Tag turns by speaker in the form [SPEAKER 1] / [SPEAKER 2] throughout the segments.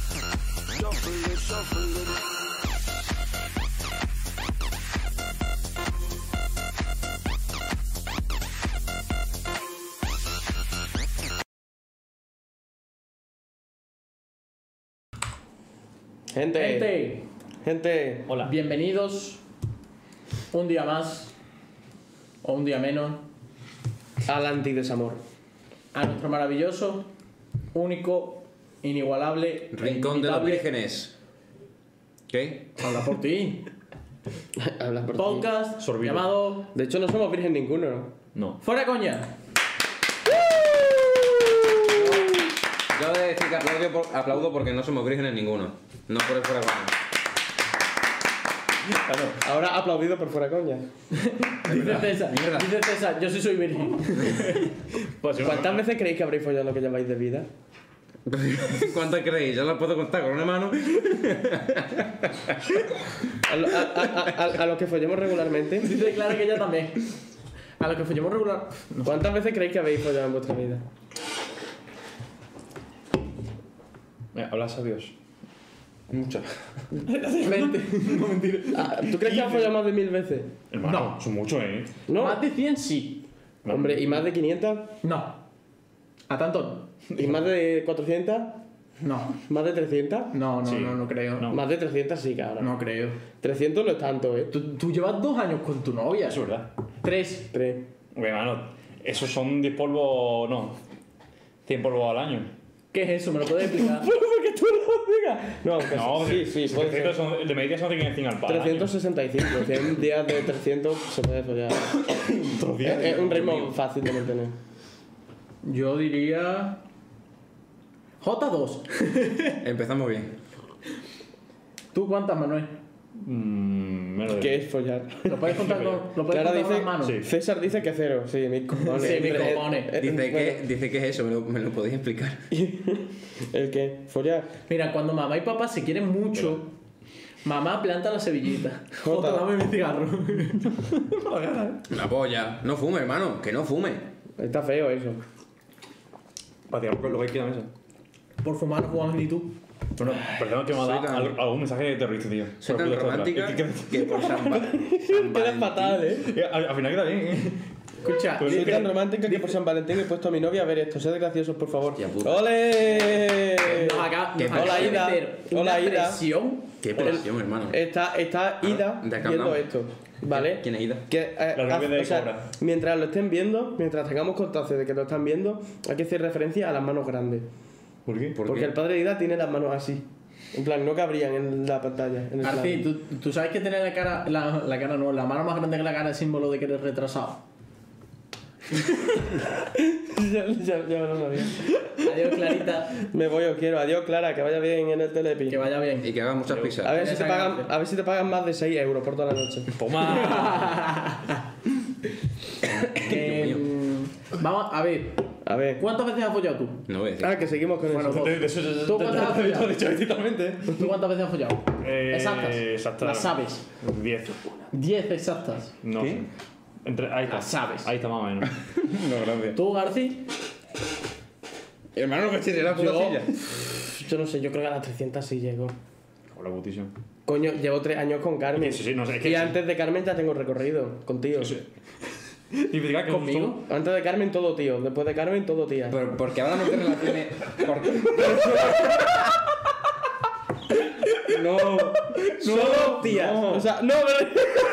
[SPEAKER 1] Shuffling, shuffling.
[SPEAKER 2] Gente, gente,
[SPEAKER 3] Gente,
[SPEAKER 4] Hola.
[SPEAKER 3] bienvenidos un día más o un día menos
[SPEAKER 2] al antidesamor.
[SPEAKER 3] a nuestro maravilloso, único, inigualable
[SPEAKER 5] Rincón de los
[SPEAKER 3] imitable-
[SPEAKER 5] Vírgenes. ¿Qué?
[SPEAKER 3] Habla por ti.
[SPEAKER 2] Hablas por ti.
[SPEAKER 3] Podcast
[SPEAKER 4] Sorbido.
[SPEAKER 3] llamado
[SPEAKER 2] De hecho, no somos virgen ninguno. ¿no?
[SPEAKER 4] No.
[SPEAKER 3] Fuera coña.
[SPEAKER 5] Yo he de decir que aplaudo, por- aplaudo porque no somos vírgenes ninguno. No por el fuera coña.
[SPEAKER 2] Ahora aplaudido por fuera coña.
[SPEAKER 3] Dice César,
[SPEAKER 5] mierda.
[SPEAKER 3] dice César, yo sí soy virgen.
[SPEAKER 4] Pues sí,
[SPEAKER 2] ¿Cuántas veces creéis que habréis follado lo que lleváis de vida?
[SPEAKER 5] ¿Cuántas creéis? Yo las puedo contar con una mano.
[SPEAKER 2] A, lo- a- a- a- a- a los que follemos regularmente.
[SPEAKER 3] Dice Clara que ella también. A los que follamos regular.
[SPEAKER 2] ¿Cuántas veces creéis que habéis follado en vuestra vida?
[SPEAKER 4] Venga, hablas a Dios.
[SPEAKER 5] Muchas.
[SPEAKER 2] Ah, ¿Tú crees que has follado más de mil veces?
[SPEAKER 4] Hermano, no. son mucho, ¿eh?
[SPEAKER 2] No.
[SPEAKER 3] Más de 100 sí.
[SPEAKER 2] Hombre, ¿y más de 500?
[SPEAKER 3] No. ¿A tanto?
[SPEAKER 2] ¿Y más de 400?
[SPEAKER 3] No.
[SPEAKER 2] ¿Más de 300?
[SPEAKER 3] No, no,
[SPEAKER 4] Sí.
[SPEAKER 3] no, no creo.
[SPEAKER 4] No.
[SPEAKER 2] Más de 300 sí, cabrón.
[SPEAKER 3] No creo.
[SPEAKER 2] 300 no es tanto, ¿eh?
[SPEAKER 3] Tú, tú llevas dos años con tu novia.
[SPEAKER 4] Es verdad.
[SPEAKER 3] Tres.
[SPEAKER 2] Tres.
[SPEAKER 4] Bueno, hermano, esos son 10 polvos. No. 100 polvos al año.
[SPEAKER 3] ¿Qué es eso? ¿Me lo puedes explicar?
[SPEAKER 2] porque tú lo digas. No, pues,
[SPEAKER 4] No,
[SPEAKER 2] sí,
[SPEAKER 4] de-
[SPEAKER 2] sí,
[SPEAKER 4] de
[SPEAKER 2] puede
[SPEAKER 4] 300
[SPEAKER 2] ser.
[SPEAKER 4] son, de medida son 500 al par.
[SPEAKER 2] 365, 100 días de 300 se puede follar. es, es un ritmo fácil de mantener.
[SPEAKER 3] Yo diría. J2.
[SPEAKER 5] Empezamos bien.
[SPEAKER 3] ¿Tú cuántas, Manuel?
[SPEAKER 4] Mmm. menos de-
[SPEAKER 2] ¿Qué es follar?
[SPEAKER 3] ¿Lo puedes contar con, lo puedes
[SPEAKER 2] Clara
[SPEAKER 3] contar con
[SPEAKER 2] dice-
[SPEAKER 3] las manos?
[SPEAKER 4] sí.
[SPEAKER 2] César dice que cero, sí, mis cojones.
[SPEAKER 3] Sí, mis
[SPEAKER 2] Eh,
[SPEAKER 3] cojones.
[SPEAKER 2] eh,
[SPEAKER 5] Dice que,
[SPEAKER 2] bueno,
[SPEAKER 5] dice que es eso, me lo, me lo podéis explicar.
[SPEAKER 2] ¿El qué? Follar.
[SPEAKER 3] Mira, cuando mamá y papá se quieren mucho, mamá planta la sevillita.
[SPEAKER 2] J.
[SPEAKER 3] J, dame mi cigarro.
[SPEAKER 5] La polla. No fume, hermano, que no fume.
[SPEAKER 2] Está feo eso.
[SPEAKER 4] Para tirar lo que hay que en la mesa.
[SPEAKER 3] Por fumar, Juan, ni tú.
[SPEAKER 4] Bueno, perdón que me ha
[SPEAKER 5] Soy
[SPEAKER 4] dado
[SPEAKER 5] tan-
[SPEAKER 4] al- algún mensaje de terrorista, tío.
[SPEAKER 5] Soy
[SPEAKER 4] Pero
[SPEAKER 5] tan
[SPEAKER 4] puta,
[SPEAKER 5] romántica
[SPEAKER 4] es que-
[SPEAKER 5] que por San, Va- San
[SPEAKER 2] Queda
[SPEAKER 5] Valentín-
[SPEAKER 2] fatal, eh.
[SPEAKER 4] Eh, Al, al final queda bien, ¿eh?
[SPEAKER 3] Escucha,
[SPEAKER 4] Pues
[SPEAKER 2] Soy
[SPEAKER 4] Dice-
[SPEAKER 2] tan romántica que por San Valentín he puesto a mi novia a ver esto. Sed graciosos, por favor.
[SPEAKER 5] Hostia puta.
[SPEAKER 2] ¡Ole!
[SPEAKER 3] nos acá,
[SPEAKER 5] Qué
[SPEAKER 3] nos acaba de
[SPEAKER 2] presión.
[SPEAKER 3] meter una
[SPEAKER 2] Hola, Ida.
[SPEAKER 3] presión.
[SPEAKER 5] Qué presión, hermano.
[SPEAKER 2] Está, está Ida
[SPEAKER 5] ¿de qué
[SPEAKER 2] viendo
[SPEAKER 5] hablamos?
[SPEAKER 2] esto, Eh, ¿vale?
[SPEAKER 5] ¿Quién es Ida?
[SPEAKER 2] Que, eh,
[SPEAKER 4] La novia
[SPEAKER 2] haz-
[SPEAKER 4] de
[SPEAKER 2] o sea,
[SPEAKER 4] Cobra.
[SPEAKER 2] mientras lo estén viendo, mientras tengamos constancia de que lo están viendo, hay que hacer referencia a las manos grandes.
[SPEAKER 4] ¿Por qué?
[SPEAKER 5] ¿Por
[SPEAKER 2] porque
[SPEAKER 5] qué?
[SPEAKER 2] el padre de Ida tiene las manos así. En plan, no cabrían en la pantalla. En el
[SPEAKER 3] Arci,
[SPEAKER 2] plano.
[SPEAKER 3] Ah, ¿tú, tú sabes que tener la cara, la, la cara no, la mano más grande que la cara es símbolo de que eres retrasado.
[SPEAKER 2] ya, ya- ya no lo veo.
[SPEAKER 3] Adiós, Clarita.
[SPEAKER 2] Me voy, os quiero. Adiós, Clara, que vaya bien en el telepi.
[SPEAKER 3] que vaya bien.
[SPEAKER 5] Y que haga muchas
[SPEAKER 2] A
[SPEAKER 5] pizzas.
[SPEAKER 2] ver, si te pagan, a ver si te pagan más de 6 euros por toda la noche.
[SPEAKER 4] Toma.
[SPEAKER 3] Eh, vamos a ver,
[SPEAKER 2] A ver.
[SPEAKER 3] ¿cuántas veces has follado tú?
[SPEAKER 5] No voy a decir.
[SPEAKER 2] Ah, que seguimos con
[SPEAKER 3] Bueno,
[SPEAKER 2] eso.
[SPEAKER 3] pues-
[SPEAKER 4] De- de eso- de-
[SPEAKER 3] ¿Tú
[SPEAKER 4] de-
[SPEAKER 3] cuántas
[SPEAKER 4] de-
[SPEAKER 3] has follado?
[SPEAKER 4] de- de- Directamente.
[SPEAKER 3] ¿Tú cuántas veces has follado?
[SPEAKER 4] Eh,
[SPEAKER 3] exactas.
[SPEAKER 4] exactas.
[SPEAKER 3] Las sabes.
[SPEAKER 4] 10.
[SPEAKER 3] 10 exactas.
[SPEAKER 4] No. sé. Entre, ahí está.
[SPEAKER 3] Las sabes.
[SPEAKER 4] Ahí está más o menos.
[SPEAKER 5] No, gracias.
[SPEAKER 3] ¿Tú, Garci?
[SPEAKER 5] Hermano, lo que chirre la puta
[SPEAKER 2] Yo-
[SPEAKER 5] silla.
[SPEAKER 2] Yo no sé, yo creo que a las 300 sí llego.
[SPEAKER 4] Hola, putísimo.
[SPEAKER 2] Coño, llevo 3 años con Carmen.
[SPEAKER 4] Sí, sí, no sé. Es que
[SPEAKER 2] Y antes de Carmen ya tengo recorrido, contigo.
[SPEAKER 4] Y me digas que
[SPEAKER 3] ¿Conmigo?
[SPEAKER 2] Antes de Carmen todo tío, después de Carmen todo tía.
[SPEAKER 5] Pero, porque ahora no te relaciones. Porque...
[SPEAKER 2] No, solo tía.
[SPEAKER 4] no.
[SPEAKER 2] O sea, no, pero.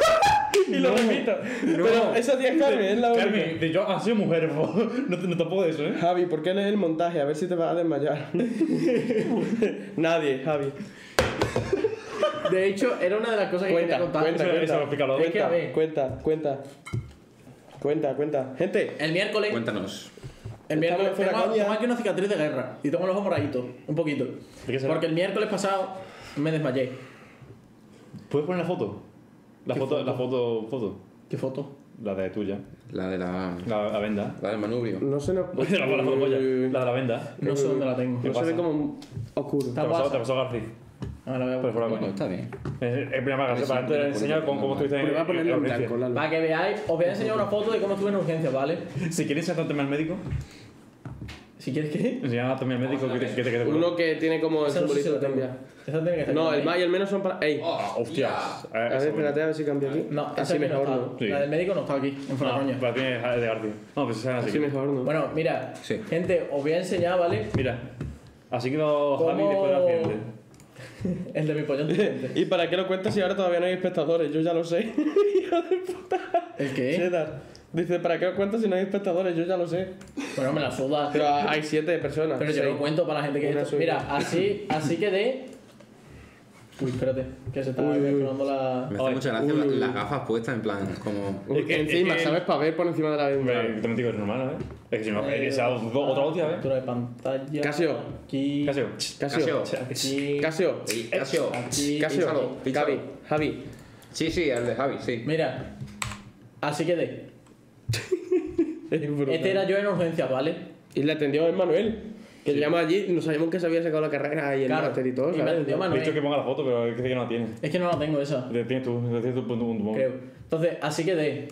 [SPEAKER 2] y lo
[SPEAKER 4] No,
[SPEAKER 2] repito. Pero esa tía es Carmen, es la única.
[SPEAKER 4] Carmen, de yo, ha sido mujer, po. No, te- no te puedo de eso, ¿eh?
[SPEAKER 2] Javi, ¿por qué lees el montaje? A ver si te vas a desmayar. Nadie, Javi.
[SPEAKER 3] De hecho, era una de las cosas que
[SPEAKER 2] Cuenta,
[SPEAKER 3] quería contar.
[SPEAKER 2] cuenta,
[SPEAKER 4] Eso- eso lo
[SPEAKER 2] cuenta.
[SPEAKER 4] explica lo
[SPEAKER 3] Es que, a
[SPEAKER 2] Cuenta,
[SPEAKER 3] ver.
[SPEAKER 2] cuenta, cuenta. Cuenta, cuenta. Gente,
[SPEAKER 3] El miércoles,
[SPEAKER 5] Cuéntanos.
[SPEAKER 3] el miércoles
[SPEAKER 2] Estamos en
[SPEAKER 3] tengo,
[SPEAKER 2] Fuera
[SPEAKER 3] tengo aquí una cicatriz de guerra y tengo los ojos moraditos, un poquito.
[SPEAKER 4] ¿De qué será?
[SPEAKER 3] Porque el miércoles pasado me desmayé.
[SPEAKER 4] ¿Puedes poner la foto? La
[SPEAKER 3] ¿Qué
[SPEAKER 4] foto,
[SPEAKER 3] foto?
[SPEAKER 4] la foto, foto.
[SPEAKER 3] ¿Qué foto?
[SPEAKER 4] La de tuya.
[SPEAKER 5] La de la.
[SPEAKER 4] La, la venda.
[SPEAKER 5] La del manubrio.
[SPEAKER 2] No suena.
[SPEAKER 4] la, de la, la, la de la venda.
[SPEAKER 3] No sé dónde la tengo.
[SPEAKER 4] ¿Qué
[SPEAKER 2] No se ve
[SPEAKER 4] pasa?
[SPEAKER 2] como oscuro.
[SPEAKER 4] Te
[SPEAKER 3] Está-
[SPEAKER 4] pasó,
[SPEAKER 3] pasa?
[SPEAKER 4] te pasó García.
[SPEAKER 3] Ahora la voy
[SPEAKER 4] Pero
[SPEAKER 3] a
[SPEAKER 4] fuera
[SPEAKER 5] Bueno,
[SPEAKER 4] coño.
[SPEAKER 5] está bien.
[SPEAKER 4] Es es primera vez que
[SPEAKER 5] Sí,
[SPEAKER 4] para antes
[SPEAKER 5] sí,
[SPEAKER 4] de enseñar
[SPEAKER 5] sí,
[SPEAKER 4] cómo, cómo
[SPEAKER 5] sí.
[SPEAKER 4] estuviste
[SPEAKER 2] Porque va a ponerlo en
[SPEAKER 4] urgencia.
[SPEAKER 2] blanco, Lalo.
[SPEAKER 3] Para que veáis, os voy a enseñar una foto de cómo estuve en urgencias, ¿vale?
[SPEAKER 4] Si quieres enseñarte al médico,
[SPEAKER 3] Si quieres que.
[SPEAKER 4] enseñar también al médico que te, que te, que te
[SPEAKER 2] Uno que tiene como el
[SPEAKER 3] Esa no sé si
[SPEAKER 2] simbolito
[SPEAKER 3] la tengo.
[SPEAKER 2] cambiar.
[SPEAKER 3] Esa tiene que estar
[SPEAKER 2] No, el
[SPEAKER 3] aquí, ¿vale?
[SPEAKER 2] más y el menos son para. Ey,
[SPEAKER 4] Ah,
[SPEAKER 5] ¡Oh,
[SPEAKER 4] Hostias.
[SPEAKER 2] a ver, espérate a ver si cambia aquí.
[SPEAKER 3] No, esa
[SPEAKER 2] así
[SPEAKER 3] aquí
[SPEAKER 2] mejor,
[SPEAKER 3] no está.
[SPEAKER 2] ¿no? Ah,
[SPEAKER 4] Sí.
[SPEAKER 3] La del médico no está aquí, en
[SPEAKER 4] No,
[SPEAKER 3] Flacoña.
[SPEAKER 4] para ti es de García. No, pues se así.
[SPEAKER 2] Así mejor, ¿no?
[SPEAKER 3] Bueno, mira,
[SPEAKER 5] Sí.
[SPEAKER 3] gente, os voy a enseñar, ¿vale?
[SPEAKER 4] Mira, así quedó Javi
[SPEAKER 3] ¿Cómo?
[SPEAKER 4] después del accidente.
[SPEAKER 3] El de mi pollón.
[SPEAKER 2] ¿Y para qué lo cuentas si ahora todavía no hay espectadores? Yo ya lo sé.
[SPEAKER 3] ¿El qué?
[SPEAKER 2] Cheddar. Dice, ¿para qué lo cuentas si no hay espectadores? Yo ya lo sé.
[SPEAKER 3] Bueno, me la suda.
[SPEAKER 2] Pero hay siete personas.
[SPEAKER 3] Ah. Pero yo
[SPEAKER 2] seis.
[SPEAKER 3] lo cuento para la gente que
[SPEAKER 2] Una
[SPEAKER 3] esto.
[SPEAKER 2] soy
[SPEAKER 3] Mira, así, así quedé. Uy, espérate, que se está
[SPEAKER 2] Uy, uy, uy.
[SPEAKER 3] descontrolando la.
[SPEAKER 5] Me hace
[SPEAKER 4] Ay,
[SPEAKER 5] mucha gracia
[SPEAKER 2] uy,
[SPEAKER 5] la-
[SPEAKER 2] uy.
[SPEAKER 5] las gafas puestas en plan, como.
[SPEAKER 2] Uy,
[SPEAKER 4] Es que-
[SPEAKER 2] encima,
[SPEAKER 4] es que-
[SPEAKER 2] ¿sabes? Para ver por encima de la
[SPEAKER 4] Hombre,
[SPEAKER 2] ventana.
[SPEAKER 4] yo también digo, es normal, ¿eh? Es que si no, es esa do- otra hostia, ¿eh?
[SPEAKER 3] Captura de pantalla.
[SPEAKER 2] Casio.
[SPEAKER 3] Aquí.
[SPEAKER 4] Casio.
[SPEAKER 2] Casio.
[SPEAKER 3] Aquí.
[SPEAKER 2] Casio.
[SPEAKER 5] Sí, Casio.
[SPEAKER 3] Aquí.
[SPEAKER 2] Casio.
[SPEAKER 5] Píchalo, píchalo.
[SPEAKER 2] Javi. Javi.
[SPEAKER 5] Sí, sí, el de Javi, sí.
[SPEAKER 3] Mira, así quedé.
[SPEAKER 2] Es brutal.
[SPEAKER 3] Este era yo en urgencias, ¿vale?
[SPEAKER 2] Y le atendió el Manuel. Que llama allí, no sabíamos que se había sacado la carrera y el
[SPEAKER 3] Claro.
[SPEAKER 2] máster y todo,
[SPEAKER 3] Y me
[SPEAKER 2] ¿sabes?
[SPEAKER 3] atendió
[SPEAKER 4] He dicho que
[SPEAKER 3] Manuel.
[SPEAKER 4] ponga la foto, pero es que no la tiene.
[SPEAKER 3] Es que no la tengo esa,
[SPEAKER 4] La Tienes tú, la tienes tú un un- un-
[SPEAKER 3] creo. Entonces, así quedé.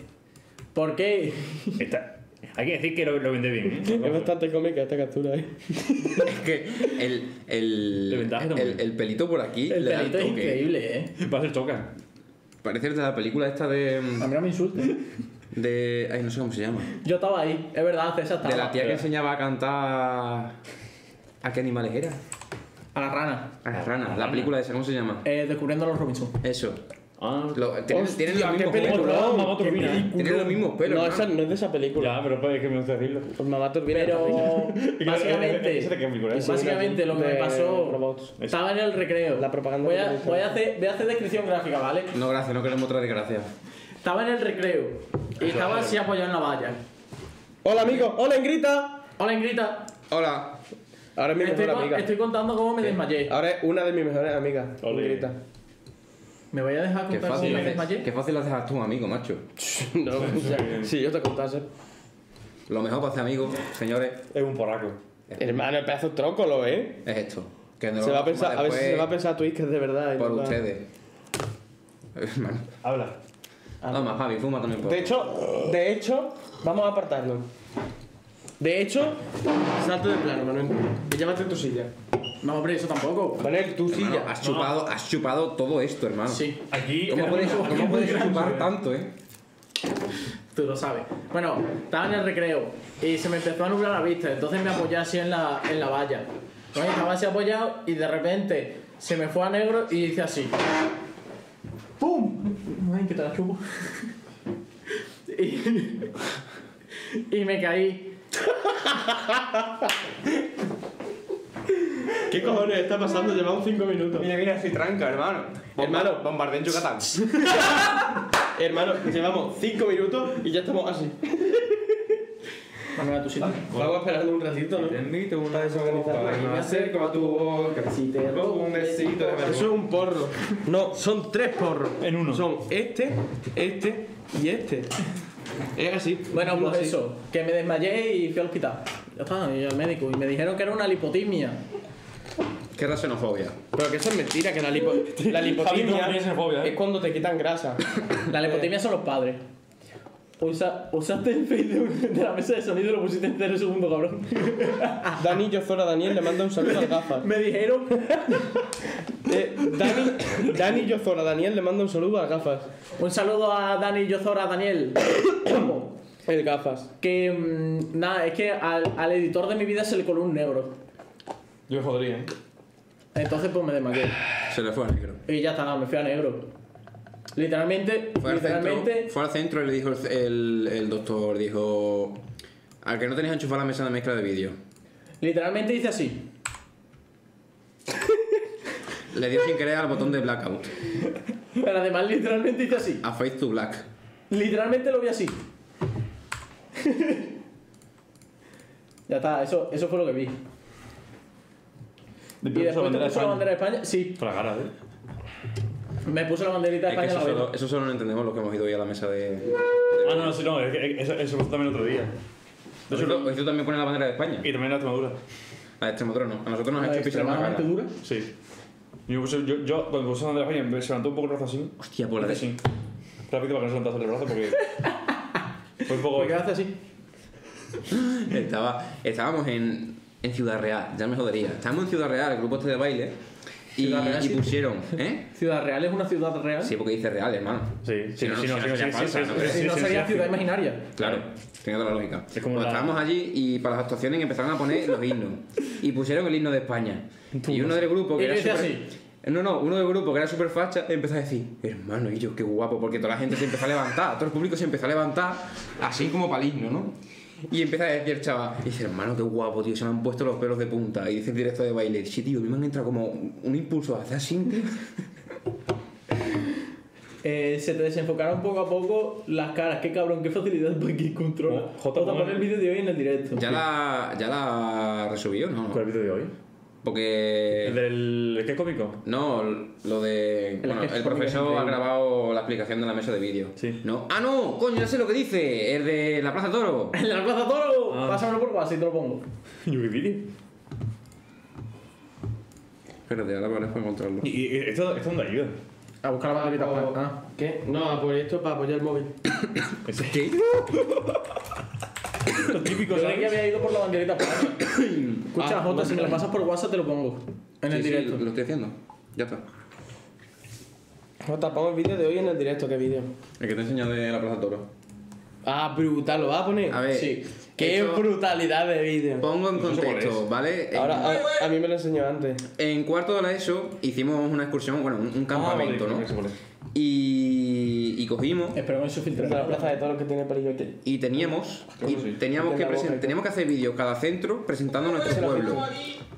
[SPEAKER 3] ¿Por qué?
[SPEAKER 4] Está- Hay que decir que lo, lo vende bien.
[SPEAKER 2] Es
[SPEAKER 4] ¿eh?
[SPEAKER 2] bastante cómica esta captura, ¿eh?
[SPEAKER 5] Es que el, el,
[SPEAKER 4] De ventaja
[SPEAKER 5] el,
[SPEAKER 4] también.
[SPEAKER 5] el pelito por aquí
[SPEAKER 3] El
[SPEAKER 5] le da el
[SPEAKER 3] pelito es
[SPEAKER 5] toque.
[SPEAKER 3] increíble, ¿eh?
[SPEAKER 4] Va a ser choca.
[SPEAKER 5] Parece el de la película esta
[SPEAKER 3] A
[SPEAKER 5] de.
[SPEAKER 3] mí no me insultes.
[SPEAKER 5] de ay, no sé cómo se llama.
[SPEAKER 3] Yo estaba ahí, es verdad, César estaba.
[SPEAKER 5] De la tía que
[SPEAKER 4] espera.
[SPEAKER 5] enseñaba a cantar. ¿A qué animales era?
[SPEAKER 3] A la rana.
[SPEAKER 5] A las ranas. La película esa, ¿cómo se llama?
[SPEAKER 3] Eh, descubriendo a los Robinson.
[SPEAKER 5] Eso.
[SPEAKER 4] Ah,
[SPEAKER 5] Lo- tienen,
[SPEAKER 2] Hostia,
[SPEAKER 5] tienen los
[SPEAKER 2] qué
[SPEAKER 5] mismos
[SPEAKER 2] película.
[SPEAKER 5] pelos.
[SPEAKER 4] Mamá,
[SPEAKER 2] Mamá
[SPEAKER 4] mamá turbina. ¿eh?
[SPEAKER 5] Tienen los mismos pelos.
[SPEAKER 2] no,
[SPEAKER 5] hermano.
[SPEAKER 2] esa no es de esa película.
[SPEAKER 4] Ya, pero es que me gusta decirlo.
[SPEAKER 2] Pues Mamá Turbina.
[SPEAKER 3] Pero
[SPEAKER 4] Y claro,
[SPEAKER 3] básicamente,
[SPEAKER 4] ese de qué película es.
[SPEAKER 3] básicamente lo que me
[SPEAKER 2] De
[SPEAKER 3] pasó,
[SPEAKER 2] robots.
[SPEAKER 3] estaba en el recreo.
[SPEAKER 2] La propaganda
[SPEAKER 3] Voy
[SPEAKER 2] que
[SPEAKER 3] a,
[SPEAKER 2] le hizo.
[SPEAKER 3] voy a hacer, voy a hacer descripción gráfica, ¿vale?
[SPEAKER 5] No, gracias, no queremos otra desgracia.
[SPEAKER 3] Estaba en el recreo y estaba así apoyado en la valla.
[SPEAKER 2] Hola, amigo. Hola, Ingrita.
[SPEAKER 3] Hola, Ingrita.
[SPEAKER 5] Hola.
[SPEAKER 2] Ahora es mi
[SPEAKER 3] Estoy,
[SPEAKER 2] mejor
[SPEAKER 3] con-
[SPEAKER 2] amiga.
[SPEAKER 3] estoy contando cómo me desmayé.
[SPEAKER 2] Ahora es una de mis mejores amigas.
[SPEAKER 4] Ole.
[SPEAKER 2] Ingrita.
[SPEAKER 3] ¿Me voy a dejar
[SPEAKER 5] Qué
[SPEAKER 3] contar cómo
[SPEAKER 5] fácil,
[SPEAKER 3] me
[SPEAKER 5] haces,
[SPEAKER 3] desmayé?
[SPEAKER 5] qué fácil haces a tu amigo, macho.
[SPEAKER 2] No, o sea, si yo te contase.
[SPEAKER 5] Lo mejor para hacer amigos, señores,
[SPEAKER 4] Es un porraco.
[SPEAKER 2] Hermano, el pedazo de trócolo, ¿eh?
[SPEAKER 5] es esto. Que nos
[SPEAKER 2] Se
[SPEAKER 5] lo
[SPEAKER 2] va a
[SPEAKER 5] vamos
[SPEAKER 2] pensar, a ver si
[SPEAKER 5] después
[SPEAKER 2] se va a pensar Twitch que es de verdad. y
[SPEAKER 5] Por
[SPEAKER 2] no va.
[SPEAKER 5] ustedes. Hermano.
[SPEAKER 4] Habla.
[SPEAKER 5] Toma, Javi, fuma también. por
[SPEAKER 2] De hecho, de hecho, vamos a apartarnos. De hecho, salto de plano, Manuel. Y llévate tu silla.
[SPEAKER 3] No, hombre, eso tampoco.
[SPEAKER 2] Manuel, tu
[SPEAKER 5] Hermano,
[SPEAKER 2] silla.
[SPEAKER 5] has chupado, has chupado todo esto, hermano.
[SPEAKER 3] Sí,
[SPEAKER 4] Aquí.
[SPEAKER 5] ¿Cómo puedes, cómo puedes chupar tanto, eh?
[SPEAKER 3] tú lo sabes. Bueno, estaba en el recreo y se me empezó a nublar la vista, entonces me apoyé así en la, en la valla. Bueno, estaba así apoyado y de repente se me fue a negro y hice así. ¡Pum! Ay, que te la chupo. y, y me caí.
[SPEAKER 2] ¿Qué cojones está pasando? Llevamos 5 minutos.
[SPEAKER 6] Mira, mira, soy tranca, hermano.
[SPEAKER 2] Hermano.
[SPEAKER 6] bombardeo en Yucatán.
[SPEAKER 2] Hermano, llevamos 5 minutos y ya estamos así.
[SPEAKER 3] Manuela, tu sitio.
[SPEAKER 2] Vamos esperando un ratito, ¿no?
[SPEAKER 6] Permite una desorganizada y me acerco a tu boca. Si te robo un besito de
[SPEAKER 2] Eso es un porro. No, son tres porros.
[SPEAKER 4] En uno.
[SPEAKER 2] Son este, este y este. Es así.
[SPEAKER 3] Bueno,
[SPEAKER 2] uno
[SPEAKER 3] pues
[SPEAKER 2] así.
[SPEAKER 3] eso, que me desmayé y fui al hospital. Ya está, y al médico. Y me dijeron que era una lipotimia.
[SPEAKER 5] ¿Qué era xenofobia?
[SPEAKER 2] Pero que eso es mentira, que la, lipo la lipotimia
[SPEAKER 4] Javi, no, es xenofobia, ¿eh?
[SPEAKER 2] es cuando te quitan grasa.
[SPEAKER 3] La lipotimia son los padres. Usa, usaste el Facebook de la mesa de sonido y lo pusiste entero segundo, cabrón.
[SPEAKER 2] Dani Yozora Daniel le manda un saludo al gafas.
[SPEAKER 3] Me dijeron.
[SPEAKER 2] Eh, Dani, Dani Yozora Daniel le manda un saludo al gafas.
[SPEAKER 3] Un saludo a Dani Yozora, Daniel.
[SPEAKER 2] El gafas.
[SPEAKER 3] que. mm, nada, es que al, al editor de mi vida se le coló un negro.
[SPEAKER 4] Yo me jodería, ¿eh?
[SPEAKER 3] Entonces, pues me desmayé.
[SPEAKER 5] Se le fue al negro.
[SPEAKER 3] Y ya está, nada, me fui a negro. Literalmente,
[SPEAKER 5] Fue al, centro,
[SPEAKER 3] literalmente.
[SPEAKER 5] fue al centro y le dijo el, el- el doctor, dijo... Al que no tenéis enchufar la mesa de mezcla de vídeo.
[SPEAKER 3] Literalmente hice así.
[SPEAKER 5] Le dio sin querer al botón de blackout.
[SPEAKER 3] Pero además, literalmente hice así.
[SPEAKER 5] A Face to Black.
[SPEAKER 3] Literalmente lo vi así. ya está, eso, eso fue lo que vi.
[SPEAKER 4] De
[SPEAKER 3] Y después te
[SPEAKER 4] bandera de
[SPEAKER 3] puso la
[SPEAKER 4] España.
[SPEAKER 3] bandera de España. Sí,
[SPEAKER 4] Con la cara, ¿eh?
[SPEAKER 3] me puso la banderita de
[SPEAKER 5] Es
[SPEAKER 3] España
[SPEAKER 5] que
[SPEAKER 3] en
[SPEAKER 5] eso
[SPEAKER 3] la
[SPEAKER 5] solo,
[SPEAKER 3] bandera.
[SPEAKER 5] eso solo lo entendemos los que hemos ido hoy a la mesa de... de
[SPEAKER 4] Ah, no, no, sí, no, es que eso, eso pasó también otro día. De
[SPEAKER 5] Hoy
[SPEAKER 4] hecho,
[SPEAKER 5] tú, hoy tú también pones la bandera de España.
[SPEAKER 4] y también la Extremadura.
[SPEAKER 5] A Extremadura no. A nosotros nos ha hecho pichar una cara.
[SPEAKER 3] extremadamente dura.
[SPEAKER 4] Sí. Yo, puse- yo, yo cuando puse Andrés Peña, me se levantó un poco el brazo así.
[SPEAKER 5] Hostia, pues, por la
[SPEAKER 4] Hice
[SPEAKER 5] de...
[SPEAKER 4] así. Rápido para que no se levantase el brazo porque. Fue un poco.
[SPEAKER 3] ¿Por qué hace así?
[SPEAKER 5] Estaba, estábamos en, en Ciudad Real, ya me jodería. Estábamos en Ciudad Real, el grupo este de baile. Y,
[SPEAKER 3] Ciudad Real,
[SPEAKER 5] y
[SPEAKER 3] sí.
[SPEAKER 5] pusieron, ¿eh?
[SPEAKER 3] Ciudad Real es una ciudad real.
[SPEAKER 5] Sí, porque dice real, hermano.
[SPEAKER 4] Sí, sí,
[SPEAKER 5] Si no,
[SPEAKER 4] sí,
[SPEAKER 5] si
[SPEAKER 4] no,
[SPEAKER 5] no
[SPEAKER 4] sí,
[SPEAKER 5] sería
[SPEAKER 4] sí, sí,
[SPEAKER 5] falsa,
[SPEAKER 4] sí,
[SPEAKER 5] ¿no?
[SPEAKER 4] sí,
[SPEAKER 3] Si
[SPEAKER 4] sí,
[SPEAKER 3] no
[SPEAKER 4] sí,
[SPEAKER 3] sería
[SPEAKER 4] sí.
[SPEAKER 3] ciudad imaginaria.
[SPEAKER 5] Claro, tenía toda la lógica.
[SPEAKER 4] Es como
[SPEAKER 5] Pues
[SPEAKER 4] la-
[SPEAKER 5] estábamos allí y para las actuaciones empezaron a poner los himnos. Y pusieron el himno de España. Y uno del grupo que
[SPEAKER 3] Y
[SPEAKER 5] era
[SPEAKER 3] dice
[SPEAKER 5] súper...
[SPEAKER 3] así.
[SPEAKER 5] No, no, uno del grupo que era súper facha empezó a decir, hermano, y yo, qué guapo, porque toda la gente se empezó a levantar, todo el público se empezó a levantar, así como para el himno, ¿no? Y empieza a decir el chaval, y dice, hermano, qué guapo, tío, se me han puesto los pelos de punta. Y dice el directo de baile, sí, tío, a mí me han entrado como un impulso hacia así, tío.
[SPEAKER 3] Eh, se te desenfocaron poco a poco las caras. Qué cabrón, qué facilidad para que controla.
[SPEAKER 4] Oh, Jota,
[SPEAKER 3] Jota, pon el vídeo de hoy en el directo.
[SPEAKER 5] ¿Ya la, ya la resubió, no?
[SPEAKER 4] ¿Cuál es el vídeo de hoy?
[SPEAKER 5] Porque...
[SPEAKER 4] ¿El del. ¿Qué cómico?
[SPEAKER 5] No, lo de. bueno,
[SPEAKER 3] sketch
[SPEAKER 5] el
[SPEAKER 3] cómico es
[SPEAKER 5] profesor ha
[SPEAKER 3] increíble.
[SPEAKER 5] grabado la explicación de la mesa de vídeo.
[SPEAKER 4] Sí.
[SPEAKER 5] No. ¡Ah, no! ¡Coño, ya sé lo que dice! El de la Plaza Toro.
[SPEAKER 3] En la plaza toro.
[SPEAKER 4] Ah.
[SPEAKER 3] Pásamelo por WhatsApp y te lo pongo.
[SPEAKER 4] ¿Yo qué vídeo?
[SPEAKER 5] Espérate, ahora me para encontrarlo.
[SPEAKER 4] ¿Y, y esto, esto dónde ayuda?
[SPEAKER 3] A buscar la banderita.
[SPEAKER 2] Ah,
[SPEAKER 3] Juan. Ah.
[SPEAKER 2] ¿Qué? No, pues, a por esto para apoyar el móvil.
[SPEAKER 5] ¿Qué?
[SPEAKER 4] Lo típico,
[SPEAKER 3] Yo creí que
[SPEAKER 4] ¿sabes?
[SPEAKER 3] había ido por la banderita. Juan. Escucha,
[SPEAKER 5] Ah,
[SPEAKER 3] Jota, si me la
[SPEAKER 5] bueno.
[SPEAKER 3] pasas por WhatsApp te lo pongo. En
[SPEAKER 5] Sí,
[SPEAKER 3] el
[SPEAKER 5] sí,
[SPEAKER 3] directo.
[SPEAKER 5] lo estoy haciendo. Ya está.
[SPEAKER 2] Jota, pongo el vídeo de hoy en el directo, ¿qué vídeo?
[SPEAKER 5] El que te he enseñado de la Plaza Toro.
[SPEAKER 2] Ah, brutal, ¿lo vas a poner?
[SPEAKER 5] A ver,
[SPEAKER 2] Sí. Qué
[SPEAKER 5] esto-
[SPEAKER 2] brutalidad de vídeo.
[SPEAKER 5] Pongo en
[SPEAKER 4] sé cuál
[SPEAKER 5] contexto, ¿vale? En-
[SPEAKER 2] Ahora, a, a mí me lo enseñó antes.
[SPEAKER 5] En cuarto de la ESO hicimos una excursión, bueno, un, un campamento,
[SPEAKER 4] Ah, vale,
[SPEAKER 5] Ah, ¿no?
[SPEAKER 4] vale, vale.
[SPEAKER 5] Y, y cogimos
[SPEAKER 3] Espero que eso filtre.
[SPEAKER 2] De la plaza de toros que tiene pelillo aquí.
[SPEAKER 5] y teníamos y
[SPEAKER 4] Eso sí.
[SPEAKER 5] teníamos
[SPEAKER 2] Mete
[SPEAKER 5] que
[SPEAKER 2] la boca
[SPEAKER 5] presen-
[SPEAKER 2] ahí.
[SPEAKER 5] teníamos que hacer vídeos cada centro presentando nuestro pueblo.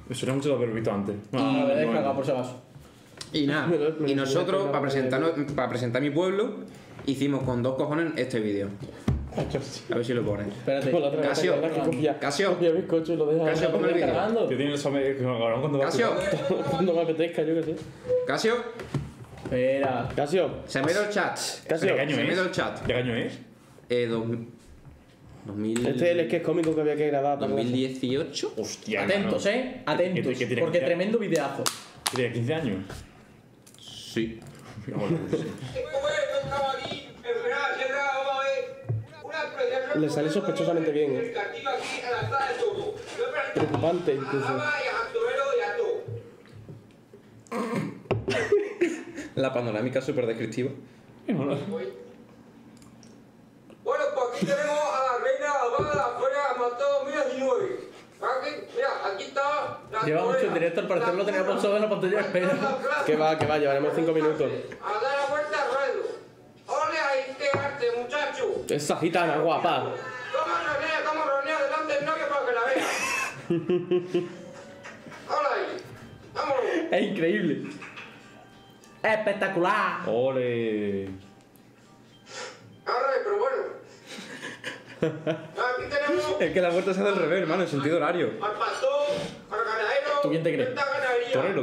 [SPEAKER 4] Me suena mucho de haberlo visto antes.
[SPEAKER 3] Ah,
[SPEAKER 4] Ah,
[SPEAKER 3] lo he
[SPEAKER 4] bueno.
[SPEAKER 3] descargado por si acaso.
[SPEAKER 5] Y nada,
[SPEAKER 2] Me lo- me lo
[SPEAKER 5] y
[SPEAKER 2] enseñaste
[SPEAKER 5] nosotros,
[SPEAKER 2] la
[SPEAKER 5] para
[SPEAKER 2] otra vez.
[SPEAKER 5] presentar, para presentar mi pueblo, hicimos con dos cojones este vídeo. A ver si lo pones.
[SPEAKER 3] Espérate.
[SPEAKER 2] Por la otra
[SPEAKER 5] Casio.
[SPEAKER 2] vez, que copia.
[SPEAKER 5] Casio.
[SPEAKER 2] Copia bizcocho y lo deja.
[SPEAKER 5] Casio, ponme el vídeo.
[SPEAKER 3] Cargando.
[SPEAKER 4] Yo tenía el examen que me acabaron cuando
[SPEAKER 5] Casio,
[SPEAKER 2] No me apetezca, yo qué sé.
[SPEAKER 5] Casio,
[SPEAKER 3] Espera.
[SPEAKER 2] Casio.
[SPEAKER 5] se me ha ido el chat.
[SPEAKER 2] Casio.
[SPEAKER 5] Se
[SPEAKER 4] Regaño.
[SPEAKER 5] me ha ido el
[SPEAKER 4] ¿De
[SPEAKER 5] chat.
[SPEAKER 4] qué año es?
[SPEAKER 5] Eh, dos, mil- dos mil-
[SPEAKER 2] Este es el sketch cómico que había que grabar. para
[SPEAKER 5] 2018.
[SPEAKER 4] Hostia.
[SPEAKER 3] Atentos, eh. Atentos.
[SPEAKER 4] que tiene
[SPEAKER 3] Porque
[SPEAKER 4] que-
[SPEAKER 3] tremendo videazo.
[SPEAKER 4] ¿De 15 años?
[SPEAKER 5] Sí.
[SPEAKER 4] Mira, bueno, sí.
[SPEAKER 2] Le sale sospechosamente bien, eh. Preocupante, incluso.
[SPEAKER 5] La panorámica súper descriptiva.
[SPEAKER 7] Bueno, pues aquí tenemos a la reina Abada afuera, matado 2019. Aquí, mira, aquí está la
[SPEAKER 3] Lleva mucho
[SPEAKER 7] torera,
[SPEAKER 3] directo, al parecer
[SPEAKER 7] la
[SPEAKER 3] lo tenía
[SPEAKER 7] torera,
[SPEAKER 3] pausado en la pantalla de espera.
[SPEAKER 7] plaza,
[SPEAKER 2] Que va, que va, llevaremos cinco minutos.
[SPEAKER 7] A dar la vuelta al ruedo. ¡Ole a este arte, muchacho!
[SPEAKER 2] Esa gitana guapa.
[SPEAKER 7] Toma reunida, toma reunida delante del novio para que la vea. ¡Hola ahí! ¡Vámonos!
[SPEAKER 3] Es increíble. Espectacular.
[SPEAKER 4] Ole.
[SPEAKER 7] Ahora, pero bueno. Aquí tenemos
[SPEAKER 5] Es que la puerta se hace al revés, hermano, en sentido horario.
[SPEAKER 7] al pastor, al ganadero.
[SPEAKER 3] ¿Tú quién te crees?
[SPEAKER 7] esta ganadería.
[SPEAKER 4] Torero.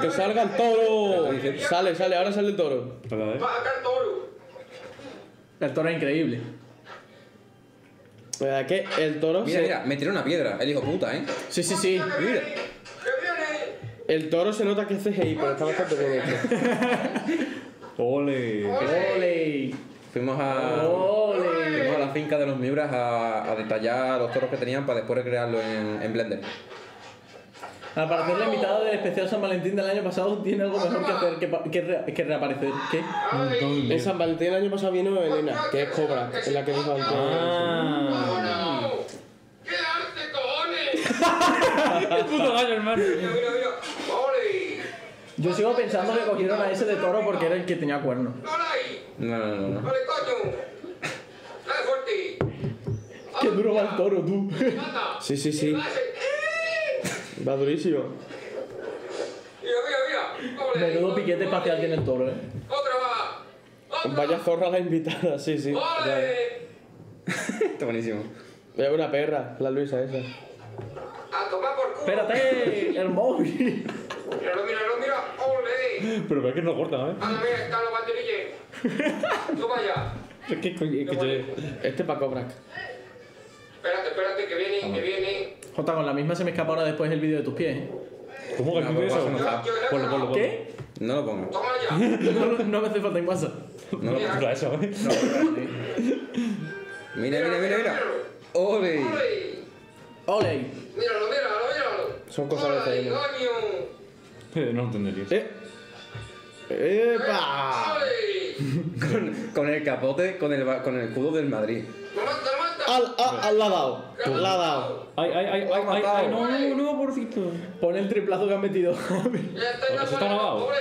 [SPEAKER 2] Que salga el toro. Sale, sale, ahora sale el toro.
[SPEAKER 4] La verdad,
[SPEAKER 7] Va a sacar toro.
[SPEAKER 3] El toro es increíble.
[SPEAKER 2] La verdad que Pues el toro
[SPEAKER 5] Mira,
[SPEAKER 2] se-
[SPEAKER 5] mira, me tiró una piedra, el hijo puta, ¿eh?
[SPEAKER 2] Sí, sí, sí.
[SPEAKER 7] Que
[SPEAKER 5] Mira.
[SPEAKER 7] viene, que viene.
[SPEAKER 2] El toro se nota que es CGI, pero está bastante bien hecho.
[SPEAKER 4] ¿eh? Ole.
[SPEAKER 3] Ole.
[SPEAKER 5] Fuimos a.
[SPEAKER 2] Oh.
[SPEAKER 3] Ole.
[SPEAKER 5] Fuimos a la finca de los Miuras a, a detallar los toros que tenían para después recrearlo en, en Blender.
[SPEAKER 3] Al parecer la invitada del especial San Valentín del año pasado tiene algo mejor que hacer que, pa- que, re- que reaparecer. ¿Qué?
[SPEAKER 2] En San Valentín el año pasado vino Elena, que es Cobra, es la que dijo antes.
[SPEAKER 4] Ah.
[SPEAKER 7] ¡Vámonos! ¡Qué arte, cojones!
[SPEAKER 4] Puto gallo, hermano.
[SPEAKER 7] Mira, mira, mira. ¡Ole!
[SPEAKER 3] Yo sigo pensando que cogieron a ese de toro porque era el que tenía cuernos.
[SPEAKER 7] ¡Hola ahí!
[SPEAKER 5] No, no, no, no.
[SPEAKER 7] ¡Ole, coño! ¡Dale fuerte!
[SPEAKER 3] Qué duro va el toro, tú.
[SPEAKER 7] ¡Mata!
[SPEAKER 2] Sí, sí, sí,
[SPEAKER 7] Va a ser- ¡Eh!
[SPEAKER 2] va durísimo.
[SPEAKER 7] Mira, mira, mira. ¡Ole!
[SPEAKER 3] Menudo piquete espacial tiene el toro, eh.
[SPEAKER 7] Otra más. Otra.
[SPEAKER 2] Vaya zorra la invitada, sí, sí. Ya.
[SPEAKER 7] ¡Ole!
[SPEAKER 5] Está buenísimo.
[SPEAKER 2] Es una perra, la Luisa esa.
[SPEAKER 7] A tomar por culo.
[SPEAKER 3] Espérate, el móvil.
[SPEAKER 7] Míralo, míralo, mira. ¡Ole! Ah,
[SPEAKER 4] Pero es que no corta, ¿eh?
[SPEAKER 7] Anda, mira, están los banderilleros. Toma ya.
[SPEAKER 4] Es que escu- escuché.
[SPEAKER 3] Este es Paco Brac.
[SPEAKER 7] Espérate, espérate, que viene, que viene.
[SPEAKER 3] Jota, con la misma se me escapa ahora después el vídeo de tus pies. ¿eh?
[SPEAKER 4] ¿Cómo que
[SPEAKER 5] No, pero
[SPEAKER 4] escuché eso?
[SPEAKER 5] eso no está.
[SPEAKER 4] Ponlo, ponlo, ponlo.
[SPEAKER 3] ¿Qué?
[SPEAKER 5] No lo pongo.
[SPEAKER 7] Toma ya.
[SPEAKER 3] No, no me hace falta en WhatsApp.
[SPEAKER 5] No lo pongo.
[SPEAKER 4] Mira eso, eh.
[SPEAKER 5] Mira, mira, mira, mira. ¡Ole!
[SPEAKER 7] Ole.
[SPEAKER 3] ¡Ole!
[SPEAKER 7] Míralo, míralo, míralo.
[SPEAKER 6] Son cosas de
[SPEAKER 7] Ole,
[SPEAKER 6] desayuno.
[SPEAKER 7] coño.
[SPEAKER 4] Eh, No lo entendería.
[SPEAKER 3] ¡Epa!
[SPEAKER 7] Ole.
[SPEAKER 5] Con, con el capote, con el, ba- con el escudo del Madrid.
[SPEAKER 7] Lo mata, lo mata.
[SPEAKER 3] ¡Al, al, al la ha dado!
[SPEAKER 7] Lo ha
[SPEAKER 3] ¡La ha dado!
[SPEAKER 4] Ay, ay, ay, ay, ay, ay, no, no, no, pobrecito.
[SPEAKER 3] Pon el triplazo que han metido. me
[SPEAKER 7] Ya está en la
[SPEAKER 4] Eso está
[SPEAKER 7] pared,
[SPEAKER 4] grabado.
[SPEAKER 7] ole.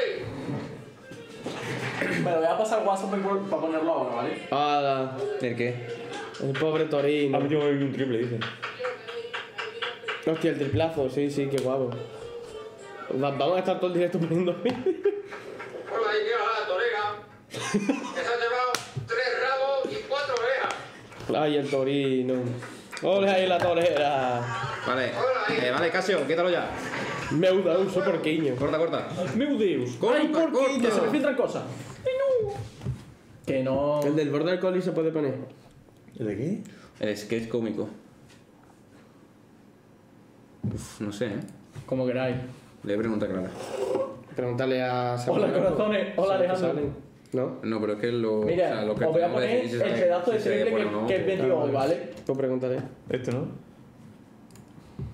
[SPEAKER 3] lo voy a pasar WhatsApp para ponerlo ahora, ¿vale?
[SPEAKER 2] ¡Hala!
[SPEAKER 5] ¿El qué?
[SPEAKER 2] El pobre
[SPEAKER 4] Ha
[SPEAKER 2] Torino.
[SPEAKER 4] metido hoy un triple, dice.
[SPEAKER 2] Hostia, el triplazo, sí, sí, qué guapo. Va- Vamos a estar todo el directo poniendo vídeos.
[SPEAKER 7] Hola, ahí mira la torera. Esa lleva tres rabos y cuatro orejas.
[SPEAKER 2] Ay, el Torino. ¡Ole ahí la torera!
[SPEAKER 5] Vale. Eh, vale, Casio, quítalo ya.
[SPEAKER 2] Me gusta un soporquiño.
[SPEAKER 5] Corta, corta.
[SPEAKER 4] Meu Deus.
[SPEAKER 5] Corta,
[SPEAKER 3] Y que se me
[SPEAKER 5] corta.
[SPEAKER 3] filtran cosas. Que no.
[SPEAKER 2] El del borde del coli se puede poner.
[SPEAKER 4] ¿De qué?
[SPEAKER 5] El sketch cómico. Uf, no sé, ¿eh?
[SPEAKER 3] Como queráis.
[SPEAKER 5] Le pregunta clara.
[SPEAKER 2] Preguntarle a
[SPEAKER 3] Hola,
[SPEAKER 2] Samuel.
[SPEAKER 3] corazones. Hola,
[SPEAKER 2] ¿Sabe qué
[SPEAKER 3] Alejandro.
[SPEAKER 2] salen? ¿No?
[SPEAKER 5] No, pero es que lo. o
[SPEAKER 3] Mira,
[SPEAKER 5] sea, lo
[SPEAKER 3] os
[SPEAKER 5] que
[SPEAKER 3] voy a
[SPEAKER 5] acabamos de
[SPEAKER 3] poner
[SPEAKER 5] decir,
[SPEAKER 3] el
[SPEAKER 5] si se-
[SPEAKER 3] pedazo de
[SPEAKER 5] si se
[SPEAKER 3] triple
[SPEAKER 5] pone o
[SPEAKER 3] que-
[SPEAKER 5] no.
[SPEAKER 3] que he metido hoy, ¿vale?
[SPEAKER 2] Tú Pues pregúntale.
[SPEAKER 4] Este no.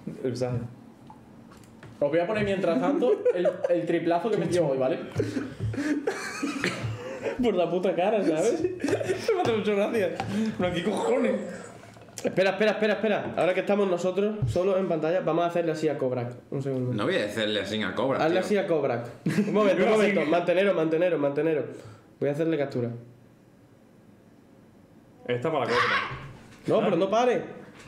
[SPEAKER 4] El mensaje.
[SPEAKER 3] Os voy a poner mientras tanto el, el triplazo que metió hoy, ¿vale?
[SPEAKER 2] Por la puta cara, ¿sabes?
[SPEAKER 4] Me hace muchas gracias. Pero qué cojones.
[SPEAKER 2] Espera, espera, espera, espera. Ahora que estamos nosotros solos en pantalla, vamos a hacerle así a Cobra. Un segundo.
[SPEAKER 5] No voy a decirle así a Cobra.
[SPEAKER 2] Hazle
[SPEAKER 5] tío.
[SPEAKER 2] así a Cobra. Un momento, un momento. Mantenero, mantenero, mantenero. Voy a hacerle captura.
[SPEAKER 4] Esta para la compra.
[SPEAKER 2] No, pero no pare.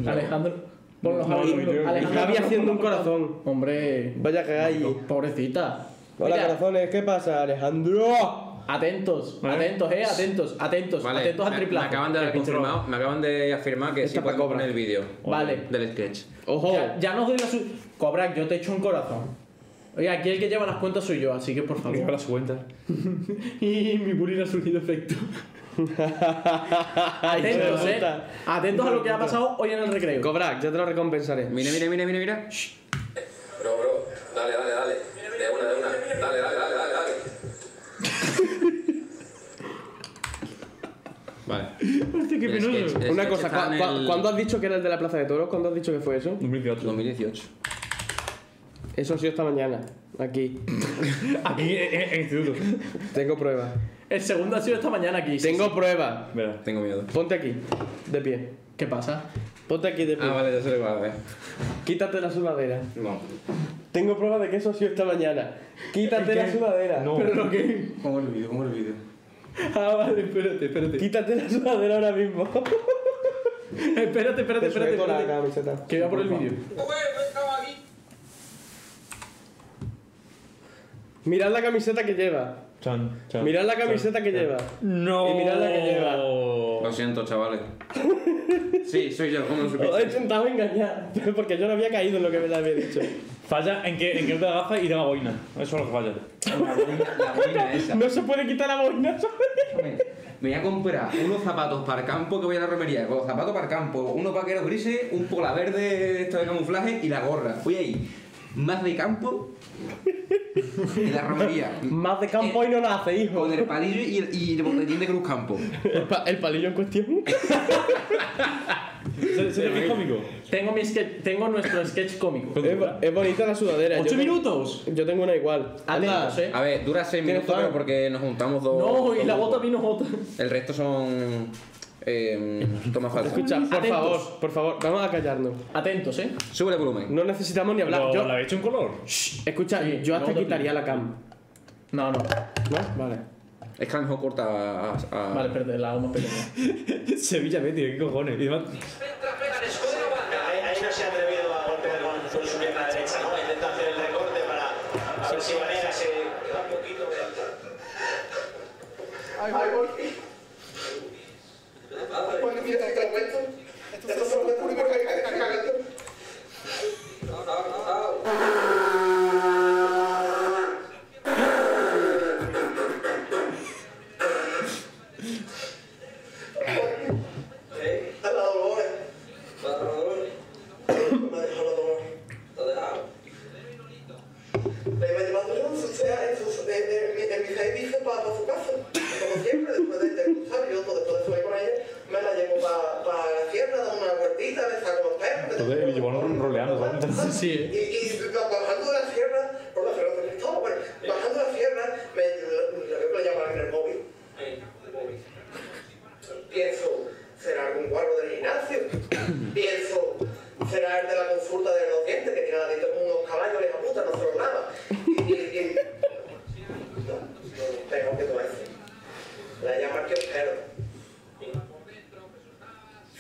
[SPEAKER 3] Alejandro. Por los
[SPEAKER 4] No, no,
[SPEAKER 3] audios.
[SPEAKER 4] yo- yo-
[SPEAKER 3] Alejandro,
[SPEAKER 2] Javi
[SPEAKER 3] por
[SPEAKER 2] haciendo un
[SPEAKER 3] favor.
[SPEAKER 2] corazón.
[SPEAKER 3] Hombre,
[SPEAKER 2] Vaya que hay.
[SPEAKER 3] pobrecita.
[SPEAKER 2] Hola,
[SPEAKER 3] Mira,
[SPEAKER 2] corazones. ¿Qué pasa, Alejandro?
[SPEAKER 3] Atentos,
[SPEAKER 4] Vale.
[SPEAKER 3] atentos, eh, atentos, atentos,
[SPEAKER 5] Vale,
[SPEAKER 3] atentos al
[SPEAKER 5] me-
[SPEAKER 3] triplazo.
[SPEAKER 5] Me acaban de dar confirmado, me acaban de afirmar que sí
[SPEAKER 2] Esta pa'
[SPEAKER 5] podemos
[SPEAKER 2] Cobra.
[SPEAKER 5] poner el vídeo.
[SPEAKER 3] Vale.
[SPEAKER 5] Del sketch.
[SPEAKER 2] Ojo.
[SPEAKER 3] Ya, ya no os doy la su... Cobra, yo te echo un corazón. Oye, aquí el que lleva las cuentas soy yo, así que por
[SPEAKER 4] Lleva
[SPEAKER 3] favor.
[SPEAKER 4] las cuentas.
[SPEAKER 3] y mi bullying ha surgido efecto.
[SPEAKER 2] hijo de
[SPEAKER 3] atentos, eh.
[SPEAKER 2] puta.
[SPEAKER 3] Atentos a lo que ha pasado hoy en el recreo.
[SPEAKER 2] Cobra, yo te lo recompensaré.
[SPEAKER 5] Mira, mira, mira, mira, mira.
[SPEAKER 7] Bro, bro, dale, dale, dale. De una, de una. Dale, dale, dale, dale, dale.
[SPEAKER 5] Vale.
[SPEAKER 4] Hostia, qué
[SPEAKER 5] El sketch,
[SPEAKER 4] penoso.
[SPEAKER 3] Este
[SPEAKER 5] el
[SPEAKER 2] Una
[SPEAKER 5] sketch
[SPEAKER 2] cosa,
[SPEAKER 5] está
[SPEAKER 2] ¿cu-
[SPEAKER 5] en
[SPEAKER 2] cu-
[SPEAKER 5] el
[SPEAKER 2] ¿cuándo has dicho que era el de la Plaza de Toros? ¿Cuándo has dicho que fue eso?
[SPEAKER 4] 2018.
[SPEAKER 5] 2018.
[SPEAKER 2] Eso ha sido esta mañana. Aquí.
[SPEAKER 4] Aquí en, en- en instituto.
[SPEAKER 2] Tengo pruebas.
[SPEAKER 3] El segundo ha sido esta mañana aquí.
[SPEAKER 2] Tengo pruebas.
[SPEAKER 4] Verá.
[SPEAKER 5] Tengo miedo.
[SPEAKER 2] Ponte aquí, de pie.
[SPEAKER 3] ¿Qué pasa?
[SPEAKER 2] Ponte aquí de pie.
[SPEAKER 5] Ah, vale, ya se lo va a ver.
[SPEAKER 2] Quítate la sudadera.
[SPEAKER 5] No.
[SPEAKER 2] Tengo pruebas de que eso ha sido esta mañana. Quítate la sudadera.
[SPEAKER 4] No.
[SPEAKER 3] Pero lo que.
[SPEAKER 5] ¿Cómo el vídeo? ¿Cómo el vídeo?
[SPEAKER 3] Ah, vale, espérate, espérate.
[SPEAKER 2] Quítate la sudadera ahora mismo.
[SPEAKER 3] espérate, espérate, espérate.
[SPEAKER 2] Suelto la
[SPEAKER 3] espérate.
[SPEAKER 2] camiseta.
[SPEAKER 3] Que voy a por el vídeo.
[SPEAKER 2] Mirad la camiseta que lleva.
[SPEAKER 4] Chan, chan.
[SPEAKER 2] Mirad la camiseta que lleva.
[SPEAKER 4] No.
[SPEAKER 2] Y mirad la que
[SPEAKER 5] Lo
[SPEAKER 4] lleva.
[SPEAKER 5] siento, chavales. Sí, soy yo, ¿cómo lo
[SPEAKER 2] Os he
[SPEAKER 5] supiste?
[SPEAKER 2] intentado engañar, porque yo no había caído en lo que me la había dicho.
[SPEAKER 4] Falla en que, en que no te da gafas y te da boina. Eso es lo que falla.
[SPEAKER 5] La boina, la boina esa.
[SPEAKER 2] No se puede quitar la boina.
[SPEAKER 5] Me voy a comprar unos zapatos para el campo que voy a la romería. Con los zapatos para el campo, unos vaqueros grises, un pola verde esto de camuflaje y la gorra. Voy ahí. Más de campo y la romería.
[SPEAKER 2] Más de campo y no la hace, hijo.
[SPEAKER 5] Con el palillo y el, y el boletín de Cruz Campo.
[SPEAKER 2] El, pa- el palillo en cuestión.
[SPEAKER 4] ¿Se, se te cómico?
[SPEAKER 3] Tengo, mi sketch- tengo nuestro sketch cómico.
[SPEAKER 2] es, bo- es bonita la sudadera.
[SPEAKER 3] ¡Ocho
[SPEAKER 2] yo tengo-
[SPEAKER 3] minutos!
[SPEAKER 2] Yo tengo una igual. Anda.
[SPEAKER 3] Atentos, eh.
[SPEAKER 5] A ver, dura 6
[SPEAKER 2] ¿Tienes
[SPEAKER 5] minutos
[SPEAKER 2] plan?
[SPEAKER 5] pero porque nos juntamos dos.
[SPEAKER 3] No, y
[SPEAKER 5] dos
[SPEAKER 3] la
[SPEAKER 5] grupos.
[SPEAKER 3] bota vino otra.
[SPEAKER 5] El resto son. Eh, tomas falsas.
[SPEAKER 2] Escucha, por
[SPEAKER 3] Atentos.
[SPEAKER 2] favor, por favor, vamos a callarnos.
[SPEAKER 3] Atentos, eh.
[SPEAKER 5] Sube el volumen.
[SPEAKER 2] No necesitamos ni hablar.
[SPEAKER 4] Pero,
[SPEAKER 2] Yo,
[SPEAKER 4] ¿La habéis hecho en color?
[SPEAKER 2] escucha,
[SPEAKER 3] Sí,
[SPEAKER 2] yo
[SPEAKER 3] luego
[SPEAKER 2] hasta
[SPEAKER 3] te
[SPEAKER 2] quitaría la cam.
[SPEAKER 3] No, no.
[SPEAKER 2] ¿No? Vale.
[SPEAKER 5] Es que a lo mejor corta a. a-
[SPEAKER 3] Vale, espérate, la hago más pequeña.
[SPEAKER 4] Sevilla Betis, qué cojones. Y además,
[SPEAKER 8] Ahí ahí no se ha atrevido a golpear con- con su pierna derecha, ¿no? Intenta hacer el recorte para a ver si Vanega se da un poquito de...
[SPEAKER 4] entonces.
[SPEAKER 3] Sí, eh.
[SPEAKER 9] Y, y ba- bajando las piernas, por la feroz del estómago, bueno, bajando las piernas, me, la veo que la llaman en el móvil. Pienso, ¿será algún guarro del gimnasio? Pienso, ¿será el de la consulta de los dientes que tiene la diente como unos caballos y la puta, no se los lava? Y, y, y- No, no, tengo que tomar ese. La llama arqueologero.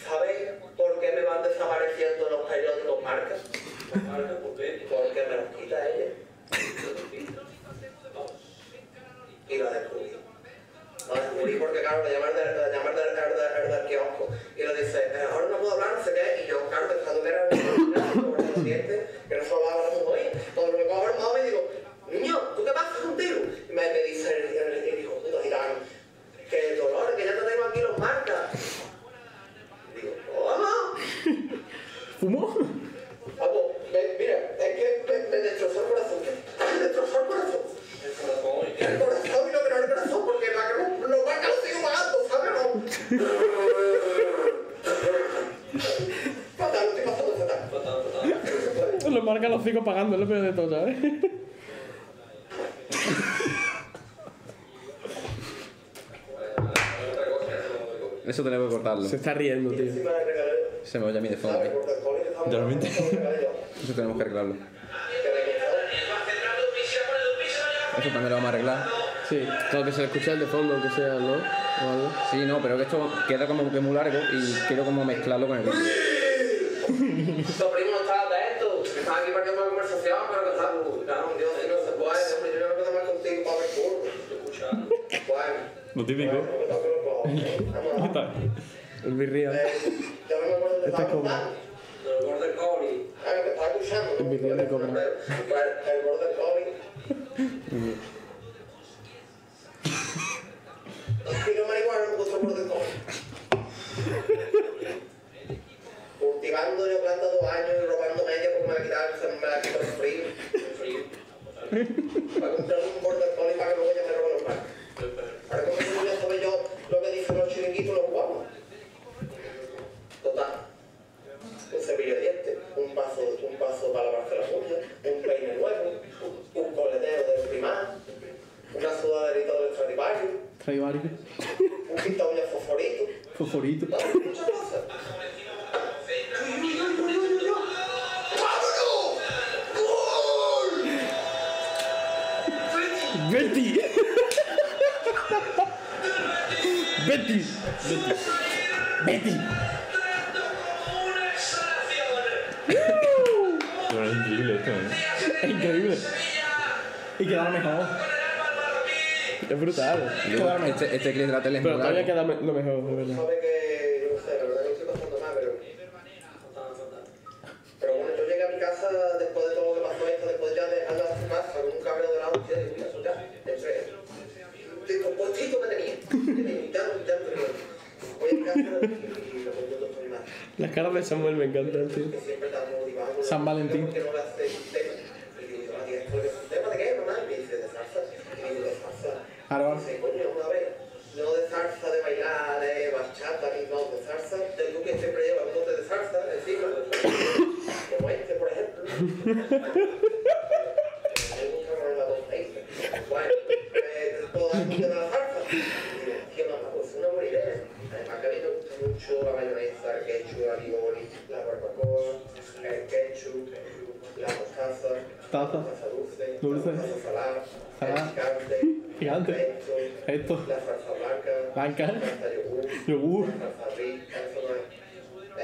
[SPEAKER 9] ¿Sabéis por qué me van desapareciendo los periódicos marcas? Porque me los quita ella. Y la descubrí. La descubrí porque, claro, la llamar del la llamar del- del- del- del kiosco. Y le dice, "Pero ahora no puedo hablar, no sé qué. Y yo, claro, pensando que era sobre los dientes, que no se lo hablaba la mujer. Cuando me cojo el móvil y digo, niño, ¿tú qué pasas contigo? Y me, me dice el, el, el hijo puta gitano, que dolor, que ya te tengo aquí los marcas. Digo, ¿cómo?
[SPEAKER 3] ¿Fumo?
[SPEAKER 9] Papo, me- mira, es que me, me destrozó el corazón. Me destrozó el corazón. El corazón. El corazón y lo que no el corazón, porque Macron lo marca lo sigo pagando, ¿sabes? No. fatal, lo estoy pasando fatal. Fatal, fatal.
[SPEAKER 2] Lo marca los cinco pagando, es lo peor de todo, ¿sabes?
[SPEAKER 5] Eso tenemos que cortarlo.
[SPEAKER 2] Se está riendo, tío.
[SPEAKER 9] Encima de regalero,
[SPEAKER 5] Se me oye a mí de fondo.
[SPEAKER 9] ¿sabes? Porque el COVID está muy-
[SPEAKER 4] Realmente.
[SPEAKER 5] Eso tenemos que arreglarlo.
[SPEAKER 9] Que me quedaba-
[SPEAKER 5] Eso también lo vamos a arreglar.
[SPEAKER 2] Sí, claro que se le escucha el de fondo, aunque sea, ¿no? O algo.
[SPEAKER 5] Sí, no, pero que esto queda como que muy largo y quiero como mezclarlo con el vídeo.
[SPEAKER 9] Tu primo no estaba atento, estaba aquí perdiendo la conversación, pero que estaba. No, Dios, no se puede, hombre, yo no puedo más contigo para ver curvo. Bueno.
[SPEAKER 4] Lo típico.
[SPEAKER 9] Está.
[SPEAKER 2] El birria.
[SPEAKER 9] Está como. El Border Collie. Ah, que está escuchando. El video de cobra. El Border Collie. Tiro marihuana con otro Border Collie. Cultivando yo planta dos años y robando media porque me la quitaron, se me la quitó el frío. Para comprar un Border Collie para que luego ya me roben los marcos. Ahora como yo ya sabía yo lo que dicen los chiringuitos los guapos. Total. Un cepillo de dientes, un vaso, un vaso para lavarse las uñas, un peine nuevo, un coletero del primar, una sudaderita del Stradivarius,
[SPEAKER 3] Trae varios.
[SPEAKER 9] un pinta uñas fosforito,
[SPEAKER 3] Fosforito.
[SPEAKER 9] ¿sabes? muchas cosas. Uy, uy, uy, uy, uy, uy. ¡Vámonos! ¡Gol!
[SPEAKER 2] ¡Betty! ¡Betty!
[SPEAKER 4] Pero es increíble esto, ¿eh?
[SPEAKER 3] Increíble. Y quedaron mejor.
[SPEAKER 2] Es brutal.
[SPEAKER 5] Yo- Este, este clip de la tele es muy
[SPEAKER 2] Pero todavía
[SPEAKER 5] largo.
[SPEAKER 2] queda me- lo mejor, de verdad.
[SPEAKER 9] Sabe que, yo no sé, la verdad que estoy pasando mal, pero... fatal, fatal. Pero bueno, yo llegué a mi casa después de todo lo que pasó esto, después ya de dejarla a su casa con un cabreo de la hostia, digo, mira, eso ya, entre... Descompuestito que tenía, que me invitaron, invitaron, pero bueno. Voy a mi casa y y lo pongo todo muy mal,
[SPEAKER 2] Las caras de Samuel me encantan, tío.
[SPEAKER 9] que siempre está motivado.
[SPEAKER 3] San Valentín.
[SPEAKER 9] Porque no le hace un tema. Y digo, yo, tía, ¿esto es un tema de qué, mamá? Y me dice, de salsa. Y digo, de salsa.
[SPEAKER 3] Aarón.
[SPEAKER 9] Sí, coño, una vez. No de salsa de bailar, de bachata, ni no, de salsa. De tú que siempre lleva un bote de salsa encima. Como este, por ejemplo. Me gusta con la boca ahí. Bueno, eh, puedo dar un poquito de la salsa. Qué mamá, pues una buena idea. Además que a mí me gusta mucho la mayonesa, el ketchup, la alioli, la barbacoa, el ketchup, la mostaza,
[SPEAKER 3] Taza.
[SPEAKER 9] la salsa dulce,
[SPEAKER 3] Dulce.
[SPEAKER 9] la salsa salada,
[SPEAKER 3] Salada.
[SPEAKER 9] el picante,
[SPEAKER 3] Gigante. Esto.
[SPEAKER 9] la salsa blanca.
[SPEAKER 3] Blanca.
[SPEAKER 9] La salsa yogur.
[SPEAKER 3] Yogur.
[SPEAKER 9] La salsa rica. Eso no es. Eh.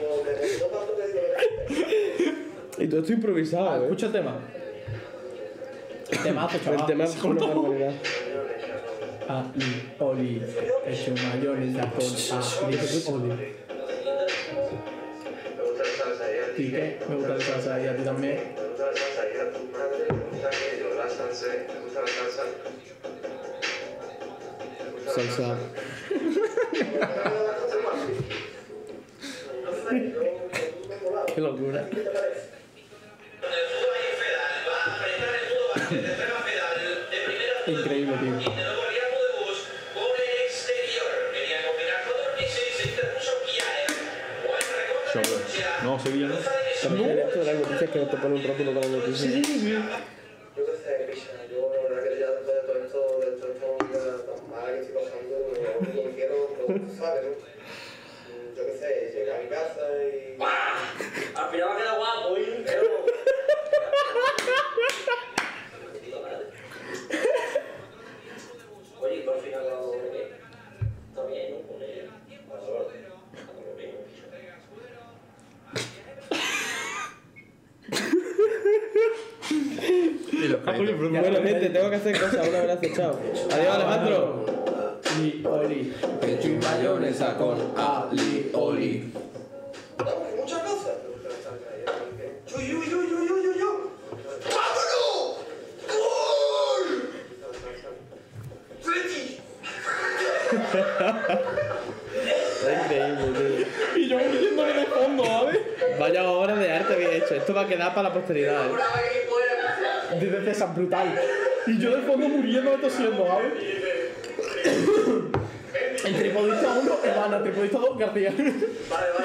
[SPEAKER 9] Digo, me gustó tanto que digo,
[SPEAKER 2] Y todo esto
[SPEAKER 3] Ah,
[SPEAKER 2] improvisado, ¿eh?
[SPEAKER 3] escucha el tema. Temazo, chaval.
[SPEAKER 2] El tema es una barbaridad.
[SPEAKER 3] Ah, y Oli. Hecho mayonesa con ah, Oli.
[SPEAKER 9] Me gusta la salsa y
[SPEAKER 3] ¿Y qué? Me gusta la salsa y a ti también.
[SPEAKER 9] Me gusta la salsa y a tu madre. Me gusta que yo la salsa. Me gusta la salsa.
[SPEAKER 2] Salsa. Qué locura.
[SPEAKER 3] Increíble, tío.
[SPEAKER 4] Sobre. sevillano.
[SPEAKER 2] También el esto de las noticias que nos topan un rótulo con las noticias.
[SPEAKER 9] Yo qué sé, Grisha, yo la verdad que ya después de todo esto, de toda esta movida tan mala que estoy pasando, me no quiero, pero tú sabes, ¿no? Mm, Yo qué sé, llegué a mi casa y...
[SPEAKER 8] Al final va a quedar guapo, ¿eh? Pero- Oye, por fin hablamos de mí. Está bien, ¿no? Con ella. A la orden. Cuando lo veo.
[SPEAKER 5] Y los créditos.
[SPEAKER 2] Bueno, gente, tengo que hacer cosas. Un abrazo, chao. Adiós, Alejandro.
[SPEAKER 3] Y Oli.
[SPEAKER 5] mayonesa con Ali Oli.
[SPEAKER 9] Dame muchas cosas. Yo, yo, yo, yo, yo, yo, yo. ¡Vámonos! ¡Gol! ¡Freddy!
[SPEAKER 2] Es increíble, tío.
[SPEAKER 4] Y yo muriéndome de fondo, ¿sabes?
[SPEAKER 2] Vaya obra de arte bien hecho. Esto va a quedar para la posteridad. ¿eh?
[SPEAKER 9] Bravo, que fuera.
[SPEAKER 3] Desde César, brutal.
[SPEAKER 4] Y yo de fondo muriendo tosiendo, ¿sabes?
[SPEAKER 3] El tripodista 1, Evana. Tripodista 2, García.
[SPEAKER 9] Vale, vale, vale. Me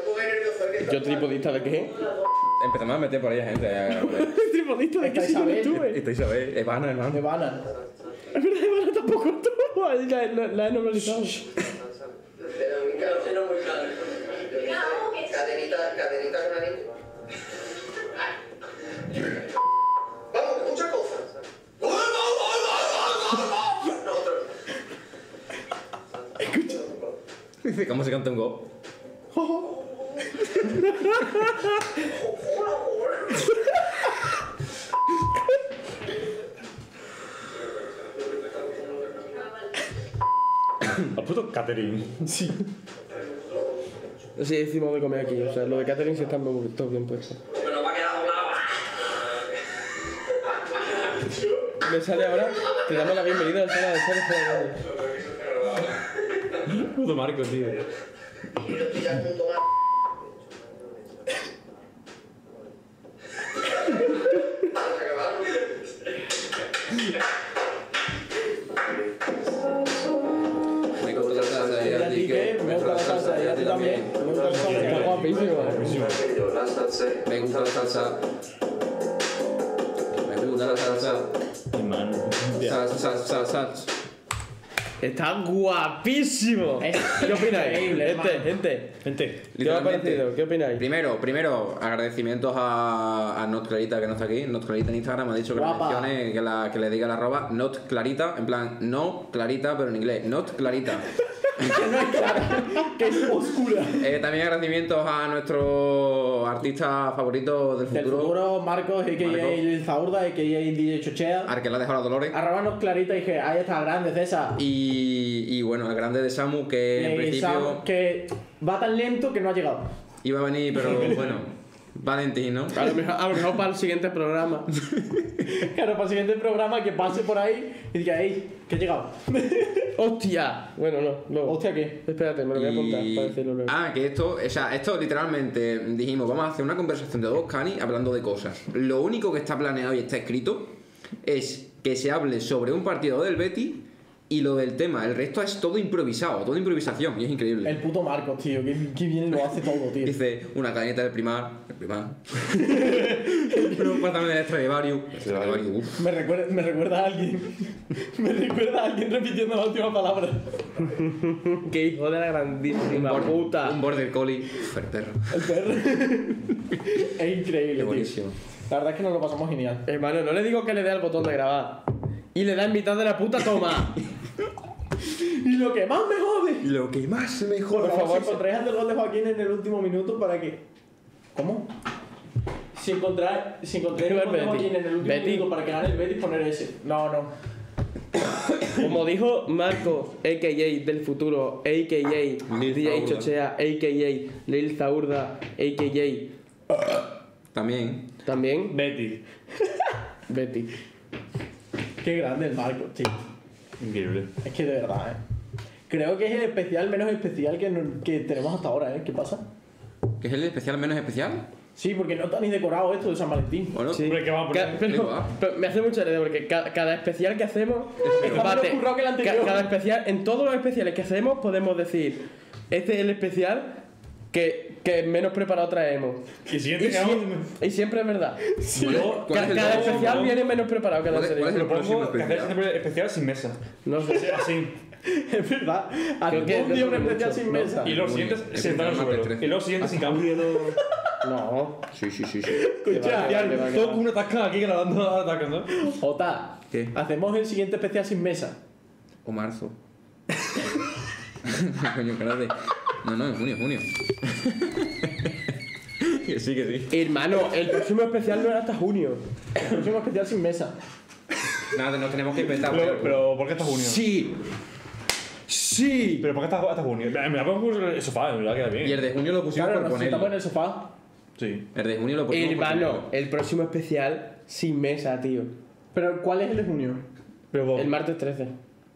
[SPEAKER 9] pongo nervioso, que-
[SPEAKER 2] ¿Yo tripodista de qué?
[SPEAKER 5] Empezamos a meter por ahí a gente. a- a-
[SPEAKER 2] ¿Tripodista de
[SPEAKER 3] Está Isabel.
[SPEAKER 5] Y te Isabel, Evana, hermano.
[SPEAKER 3] Evana.
[SPEAKER 2] Es verdad, Ivana tampoco estuvo. Ahí La, la, la he normalizado.
[SPEAKER 9] Pero mi cara,
[SPEAKER 8] Era muy caro.
[SPEAKER 9] yo qué sé, Cadenita, cadenita con anillo. Vamos, muchas cosas. ¡Gol, gol, gol, gol, gol, gol, gol! No, otra vez.
[SPEAKER 5] Dice, ¿cómo se canta un go?
[SPEAKER 4] Al puto catering. Sí.
[SPEAKER 2] Sí, decimos de comer aquí. O sea, lo de Catherine sí está muy bu- todo bien puesto.
[SPEAKER 8] Pero va a quedar doblado.
[SPEAKER 2] Me sale ahora, te damos la bienvenida al sala de sala de sala de sala.
[SPEAKER 4] Puto Marco, tío.
[SPEAKER 9] Yo estoy ya junto más.
[SPEAKER 5] Me gusta la salsa y a ti que. Me gusta la salsa y a ti también.
[SPEAKER 2] Está guapísimo. eh.
[SPEAKER 5] Me gusta la salsa. Me gusta la salsa.
[SPEAKER 4] Hermano.
[SPEAKER 5] Salsa, salsa, salsa.
[SPEAKER 2] Está guapísimo. ¿Qué opináis?
[SPEAKER 3] increíble,
[SPEAKER 2] Gente,
[SPEAKER 3] hermano.
[SPEAKER 2] gente.
[SPEAKER 4] Gente,
[SPEAKER 2] ¿Qué os ha
[SPEAKER 5] Literalmente.
[SPEAKER 2] parecido? ¿Qué opináis?
[SPEAKER 5] Primero, primero, agradecimientos a, a Not Clarita que no está aquí. Not Clarita en Instagram ha dicho que la
[SPEAKER 3] Guapa.
[SPEAKER 5] mencione, que, la- que le diga la arroba. Not Clarita, en plan, no Clarita, pero en inglés. Not Clarita.
[SPEAKER 3] Que es oscura.
[SPEAKER 5] Eh, también agradecimientos a nuestro artista favorito del
[SPEAKER 3] Del
[SPEAKER 5] futuro,
[SPEAKER 3] futuro, Marcos, a.k.a.
[SPEAKER 5] Marcos.
[SPEAKER 3] Lil Zaurda, a.k.a. DJ
[SPEAKER 2] Ah.
[SPEAKER 3] Chochea.
[SPEAKER 5] al que le ha dejado la Dolores.
[SPEAKER 3] Arrábanos clarita y dije, ahí está, grande César.
[SPEAKER 5] Y, y bueno, al grande de Samu, que en
[SPEAKER 3] Eh,
[SPEAKER 5] principio
[SPEAKER 3] Sam, que va tan lento que no ha llegado.
[SPEAKER 5] iba a venir, pero bueno, Valentín, ¿no?
[SPEAKER 2] A lo mejor, a lo mejor para el siguiente programa.
[SPEAKER 3] Claro, para el siguiente programa que pase por ahí y diga, ¡ey! Que he llegado.
[SPEAKER 2] ¡Hostia! Bueno, no, luego.
[SPEAKER 3] Hostia, ¿qué?
[SPEAKER 2] Espérate, me lo voy a apuntar
[SPEAKER 5] Y-
[SPEAKER 2] para decirlo luego.
[SPEAKER 5] Ah, que esto, o sea, esto literalmente dijimos, vamos a hacer una conversación de dos cani hablando de cosas. Lo único que está planeado y está escrito es que se hable sobre un partido del Betty y lo del tema. El resto es todo improvisado, todo improvisación y es increíble.
[SPEAKER 3] El puto Marcos, tío, que, que bien lo hace todo, tío.
[SPEAKER 5] Dice una cadeneta del primar, el primar. un apartamento del Stradivarius. Stradivarius, uf.
[SPEAKER 3] Me recuerda, me recuerda a alguien. Me recuerda a alguien repitiendo la última palabra.
[SPEAKER 2] ¡Qué hijo de la grandísima
[SPEAKER 5] Bor- Un
[SPEAKER 2] puta!
[SPEAKER 5] border collie. Uf, el perro.
[SPEAKER 3] El perro. es
[SPEAKER 5] Qué
[SPEAKER 3] increíble, tío.
[SPEAKER 5] buenísimo.
[SPEAKER 3] La verdad es que nos lo pasamos genial.
[SPEAKER 2] Hermano, no le digo que le dé al botón de grabar. Y le da en mitad de la puta toma.
[SPEAKER 3] Y lo que más me jode.
[SPEAKER 5] Lo que más me
[SPEAKER 3] Por
[SPEAKER 5] jode.
[SPEAKER 3] favor, si encontráis el gol de Joaquín en el último minuto para que. ¿Cómo? Si encontráis, si encontráis el
[SPEAKER 2] River
[SPEAKER 3] gol de
[SPEAKER 2] Betis.
[SPEAKER 3] Joaquín en el último
[SPEAKER 2] Betis.
[SPEAKER 3] minuto para que gane el Betis, poner ese. No, no.
[SPEAKER 2] Como dijo Marco, a.k.a. del futuro, a.k.a.
[SPEAKER 5] Lil
[SPEAKER 2] DJ
[SPEAKER 5] Zaurda.
[SPEAKER 2] Chochea, a.k.a. Lil Zaurda, a.k.a.
[SPEAKER 5] También.
[SPEAKER 2] también
[SPEAKER 4] Betty.
[SPEAKER 2] Betty.
[SPEAKER 3] Qué grande el Marco, tío.
[SPEAKER 4] Increíble.
[SPEAKER 3] Es que de verdad, eh. Creo que es el especial menos especial que, no- que tenemos hasta ahora, ¿eh? ¿Qué pasa?
[SPEAKER 5] ¿Qué es el especial menos especial?
[SPEAKER 3] Sí, porque no está ni decorado esto de San Valentín.
[SPEAKER 5] ¿O no?
[SPEAKER 2] Sí.
[SPEAKER 4] Hombre, ¿qué va a
[SPEAKER 2] Ca-
[SPEAKER 4] poner?
[SPEAKER 5] Digo,
[SPEAKER 2] pero,
[SPEAKER 5] ah.
[SPEAKER 2] pero me hace mucha gracia porque ca- cada especial que hacemos
[SPEAKER 3] Está menos
[SPEAKER 2] bate.
[SPEAKER 3] currado que el
[SPEAKER 2] Ca-
[SPEAKER 3] anterior.
[SPEAKER 2] cada especial en todos los especiales que hacemos podemos decir este es el especial que, que menos preparado traemos.
[SPEAKER 5] Este
[SPEAKER 4] Y
[SPEAKER 2] Y,
[SPEAKER 4] siguiente
[SPEAKER 2] sie-
[SPEAKER 4] round.
[SPEAKER 2] y siempre es verdad.
[SPEAKER 4] Yo,
[SPEAKER 5] ¿Cuál es
[SPEAKER 2] Ca-
[SPEAKER 5] el
[SPEAKER 2] Cada
[SPEAKER 5] próximo,
[SPEAKER 2] especial
[SPEAKER 4] no?
[SPEAKER 2] viene menos preparado que la
[SPEAKER 5] ¿Cuál es- cuál es
[SPEAKER 2] anterior.
[SPEAKER 5] el próximo
[SPEAKER 4] propongo que hacer
[SPEAKER 5] especial?
[SPEAKER 4] siempre especial sin mesa.
[SPEAKER 2] No sé.
[SPEAKER 4] Así.
[SPEAKER 2] Es verdad.
[SPEAKER 5] Creo que-
[SPEAKER 2] Algún día una
[SPEAKER 5] mucho.
[SPEAKER 2] especial sin
[SPEAKER 5] No.
[SPEAKER 2] mesa.
[SPEAKER 4] Y los
[SPEAKER 5] Muy bien.
[SPEAKER 4] siguientes
[SPEAKER 5] Es
[SPEAKER 4] sentados
[SPEAKER 5] un
[SPEAKER 4] al
[SPEAKER 5] formato
[SPEAKER 4] suelo.
[SPEAKER 5] de tres.
[SPEAKER 4] Y los siguientes sin cambio.
[SPEAKER 2] No.
[SPEAKER 5] Sí, sí, sí, sí.
[SPEAKER 2] Escucha,
[SPEAKER 4] Todo con una tasca aquí grabando, ahora atacando.
[SPEAKER 2] Ota,
[SPEAKER 5] ¿Qué?
[SPEAKER 2] hacemos el siguiente especial sin mesa.
[SPEAKER 5] O marzo. Coño, cara de- No, no, en junio, junio. que sí, que sí.
[SPEAKER 2] Hermano, el próximo especial no era hasta junio. El próximo especial sin mesa.
[SPEAKER 5] Nada, nos tenemos que inventar.
[SPEAKER 4] Pero, pero ¿por qué hasta junio?
[SPEAKER 5] Sí. Sí.
[SPEAKER 4] Pero ¿por qué hasta, hasta junio? Me la pongo en el sofá, me la queda bien.
[SPEAKER 5] Y el de junio lo pusimos
[SPEAKER 2] Claro,
[SPEAKER 5] por
[SPEAKER 2] nos
[SPEAKER 5] poner.
[SPEAKER 2] sentamos en el sofá.
[SPEAKER 4] Sí.
[SPEAKER 5] El de junio lo pusimos
[SPEAKER 2] Hermano, el próximo especial sin mesa, tío.
[SPEAKER 3] Pero ¿cuál es el de junio?
[SPEAKER 4] Pero,
[SPEAKER 2] El martes 13.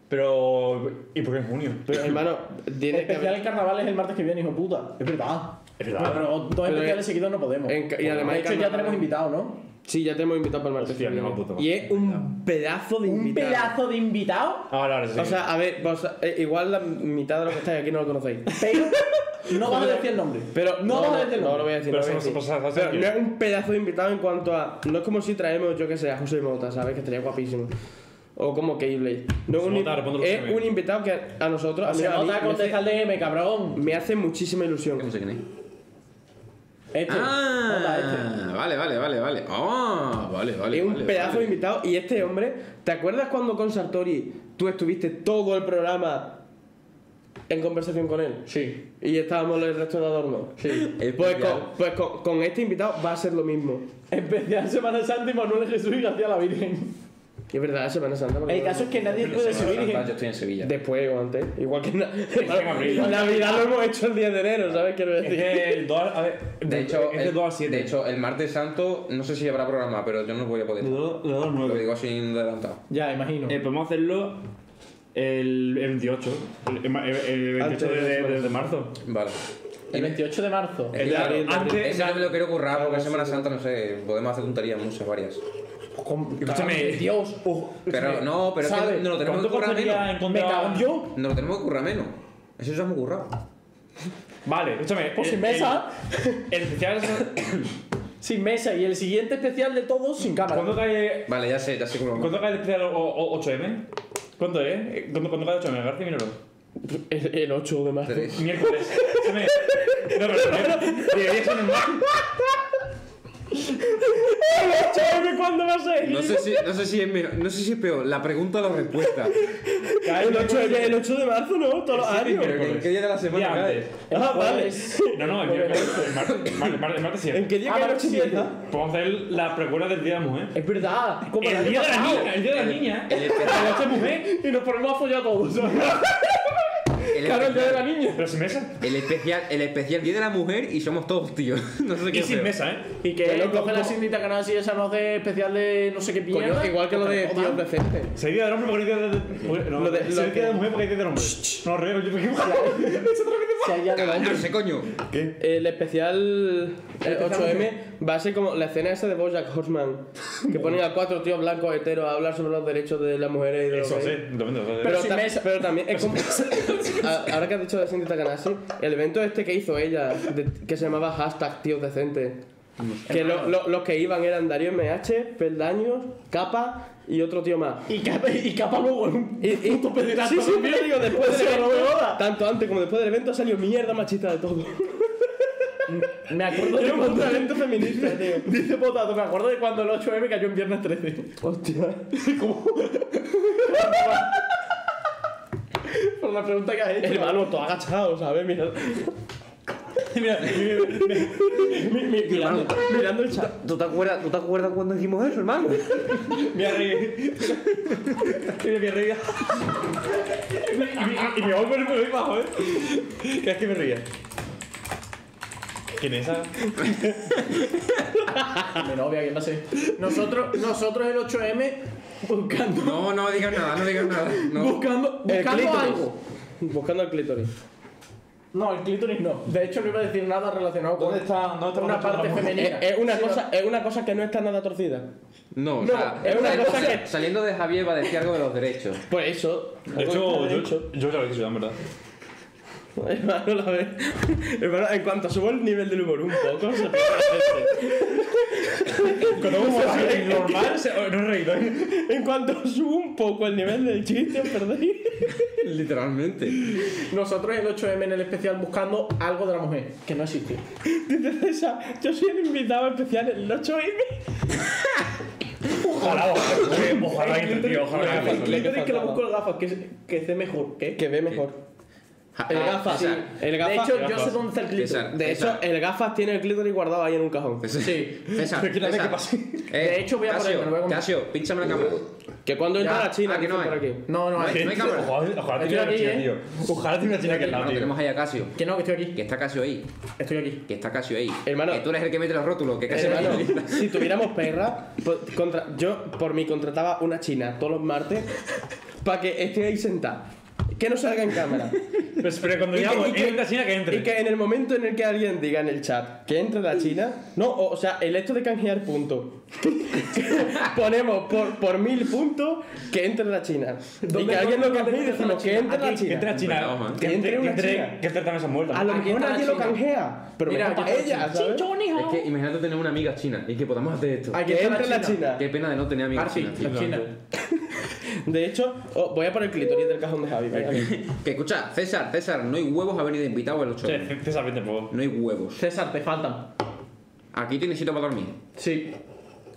[SPEAKER 4] pero ¿y por qué en junio?
[SPEAKER 2] Pero hermano,
[SPEAKER 3] El
[SPEAKER 2] tiene que
[SPEAKER 3] especial
[SPEAKER 2] haber.
[SPEAKER 3] del carnaval es el martes que viene, hijo puta. Es verdad.
[SPEAKER 4] Es verdad.
[SPEAKER 3] Pero dos
[SPEAKER 2] Pero
[SPEAKER 3] especiales
[SPEAKER 2] es-
[SPEAKER 3] seguidos no podemos.
[SPEAKER 2] en ca- y
[SPEAKER 3] De
[SPEAKER 2] además el
[SPEAKER 3] hecho, ya
[SPEAKER 2] carnaval-
[SPEAKER 3] tenemos invitados, ¿no?
[SPEAKER 2] Sí, ya te hemos invitado para el martes.
[SPEAKER 4] Hostia,
[SPEAKER 2] que viene.
[SPEAKER 4] no, puto.
[SPEAKER 2] y es un pedazo de
[SPEAKER 3] ¿Un
[SPEAKER 2] invitado.
[SPEAKER 3] pedazo de invitado?
[SPEAKER 4] Ahora, ahora Ah, sí.
[SPEAKER 2] O sea, a ver, vos- eh, igual la mitad de los que estáis aquí no lo conocéis.
[SPEAKER 3] Pero no vas a decir el nombre.
[SPEAKER 2] Pero
[SPEAKER 3] no, vas a decir el
[SPEAKER 2] no, no lo voy a decir. no
[SPEAKER 3] nombre.
[SPEAKER 4] Pero
[SPEAKER 2] lo voy a
[SPEAKER 4] eso no
[SPEAKER 2] decir.
[SPEAKER 4] se pasa, pasa
[SPEAKER 2] Pero
[SPEAKER 4] aquí.
[SPEAKER 2] no es un pedazo de invitado en cuanto a. No es como si traemos, yo que sé, a José Mota, ¿sabes? Que estaría guapísimo. O como Keyblade. No es
[SPEAKER 4] José
[SPEAKER 2] un,
[SPEAKER 4] Mota, responde lo que
[SPEAKER 2] es
[SPEAKER 4] sea.
[SPEAKER 2] un invitado que a- a nosotros.
[SPEAKER 3] O
[SPEAKER 2] a mí-
[SPEAKER 3] sea,
[SPEAKER 2] a
[SPEAKER 3] no
[SPEAKER 2] mí
[SPEAKER 3] te va a
[SPEAKER 2] me hace-
[SPEAKER 3] contestar el DM, cabrón.
[SPEAKER 2] Me hace muchísima ilusión.
[SPEAKER 5] No sé quién es.
[SPEAKER 3] Este.
[SPEAKER 2] Ah.
[SPEAKER 3] Nota, este.
[SPEAKER 5] Ah, vale, vale, vale, vale. Ah, vale, vale.
[SPEAKER 2] es un
[SPEAKER 5] vale,
[SPEAKER 2] pedazo de
[SPEAKER 5] vale.
[SPEAKER 2] invitado. Y este hombre, ¿te acuerdas cuando con Sartori tú estuviste todo el programa en conversación con él?
[SPEAKER 3] Sí.
[SPEAKER 2] Y estábamos el resto de adorno. Sí.
[SPEAKER 5] Es
[SPEAKER 2] Pues,
[SPEAKER 5] genial.
[SPEAKER 2] con, pues con- con este invitado va a ser lo mismo.
[SPEAKER 3] Especial Semana Santa y Manuel Jesús y García la Virgen.
[SPEAKER 2] Y es verdad, Semana Santa. porque-
[SPEAKER 3] El caso es que nadie puede
[SPEAKER 5] Semana
[SPEAKER 3] subir
[SPEAKER 5] Santa,
[SPEAKER 3] virgen.
[SPEAKER 5] Yo estoy en Sevilla.
[SPEAKER 2] Después o antes. Igual que na-
[SPEAKER 4] en abril.
[SPEAKER 2] Navidad lo hemos hecho el 10 de enero, ¿sabes? Quiero
[SPEAKER 4] Es
[SPEAKER 2] decir.
[SPEAKER 4] que el dólar, a ver,
[SPEAKER 5] De hecho,
[SPEAKER 4] es del
[SPEAKER 5] el,
[SPEAKER 4] 2 al 7.
[SPEAKER 5] de hecho, el martes santo, no sé si habrá programa, pero yo no voy a poder.
[SPEAKER 4] de
[SPEAKER 5] Lo
[SPEAKER 4] 2 al 9.
[SPEAKER 5] digo así adelantado.
[SPEAKER 3] Ya, imagino.
[SPEAKER 4] Eh, podemos hacerlo el, el 28, el, el- el 28 de, de- de- de marzo.
[SPEAKER 5] Vale.
[SPEAKER 3] El 28 de marzo.
[SPEAKER 5] Es que,
[SPEAKER 4] El de
[SPEAKER 5] claro,
[SPEAKER 4] abril, de abril.
[SPEAKER 5] Ese no me lo quiero currar porque es Semana Santa, no sé, podemos hacer tonterías muchas, varias.
[SPEAKER 2] pues,
[SPEAKER 4] Escúchame.
[SPEAKER 2] eh,
[SPEAKER 3] Dios.
[SPEAKER 2] oh,
[SPEAKER 5] Pero no, pero es que
[SPEAKER 3] ¿Sabes?
[SPEAKER 5] no lo tenemos que
[SPEAKER 4] ¿Cuánto
[SPEAKER 5] currar
[SPEAKER 4] costaría
[SPEAKER 5] menos.
[SPEAKER 3] Me
[SPEAKER 4] encontrar...?
[SPEAKER 3] cago en Dios.
[SPEAKER 5] No lo tenemos que currar menos. Eso ya hemos currado.
[SPEAKER 4] Vale, escúchame.
[SPEAKER 3] Pues sin
[SPEAKER 4] el-
[SPEAKER 3] mesa.
[SPEAKER 4] El, el especial es-
[SPEAKER 3] Sin mesa. Y el siguiente especial de todos sin cámara.
[SPEAKER 4] ¿Cuándo cae,
[SPEAKER 5] Vale, ya sé, ya sé cómo lo
[SPEAKER 4] ¿Cuándo cae el especial o- o- 8M? ¿Cuánto es? Eh, ¿Cuándo, cuándo cae 8M? García, míralo.
[SPEAKER 2] El, el 8 de marzo.
[SPEAKER 5] Tres.
[SPEAKER 4] Miércoles. Escúchame. No, pero debería- debería ser normal.
[SPEAKER 2] ¿Cuándo va a ser?
[SPEAKER 5] No sé si, no sé si es mejor- no sé si es peor, la pregunta o la respuesta.
[SPEAKER 4] Cae
[SPEAKER 2] El 8, de- el 8 de marzo, ¿no? Todos los
[SPEAKER 4] Sí,
[SPEAKER 2] años.
[SPEAKER 4] pero-
[SPEAKER 5] Pero ¿en qué día de la semana
[SPEAKER 4] Día
[SPEAKER 5] cae?
[SPEAKER 4] antes.
[SPEAKER 2] Ah, vale.
[SPEAKER 4] No, no, el miércoles. El martes, el martes, el martes, el martes siete.
[SPEAKER 2] ¿En qué día
[SPEAKER 3] Ah,
[SPEAKER 2] cae el
[SPEAKER 3] vale,
[SPEAKER 2] 8
[SPEAKER 3] sí,
[SPEAKER 2] de marzo?
[SPEAKER 3] ¿verdad?
[SPEAKER 4] Podemos hacer la precuela del Día de la Mujer.
[SPEAKER 3] Es verdad. Como
[SPEAKER 4] el,
[SPEAKER 3] año
[SPEAKER 4] día de la
[SPEAKER 3] pasado.
[SPEAKER 4] niña, el día de la niña.
[SPEAKER 5] El especial,
[SPEAKER 4] La noche mujer.
[SPEAKER 3] Y nos ponemos a follar todos.
[SPEAKER 5] el
[SPEAKER 3] Claro, el día de la
[SPEAKER 5] especial,
[SPEAKER 3] niña.
[SPEAKER 4] Pero sin mesa.
[SPEAKER 5] el especial, el especial día de la mujer y somos todos tíos. No sé qué
[SPEAKER 4] Y sin
[SPEAKER 5] peor.
[SPEAKER 4] mesa, ¿eh?
[SPEAKER 3] Y
[SPEAKER 2] Que
[SPEAKER 3] que
[SPEAKER 2] no,
[SPEAKER 3] coge la
[SPEAKER 2] como-
[SPEAKER 3] cintita que no así, esa no hace especial de no sé qué
[SPEAKER 2] Coño,
[SPEAKER 3] mierda.
[SPEAKER 2] igual que lo de
[SPEAKER 3] Jodan.
[SPEAKER 2] tíos decentes.
[SPEAKER 4] Sería día del hombre porque hay día de. porque- No,
[SPEAKER 2] Lo de-
[SPEAKER 4] si
[SPEAKER 2] lo
[SPEAKER 4] hay día
[SPEAKER 2] que-
[SPEAKER 4] de mujer porque hay día del hombre. No, reo, yo me
[SPEAKER 3] Si hay algo de hombre.
[SPEAKER 5] Callarse, coño.
[SPEAKER 2] El especial eh, 8M va a ser como la escena esa de Bojack Horseman, que ponen a cuatro tíos blancos heteros a hablar sobre los derechos de las mujeres y de los
[SPEAKER 4] Eso, sí,
[SPEAKER 2] gays.
[SPEAKER 4] totalmente. o sea,
[SPEAKER 2] Pero,
[SPEAKER 3] sin
[SPEAKER 2] ta-
[SPEAKER 3] mesa.
[SPEAKER 2] pero también es como. A- Ahora que has dicho de Cintia Canasi, el evento este que hizo ella, de- que se llamaba hashtag tíos decentes, que lo- lo- los que iban eran Darío MH, Peldaños, Capa y otro tío más.
[SPEAKER 3] Y capa, y capa luego en un
[SPEAKER 2] Y, y-
[SPEAKER 3] puto pederasta.
[SPEAKER 2] sí, sí, pero digo, después del
[SPEAKER 3] O sea, no me
[SPEAKER 2] evento,
[SPEAKER 3] jodas.
[SPEAKER 2] tanto antes como después del evento salió mierda machista de todo.
[SPEAKER 3] Me acuerdo de
[SPEAKER 2] Era un
[SPEAKER 3] cuando...
[SPEAKER 2] evento feminista, tío.
[SPEAKER 3] Dice Potato, me acuerdo de cuando el 8M cayó en viernes 13.
[SPEAKER 2] Hostia.
[SPEAKER 3] Por la pregunta que has hecho.
[SPEAKER 2] Hermano, todo agachado, ¿sabes? Mira,
[SPEAKER 3] Mira,
[SPEAKER 5] Hermano,
[SPEAKER 2] mirando el chat.
[SPEAKER 5] ¿tú te acuerdas, ¿tú te acuerdas cuando hicimos eso, hermano?
[SPEAKER 4] Me arreglé. Mira, me arreglé. Y me- Y me voy a poner muy bajo, ¿eh? Que es que me ría. ¿Quién es esa?
[SPEAKER 3] mi novia, ¿quién va a ser? Nosotros, nosotros el 8M buscando,
[SPEAKER 5] No, no digas nada, no digas nada. No.
[SPEAKER 3] buscando,
[SPEAKER 2] El
[SPEAKER 3] buscando
[SPEAKER 2] clítoris.
[SPEAKER 3] algo.
[SPEAKER 2] Buscando el clítoris.
[SPEAKER 3] No, el clítoris no. De hecho, no iba a decir nada relacionado con
[SPEAKER 4] ¿Dónde está? ¿Dónde está
[SPEAKER 3] una
[SPEAKER 4] nuestro
[SPEAKER 3] parte
[SPEAKER 4] Ramón?
[SPEAKER 3] femenina.
[SPEAKER 2] Es, es una cosa,
[SPEAKER 3] eh,
[SPEAKER 2] es una cosa que no está nada torcida.
[SPEAKER 5] No, o
[SPEAKER 2] No,
[SPEAKER 5] sea,
[SPEAKER 2] es una
[SPEAKER 5] saliendo,
[SPEAKER 2] cosa que- Eh,
[SPEAKER 5] saliendo de
[SPEAKER 3] Pues
[SPEAKER 5] Javier va a decir algo de los derechos.
[SPEAKER 2] Por eso.
[SPEAKER 4] De hecho, yo, yo ya lo he dicho, en verdad.
[SPEAKER 2] Hermano, la ve. Hermano, en cuanto subo el nivel del humor un poco, se pone la gente.
[SPEAKER 4] Cuando vamos a reír normal, se- oh, no he reído. ¿eh?
[SPEAKER 2] En cuanto subo un poco el nivel del chiste, os perdéis.
[SPEAKER 5] Literalmente.
[SPEAKER 3] Nosotros el 8M en el especial buscando algo de la mujer, que no existió.
[SPEAKER 2] Dice César, yo soy el invitado especial en el 8M.
[SPEAKER 4] Ojalá, ojalá, ojalá que te tío, ojalá que te
[SPEAKER 3] Yo
[SPEAKER 4] tío.
[SPEAKER 3] creo que lo busco el gafas, que, es- que esté mejor. ¿Qué?
[SPEAKER 2] Que ve mejor. El
[SPEAKER 5] Ah,
[SPEAKER 2] gafas.
[SPEAKER 3] Sí.
[SPEAKER 2] El gafas.
[SPEAKER 3] de hecho,
[SPEAKER 2] el
[SPEAKER 3] yo
[SPEAKER 2] gafas.
[SPEAKER 3] sé dónde está el
[SPEAKER 5] César,
[SPEAKER 3] clítoris.
[SPEAKER 2] De hecho, el gafas tiene el clítoris guardado ahí en un cajón.
[SPEAKER 3] Sí.
[SPEAKER 5] César,
[SPEAKER 4] Tranquila,
[SPEAKER 5] César.
[SPEAKER 4] que pase.
[SPEAKER 5] Eh,
[SPEAKER 3] hecho, voy a
[SPEAKER 5] Casio,
[SPEAKER 3] ponerme, lo voy a comprar.
[SPEAKER 5] Casio, pínchame la cámara.
[SPEAKER 2] Que cuando entra
[SPEAKER 5] Ya.
[SPEAKER 2] la China,
[SPEAKER 5] Ah, que no
[SPEAKER 2] dice por
[SPEAKER 5] hay.
[SPEAKER 2] aquí.
[SPEAKER 3] No, no,
[SPEAKER 5] No,
[SPEAKER 3] hay.
[SPEAKER 5] hay cámara.
[SPEAKER 4] Ojalá, ojalá
[SPEAKER 3] Estoy
[SPEAKER 4] tenga una
[SPEAKER 3] aquí,
[SPEAKER 4] china,
[SPEAKER 3] ¿eh?
[SPEAKER 4] tío. Ojalá tenga una china que al lado,
[SPEAKER 5] Hermano,
[SPEAKER 4] tío.
[SPEAKER 5] tenemos ahí a Casio.
[SPEAKER 3] Que no, que estoy aquí.
[SPEAKER 5] Que está Casio ahí.
[SPEAKER 3] Estoy aquí.
[SPEAKER 5] Que está Casio ahí.
[SPEAKER 2] Hermano.
[SPEAKER 5] Que tú eres el que mete los rótulos. Que Casio
[SPEAKER 2] Hermano,
[SPEAKER 5] no tiene.
[SPEAKER 2] si tuviéramos perra, po- contra- yo por mí contrataba una china todos los martes para que esté ahí sentada. Que no salga en cámara.
[SPEAKER 4] Pues, Pero cuando
[SPEAKER 2] Y que-
[SPEAKER 4] digamos,
[SPEAKER 2] y que-
[SPEAKER 4] entra una china que entre.
[SPEAKER 2] Y que en el momento en el que alguien diga en el chat que entre la China, no, o, o sea, el hecho de canjear puntos. Ponemos por, por mil puntos que entre la China. Y que alguien lo canjee y decimos que entre la
[SPEAKER 4] Que
[SPEAKER 2] China.
[SPEAKER 4] entre la
[SPEAKER 5] Vamos,
[SPEAKER 4] china.
[SPEAKER 5] ¿eh?
[SPEAKER 4] Que entre
[SPEAKER 2] Que
[SPEAKER 4] una
[SPEAKER 2] entre una
[SPEAKER 4] china.
[SPEAKER 2] china.
[SPEAKER 4] Que entre también
[SPEAKER 2] A
[SPEAKER 4] esas muertas.
[SPEAKER 2] lo
[SPEAKER 3] Aquí
[SPEAKER 2] mejor
[SPEAKER 3] está la
[SPEAKER 2] alguien lo
[SPEAKER 3] China.
[SPEAKER 2] canjea, pero
[SPEAKER 3] Mira,
[SPEAKER 2] mejor
[SPEAKER 3] aquí
[SPEAKER 2] para
[SPEAKER 3] está la
[SPEAKER 2] ella, ¿sabes?
[SPEAKER 5] Es que imagínate tener una amiga china y que podamos hacer esto.
[SPEAKER 3] Aquí
[SPEAKER 2] Que
[SPEAKER 3] está
[SPEAKER 2] entre la China.
[SPEAKER 5] Qué pena de no tener amigas
[SPEAKER 3] Arfi,
[SPEAKER 5] chinas. tío.
[SPEAKER 3] la China.
[SPEAKER 2] De hecho, oh, voy a poner el clítoris del cajón de Javi. vaya.
[SPEAKER 5] Que escucha, César, César, no hay huevos a venir de invitado el 8.
[SPEAKER 4] Sí, Te sabes de poco.
[SPEAKER 5] No hay huevos.
[SPEAKER 3] César, te faltan.
[SPEAKER 5] Aquí tienes sitio para dormir.
[SPEAKER 3] Sí.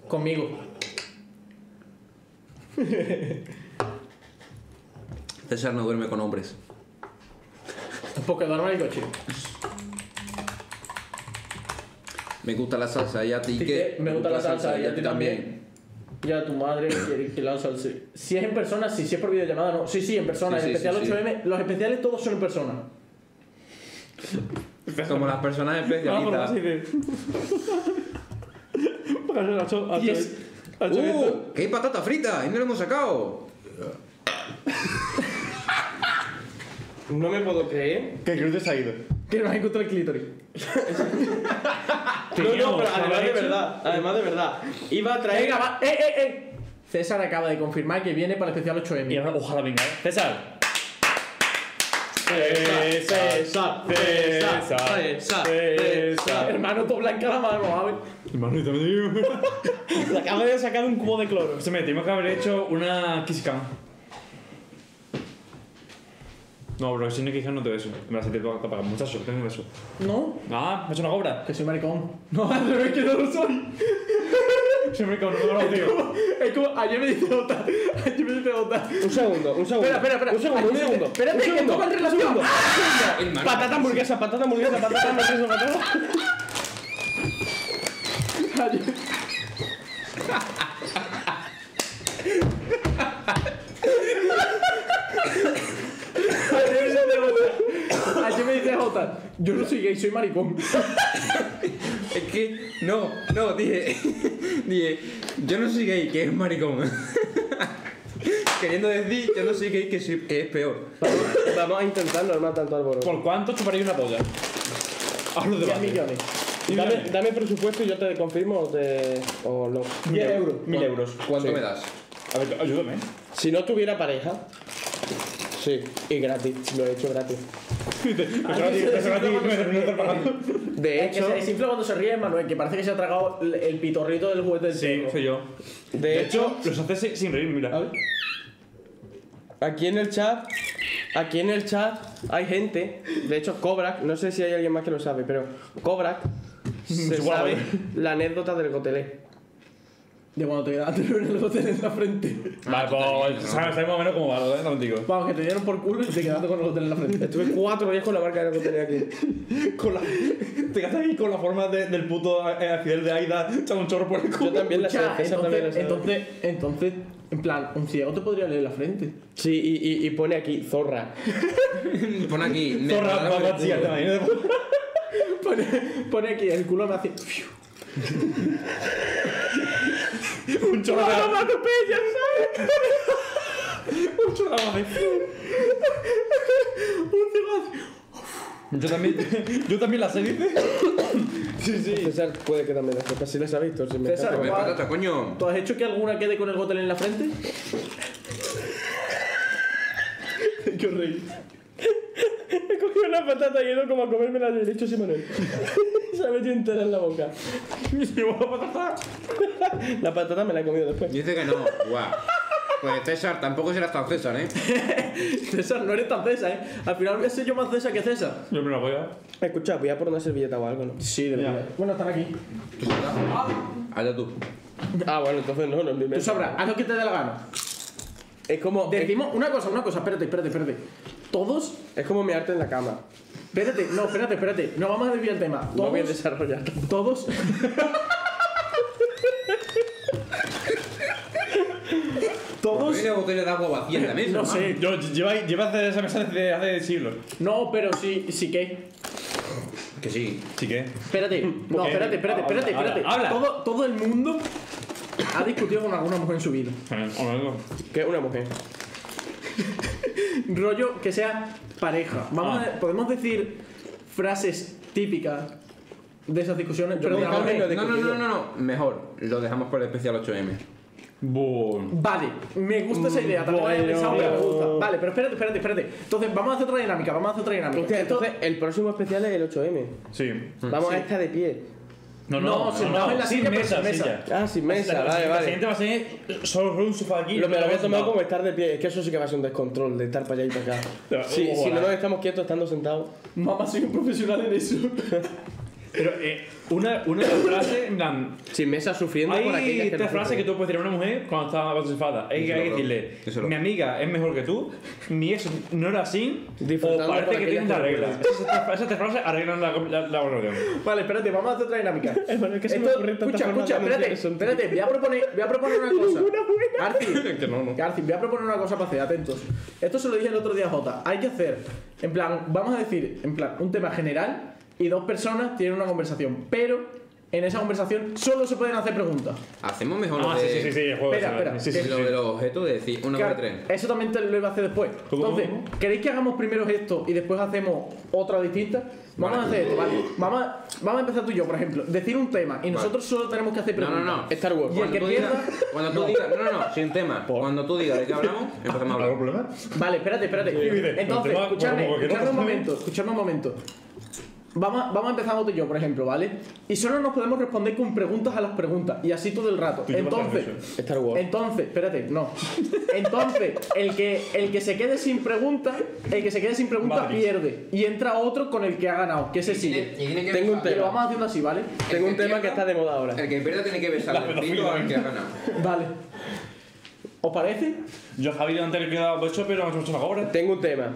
[SPEAKER 3] Conmigo.
[SPEAKER 5] César no duerme con hombres.
[SPEAKER 3] Porque duermo en el coche.
[SPEAKER 5] Me gusta la salsa y a ti
[SPEAKER 3] Así
[SPEAKER 5] qué.
[SPEAKER 3] que me gusta la salsa y a ti también. Y a tu madre quiere que la salsa. Si es en persona, sí. Si es por videollamada, no. Sí, sí, en persona.
[SPEAKER 5] Sí,
[SPEAKER 3] el
[SPEAKER 5] sí,
[SPEAKER 3] especial
[SPEAKER 5] sí, sí.
[SPEAKER 3] 8M, los especiales todos son en persona.
[SPEAKER 5] Como las personas
[SPEAKER 4] Vamos por
[SPEAKER 5] especialistas.
[SPEAKER 4] así de. Para el ocho- ocho-
[SPEAKER 3] Yes.
[SPEAKER 4] ocho- ocho-
[SPEAKER 5] ¡Uh! ¡Que hay patata frita! ¡Y no lo hemos sacado!
[SPEAKER 2] No me puedo creer.
[SPEAKER 4] Que el cruce se ha ido.
[SPEAKER 3] Que nos encontrado el clítoris.
[SPEAKER 2] No, no,
[SPEAKER 4] Teníamos,
[SPEAKER 2] pero además de
[SPEAKER 4] hecho.
[SPEAKER 2] verdad, además de verdad. Iba a traer.
[SPEAKER 3] Venga, va. ¡Eh, eh, eh! César acaba de confirmar que viene para el especial 8M.
[SPEAKER 4] Y ahora, ojalá venga. ¿eh? César.
[SPEAKER 2] César, César, César, César.
[SPEAKER 3] Hermano, dobla en cada mano, ¿sabes?
[SPEAKER 4] Hermanito mío.
[SPEAKER 2] Le acabo de sacar un cubo de cloro.
[SPEAKER 4] Se me tenemos que haber hecho una kiss cam. No, bro, si no kiss cam no te beso. En verdad, si te tengo que pagar mucha suerte en un beso.
[SPEAKER 3] No,
[SPEAKER 4] Ah, me he hecho una cobra.
[SPEAKER 3] que soy maricón.
[SPEAKER 4] No, al revés que no lo soy. Siempre con un no, tío.
[SPEAKER 3] Es como, ayer me dice Ota. Ayer me dice Ota.
[SPEAKER 2] Un segundo, un segundo.
[SPEAKER 3] Espera, espera, espera.
[SPEAKER 2] Un segundo, un
[SPEAKER 3] Espérate,
[SPEAKER 2] segundo.
[SPEAKER 3] espérate,
[SPEAKER 2] un
[SPEAKER 3] que
[SPEAKER 2] segundo,
[SPEAKER 3] toma en
[SPEAKER 2] un
[SPEAKER 3] relación.
[SPEAKER 2] segundo.
[SPEAKER 5] Hermano,
[SPEAKER 2] Patata hamburguesa, patata hamburguesa, patata hamburguesa, patata.
[SPEAKER 3] Ayer me dice Ota. Ayer me dice Ota. Yo no soy gay, soy maricón.
[SPEAKER 5] Es que, no, no, dije, dije, yo no soy gay, que es maricón. Queriendo decir, yo no soy gay, que, soy- que es peor.
[SPEAKER 2] Vamos- Vamos a intentarlo, hermano, tanto alboroto.
[SPEAKER 4] ¿Por cuánto chuparía una polla? Hablo de
[SPEAKER 3] 10
[SPEAKER 4] base.
[SPEAKER 3] millones.
[SPEAKER 2] Dame, dame presupuesto y yo te confirmo o te. o no.
[SPEAKER 4] 10 euros. 1000 euros.
[SPEAKER 5] ¿Cuánto me das?
[SPEAKER 4] A ver, ayúdame.
[SPEAKER 3] Ah,
[SPEAKER 2] Si no tuviera pareja. Sí, y gratis, lo he hecho gratis.
[SPEAKER 4] Pensaba que- pensaba que me terminó de estar pagando.
[SPEAKER 2] De
[SPEAKER 3] Es que
[SPEAKER 2] hecho,
[SPEAKER 3] se desinfla cuando se ríe, Manuel, que parece que se ha tragado el- el pitorrito del juguete del
[SPEAKER 4] Sí,
[SPEAKER 3] perro.
[SPEAKER 4] soy yo.
[SPEAKER 2] de hecho,
[SPEAKER 4] Los haces sin- sin reír, mira.
[SPEAKER 2] aquí en el chat, aquí en el chat hay gente, de hecho Kobrak, no sé si hay alguien más que lo sabe, pero Kobrak se
[SPEAKER 4] Guau.
[SPEAKER 2] sabe la anécdota del gotelé.
[SPEAKER 3] De cuando te quedaban tres en el hotel en la frente.
[SPEAKER 4] Vale, pues sabes sabes más o menos cómo va, ¿verdad? Contigo.
[SPEAKER 3] Vamos, que te dieron por culo y te quedaste con el hotel en la frente.
[SPEAKER 2] Estuve cuatro días con la marca del gotelé aquí.
[SPEAKER 4] Con la, te quedas ahí con la forma de- del puto eh, Fidel de Aida, echando un chorro por el
[SPEAKER 2] Yo
[SPEAKER 4] culo.
[SPEAKER 2] también la sé,
[SPEAKER 3] Escucha,
[SPEAKER 2] esa también la
[SPEAKER 3] entonces,
[SPEAKER 2] sé.
[SPEAKER 3] entonces, entonces, en plan, un ciego te podría leer la frente.
[SPEAKER 2] Sí, y, y- y pone aquí zorra.
[SPEAKER 5] Pon aquí. me
[SPEAKER 4] Zorra,
[SPEAKER 5] regalaron el
[SPEAKER 4] papá, tía,
[SPEAKER 5] culo.
[SPEAKER 4] también.
[SPEAKER 3] Pone, pone aquí, el culo me hace.
[SPEAKER 4] Un chorro de onomatopeya, ¿sabes? Un chorro de Un Yo también, yo también la sé, dice.
[SPEAKER 2] César puede que también la sepa, si las ha visto. Si me
[SPEAKER 3] César,
[SPEAKER 2] escapa.
[SPEAKER 5] Come patata, coño.
[SPEAKER 3] ¿Tú has hecho que alguna quede con el gotel en la frente? Qué horrible.
[SPEAKER 2] He cogido una patata y he ido como a comérmela del derecho sin Manuel. Se la ha metido entera en la boca. la patata me la he comido después.
[SPEAKER 5] Dice que no, guau. Pues César, tampoco serás tan César, ¿eh?
[SPEAKER 3] César, no eres tan César, ¿eh? Al final me soy yo más César que César.
[SPEAKER 4] Yo me la voy a.
[SPEAKER 2] Escucha, voy a por una servilleta o algo, ¿no?
[SPEAKER 3] Sí, de verdad. Bueno, están aquí.
[SPEAKER 5] Hazlo tú.
[SPEAKER 2] Ah, bueno, entonces no, no es mi
[SPEAKER 3] Tú
[SPEAKER 2] mesa.
[SPEAKER 3] sabrás, haz lo que te dé la gana.
[SPEAKER 2] Es como, es,
[SPEAKER 3] Decimos una cosa, una cosa, espérate, espérate, espérate. Todos.
[SPEAKER 2] es como mearte en la cama.
[SPEAKER 3] Espérate, no, espérate, espérate. No vamos a desviar el tema.
[SPEAKER 2] No bien
[SPEAKER 3] Todos.
[SPEAKER 2] desarrollado.
[SPEAKER 3] Todos. Todos.
[SPEAKER 5] Hay una botella de agua vacía en la mesa.
[SPEAKER 3] No
[SPEAKER 5] hermano.
[SPEAKER 3] sé.
[SPEAKER 4] Yo, lleva, lleva hacer esa mesa desde hace siglos.
[SPEAKER 3] No, pero sí, sí que.
[SPEAKER 5] Que sí.
[SPEAKER 4] Sí que.
[SPEAKER 3] Espérate, no,
[SPEAKER 4] Ok.
[SPEAKER 3] espérate, espérate, espérate,
[SPEAKER 4] Ah, Habla,
[SPEAKER 3] espérate.
[SPEAKER 4] habla, habla.
[SPEAKER 3] Todo, todo el mundo ha discutido con alguna mujer en su vida.
[SPEAKER 4] Eh, O algo.
[SPEAKER 2] Que es una mujer.
[SPEAKER 3] Rollo que sea pareja. Vamos
[SPEAKER 4] Ah.
[SPEAKER 3] a- podemos decir frases típicas de esas discusiones. Pero
[SPEAKER 5] Mejor-
[SPEAKER 3] dame-
[SPEAKER 5] no, no, no, no, no. Mejor, lo dejamos por el especial 8M.
[SPEAKER 4] Boom.
[SPEAKER 3] Vale, me gusta esa idea, también la había
[SPEAKER 2] Bueno.
[SPEAKER 3] pensado, pero me gusta. Vale, pero espérate, espérate, espérate. Entonces, vamos a hacer otra dinámica, vamos a hacer otra dinámica.
[SPEAKER 2] Hostia,
[SPEAKER 3] Esto-
[SPEAKER 2] entonces el próximo especial es el 8M.
[SPEAKER 4] Sí.
[SPEAKER 2] Vamos a esta de pie.
[SPEAKER 4] No,
[SPEAKER 3] No, sentado en la
[SPEAKER 4] sin
[SPEAKER 3] silla, pero
[SPEAKER 4] mesa,
[SPEAKER 3] sin
[SPEAKER 4] silla.
[SPEAKER 3] mesa.
[SPEAKER 2] Ah, sin mesa,
[SPEAKER 4] La- la-
[SPEAKER 2] vale,
[SPEAKER 4] La
[SPEAKER 2] vale.
[SPEAKER 4] siguiente va a ser solo un sofá aquí.
[SPEAKER 2] Lo me lo voy a tomar
[SPEAKER 4] No.
[SPEAKER 2] como estar de pie. Es que eso sí que va a ser un descontrol de estar para allá y para acá.
[SPEAKER 4] Pero,
[SPEAKER 2] Si,
[SPEAKER 4] ojo,
[SPEAKER 2] si no
[SPEAKER 4] la-
[SPEAKER 2] nos estamos quietos estando sentados.
[SPEAKER 3] Mamá, soy un profesional en eso.
[SPEAKER 4] Pero eh, una, una de las frases, en plan,
[SPEAKER 2] Sin mesa sufriendo por aquellas
[SPEAKER 4] hay
[SPEAKER 2] que
[SPEAKER 4] tres
[SPEAKER 2] no
[SPEAKER 4] frases que
[SPEAKER 2] sufren.
[SPEAKER 4] tú puedes decir a una mujer cuando está satisfada. Hay que, hay que decirle,
[SPEAKER 5] díselo.
[SPEAKER 4] mi amiga es mejor que tú, mi ex no era así,
[SPEAKER 2] Disfrutando
[SPEAKER 4] o
[SPEAKER 2] por
[SPEAKER 4] parece que tienes
[SPEAKER 2] aquellas
[SPEAKER 4] la
[SPEAKER 2] que
[SPEAKER 4] regla. Esas tres- Esas tres frases arreglan la, la, la relación.
[SPEAKER 3] Vale, espérate, vamos a hacer otra dinámica.
[SPEAKER 2] Hermano, es que se me
[SPEAKER 3] Esto-
[SPEAKER 2] ocurren tantas
[SPEAKER 3] escucha,
[SPEAKER 2] formas
[SPEAKER 3] escucha,
[SPEAKER 2] de anunciar
[SPEAKER 3] espérate,
[SPEAKER 2] eso, tío.
[SPEAKER 3] espérate, voy a proponer, voy a proponer una cosa. Arci,
[SPEAKER 5] Que no, no.
[SPEAKER 3] Arci, voy a proponer una cosa para hacer, atentos. Esto se lo dije el otro día a Jota. Hay que hacer, en plan, vamos a decir, en plan, un tema general y dos personas tienen una conversación, pero en esa conversación solo se pueden hacer preguntas.
[SPEAKER 5] Hacemos mejor lo
[SPEAKER 4] Ah, sí,
[SPEAKER 5] de-
[SPEAKER 4] sí, sí, sí, el juego.
[SPEAKER 3] Espera,
[SPEAKER 4] sí,
[SPEAKER 3] espera,
[SPEAKER 4] Sí, sí, sí.
[SPEAKER 5] lo de los objetos de decir una
[SPEAKER 3] Claro,
[SPEAKER 5] hora tres.
[SPEAKER 3] eso también te lo iba a hacer después.
[SPEAKER 4] ¿Cómo, cómo,
[SPEAKER 3] Entonces,
[SPEAKER 4] cómo?
[SPEAKER 3] ¿queréis que hagamos primero esto y después hacemos otra distinta? Vamos a
[SPEAKER 5] Vale.
[SPEAKER 3] hacer esto, ¿vale? Vamos a, vamos a empezar tú y yo, por ejemplo. Decir un tema y nosotros solo tenemos que hacer
[SPEAKER 5] No,
[SPEAKER 3] preguntas.
[SPEAKER 5] no, no.
[SPEAKER 2] Star Wars.
[SPEAKER 3] Y el
[SPEAKER 5] Cuando
[SPEAKER 3] que
[SPEAKER 5] tú digas,
[SPEAKER 3] pierda...
[SPEAKER 5] cuando tú digas, no, no, no, sin tema. Cuando tú digas de qué hablamos, empezamos a hablar.
[SPEAKER 4] problema?
[SPEAKER 3] Vale, espérate, espérate.
[SPEAKER 4] dice,
[SPEAKER 3] Entonces,
[SPEAKER 4] no te va-
[SPEAKER 3] escuchadme,
[SPEAKER 4] como que
[SPEAKER 3] escuchadme un
[SPEAKER 4] no pasa nada.
[SPEAKER 3] momento, escuchadme un momento. Vamos a, vamos a empezar tú y yo, por ejemplo, ¿vale? Y solo nos podemos responder con preguntas a las preguntas y así todo el rato.
[SPEAKER 4] y yo
[SPEAKER 3] Entonces...
[SPEAKER 4] pasamos
[SPEAKER 2] Star Wars.
[SPEAKER 3] Entonces, espérate, no. Entonces, el que, el que se quede sin pregunta, el que se quede sin pregunta
[SPEAKER 4] Matrix.
[SPEAKER 3] pierde. Y entra otro con el que ha ganado, que se sigue.
[SPEAKER 2] Tengo un
[SPEAKER 3] Y lo
[SPEAKER 2] tema.
[SPEAKER 3] vamos haciendo así, ¿vale? Eh,
[SPEAKER 2] Tengo un tema que está de moda ahora.
[SPEAKER 5] El que pierda tiene que besar el pito al que ha ganado.
[SPEAKER 3] Vale. ¿Os parece?
[SPEAKER 4] Yo a Javi antes le quedaba 8, pero hemos hecho ahora.
[SPEAKER 2] Tengo un tema.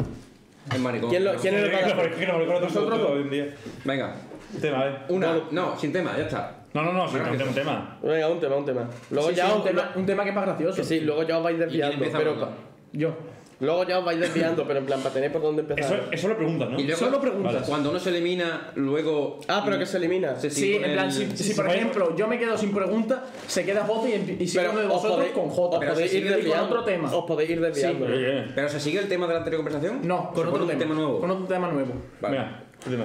[SPEAKER 5] El maricón.
[SPEAKER 2] ¿Quién lo, quién lo va a
[SPEAKER 4] Claro,
[SPEAKER 2] hacer?
[SPEAKER 4] porque es que nos recordamos
[SPEAKER 2] Nosotros
[SPEAKER 4] todo
[SPEAKER 2] dos.
[SPEAKER 4] hoy en día.
[SPEAKER 5] Venga.
[SPEAKER 4] Tema, eh.
[SPEAKER 5] Una. No, sin tema, ya está.
[SPEAKER 4] No, no, no, sí,
[SPEAKER 5] Venga,
[SPEAKER 4] no
[SPEAKER 5] que-
[SPEAKER 4] tengo tema.
[SPEAKER 2] Venga, un tema, un tema. Luego
[SPEAKER 3] Sí,
[SPEAKER 2] ya
[SPEAKER 3] sí,
[SPEAKER 2] os
[SPEAKER 3] un, tema, un tema que es más gracioso.
[SPEAKER 2] que sí, luego ya os vais
[SPEAKER 5] quién
[SPEAKER 2] desviando,
[SPEAKER 5] empieza
[SPEAKER 2] pero
[SPEAKER 5] hablando?
[SPEAKER 3] Yo.
[SPEAKER 2] luego ya os vais desviando, pero en plan para tener por dónde empezar.
[SPEAKER 4] Eso, eso lo preguntas, ¿no?
[SPEAKER 5] Y luego,
[SPEAKER 3] Solo preguntas.
[SPEAKER 5] Vale. Cuando uno se elimina, luego.
[SPEAKER 2] Ah, pero que se elimina.
[SPEAKER 5] se
[SPEAKER 3] Sí,
[SPEAKER 5] sigue
[SPEAKER 3] en plan,
[SPEAKER 5] el-
[SPEAKER 3] si, si,
[SPEAKER 4] si
[SPEAKER 3] por
[SPEAKER 4] se va-
[SPEAKER 3] ejemplo yo me quedo sin pregunta, se queda Jota y, empi- y sigue
[SPEAKER 2] Pero
[SPEAKER 3] uno de
[SPEAKER 2] os
[SPEAKER 3] vosotros
[SPEAKER 2] podéis-
[SPEAKER 3] con Jota.
[SPEAKER 2] os podéis
[SPEAKER 5] se
[SPEAKER 2] ir
[SPEAKER 5] sigue
[SPEAKER 3] Y con
[SPEAKER 2] desviando.
[SPEAKER 3] otro tema.
[SPEAKER 2] Os podéis ir desviando.
[SPEAKER 4] Oye, eh.
[SPEAKER 5] mm, Pero se sigue el tema de la anterior conversación.
[SPEAKER 3] No, con
[SPEAKER 5] ¿Se
[SPEAKER 3] otro
[SPEAKER 5] pone un
[SPEAKER 3] tema.
[SPEAKER 5] tema nuevo.
[SPEAKER 3] Con otro tema nuevo.
[SPEAKER 5] Vale.
[SPEAKER 4] Venga, tema.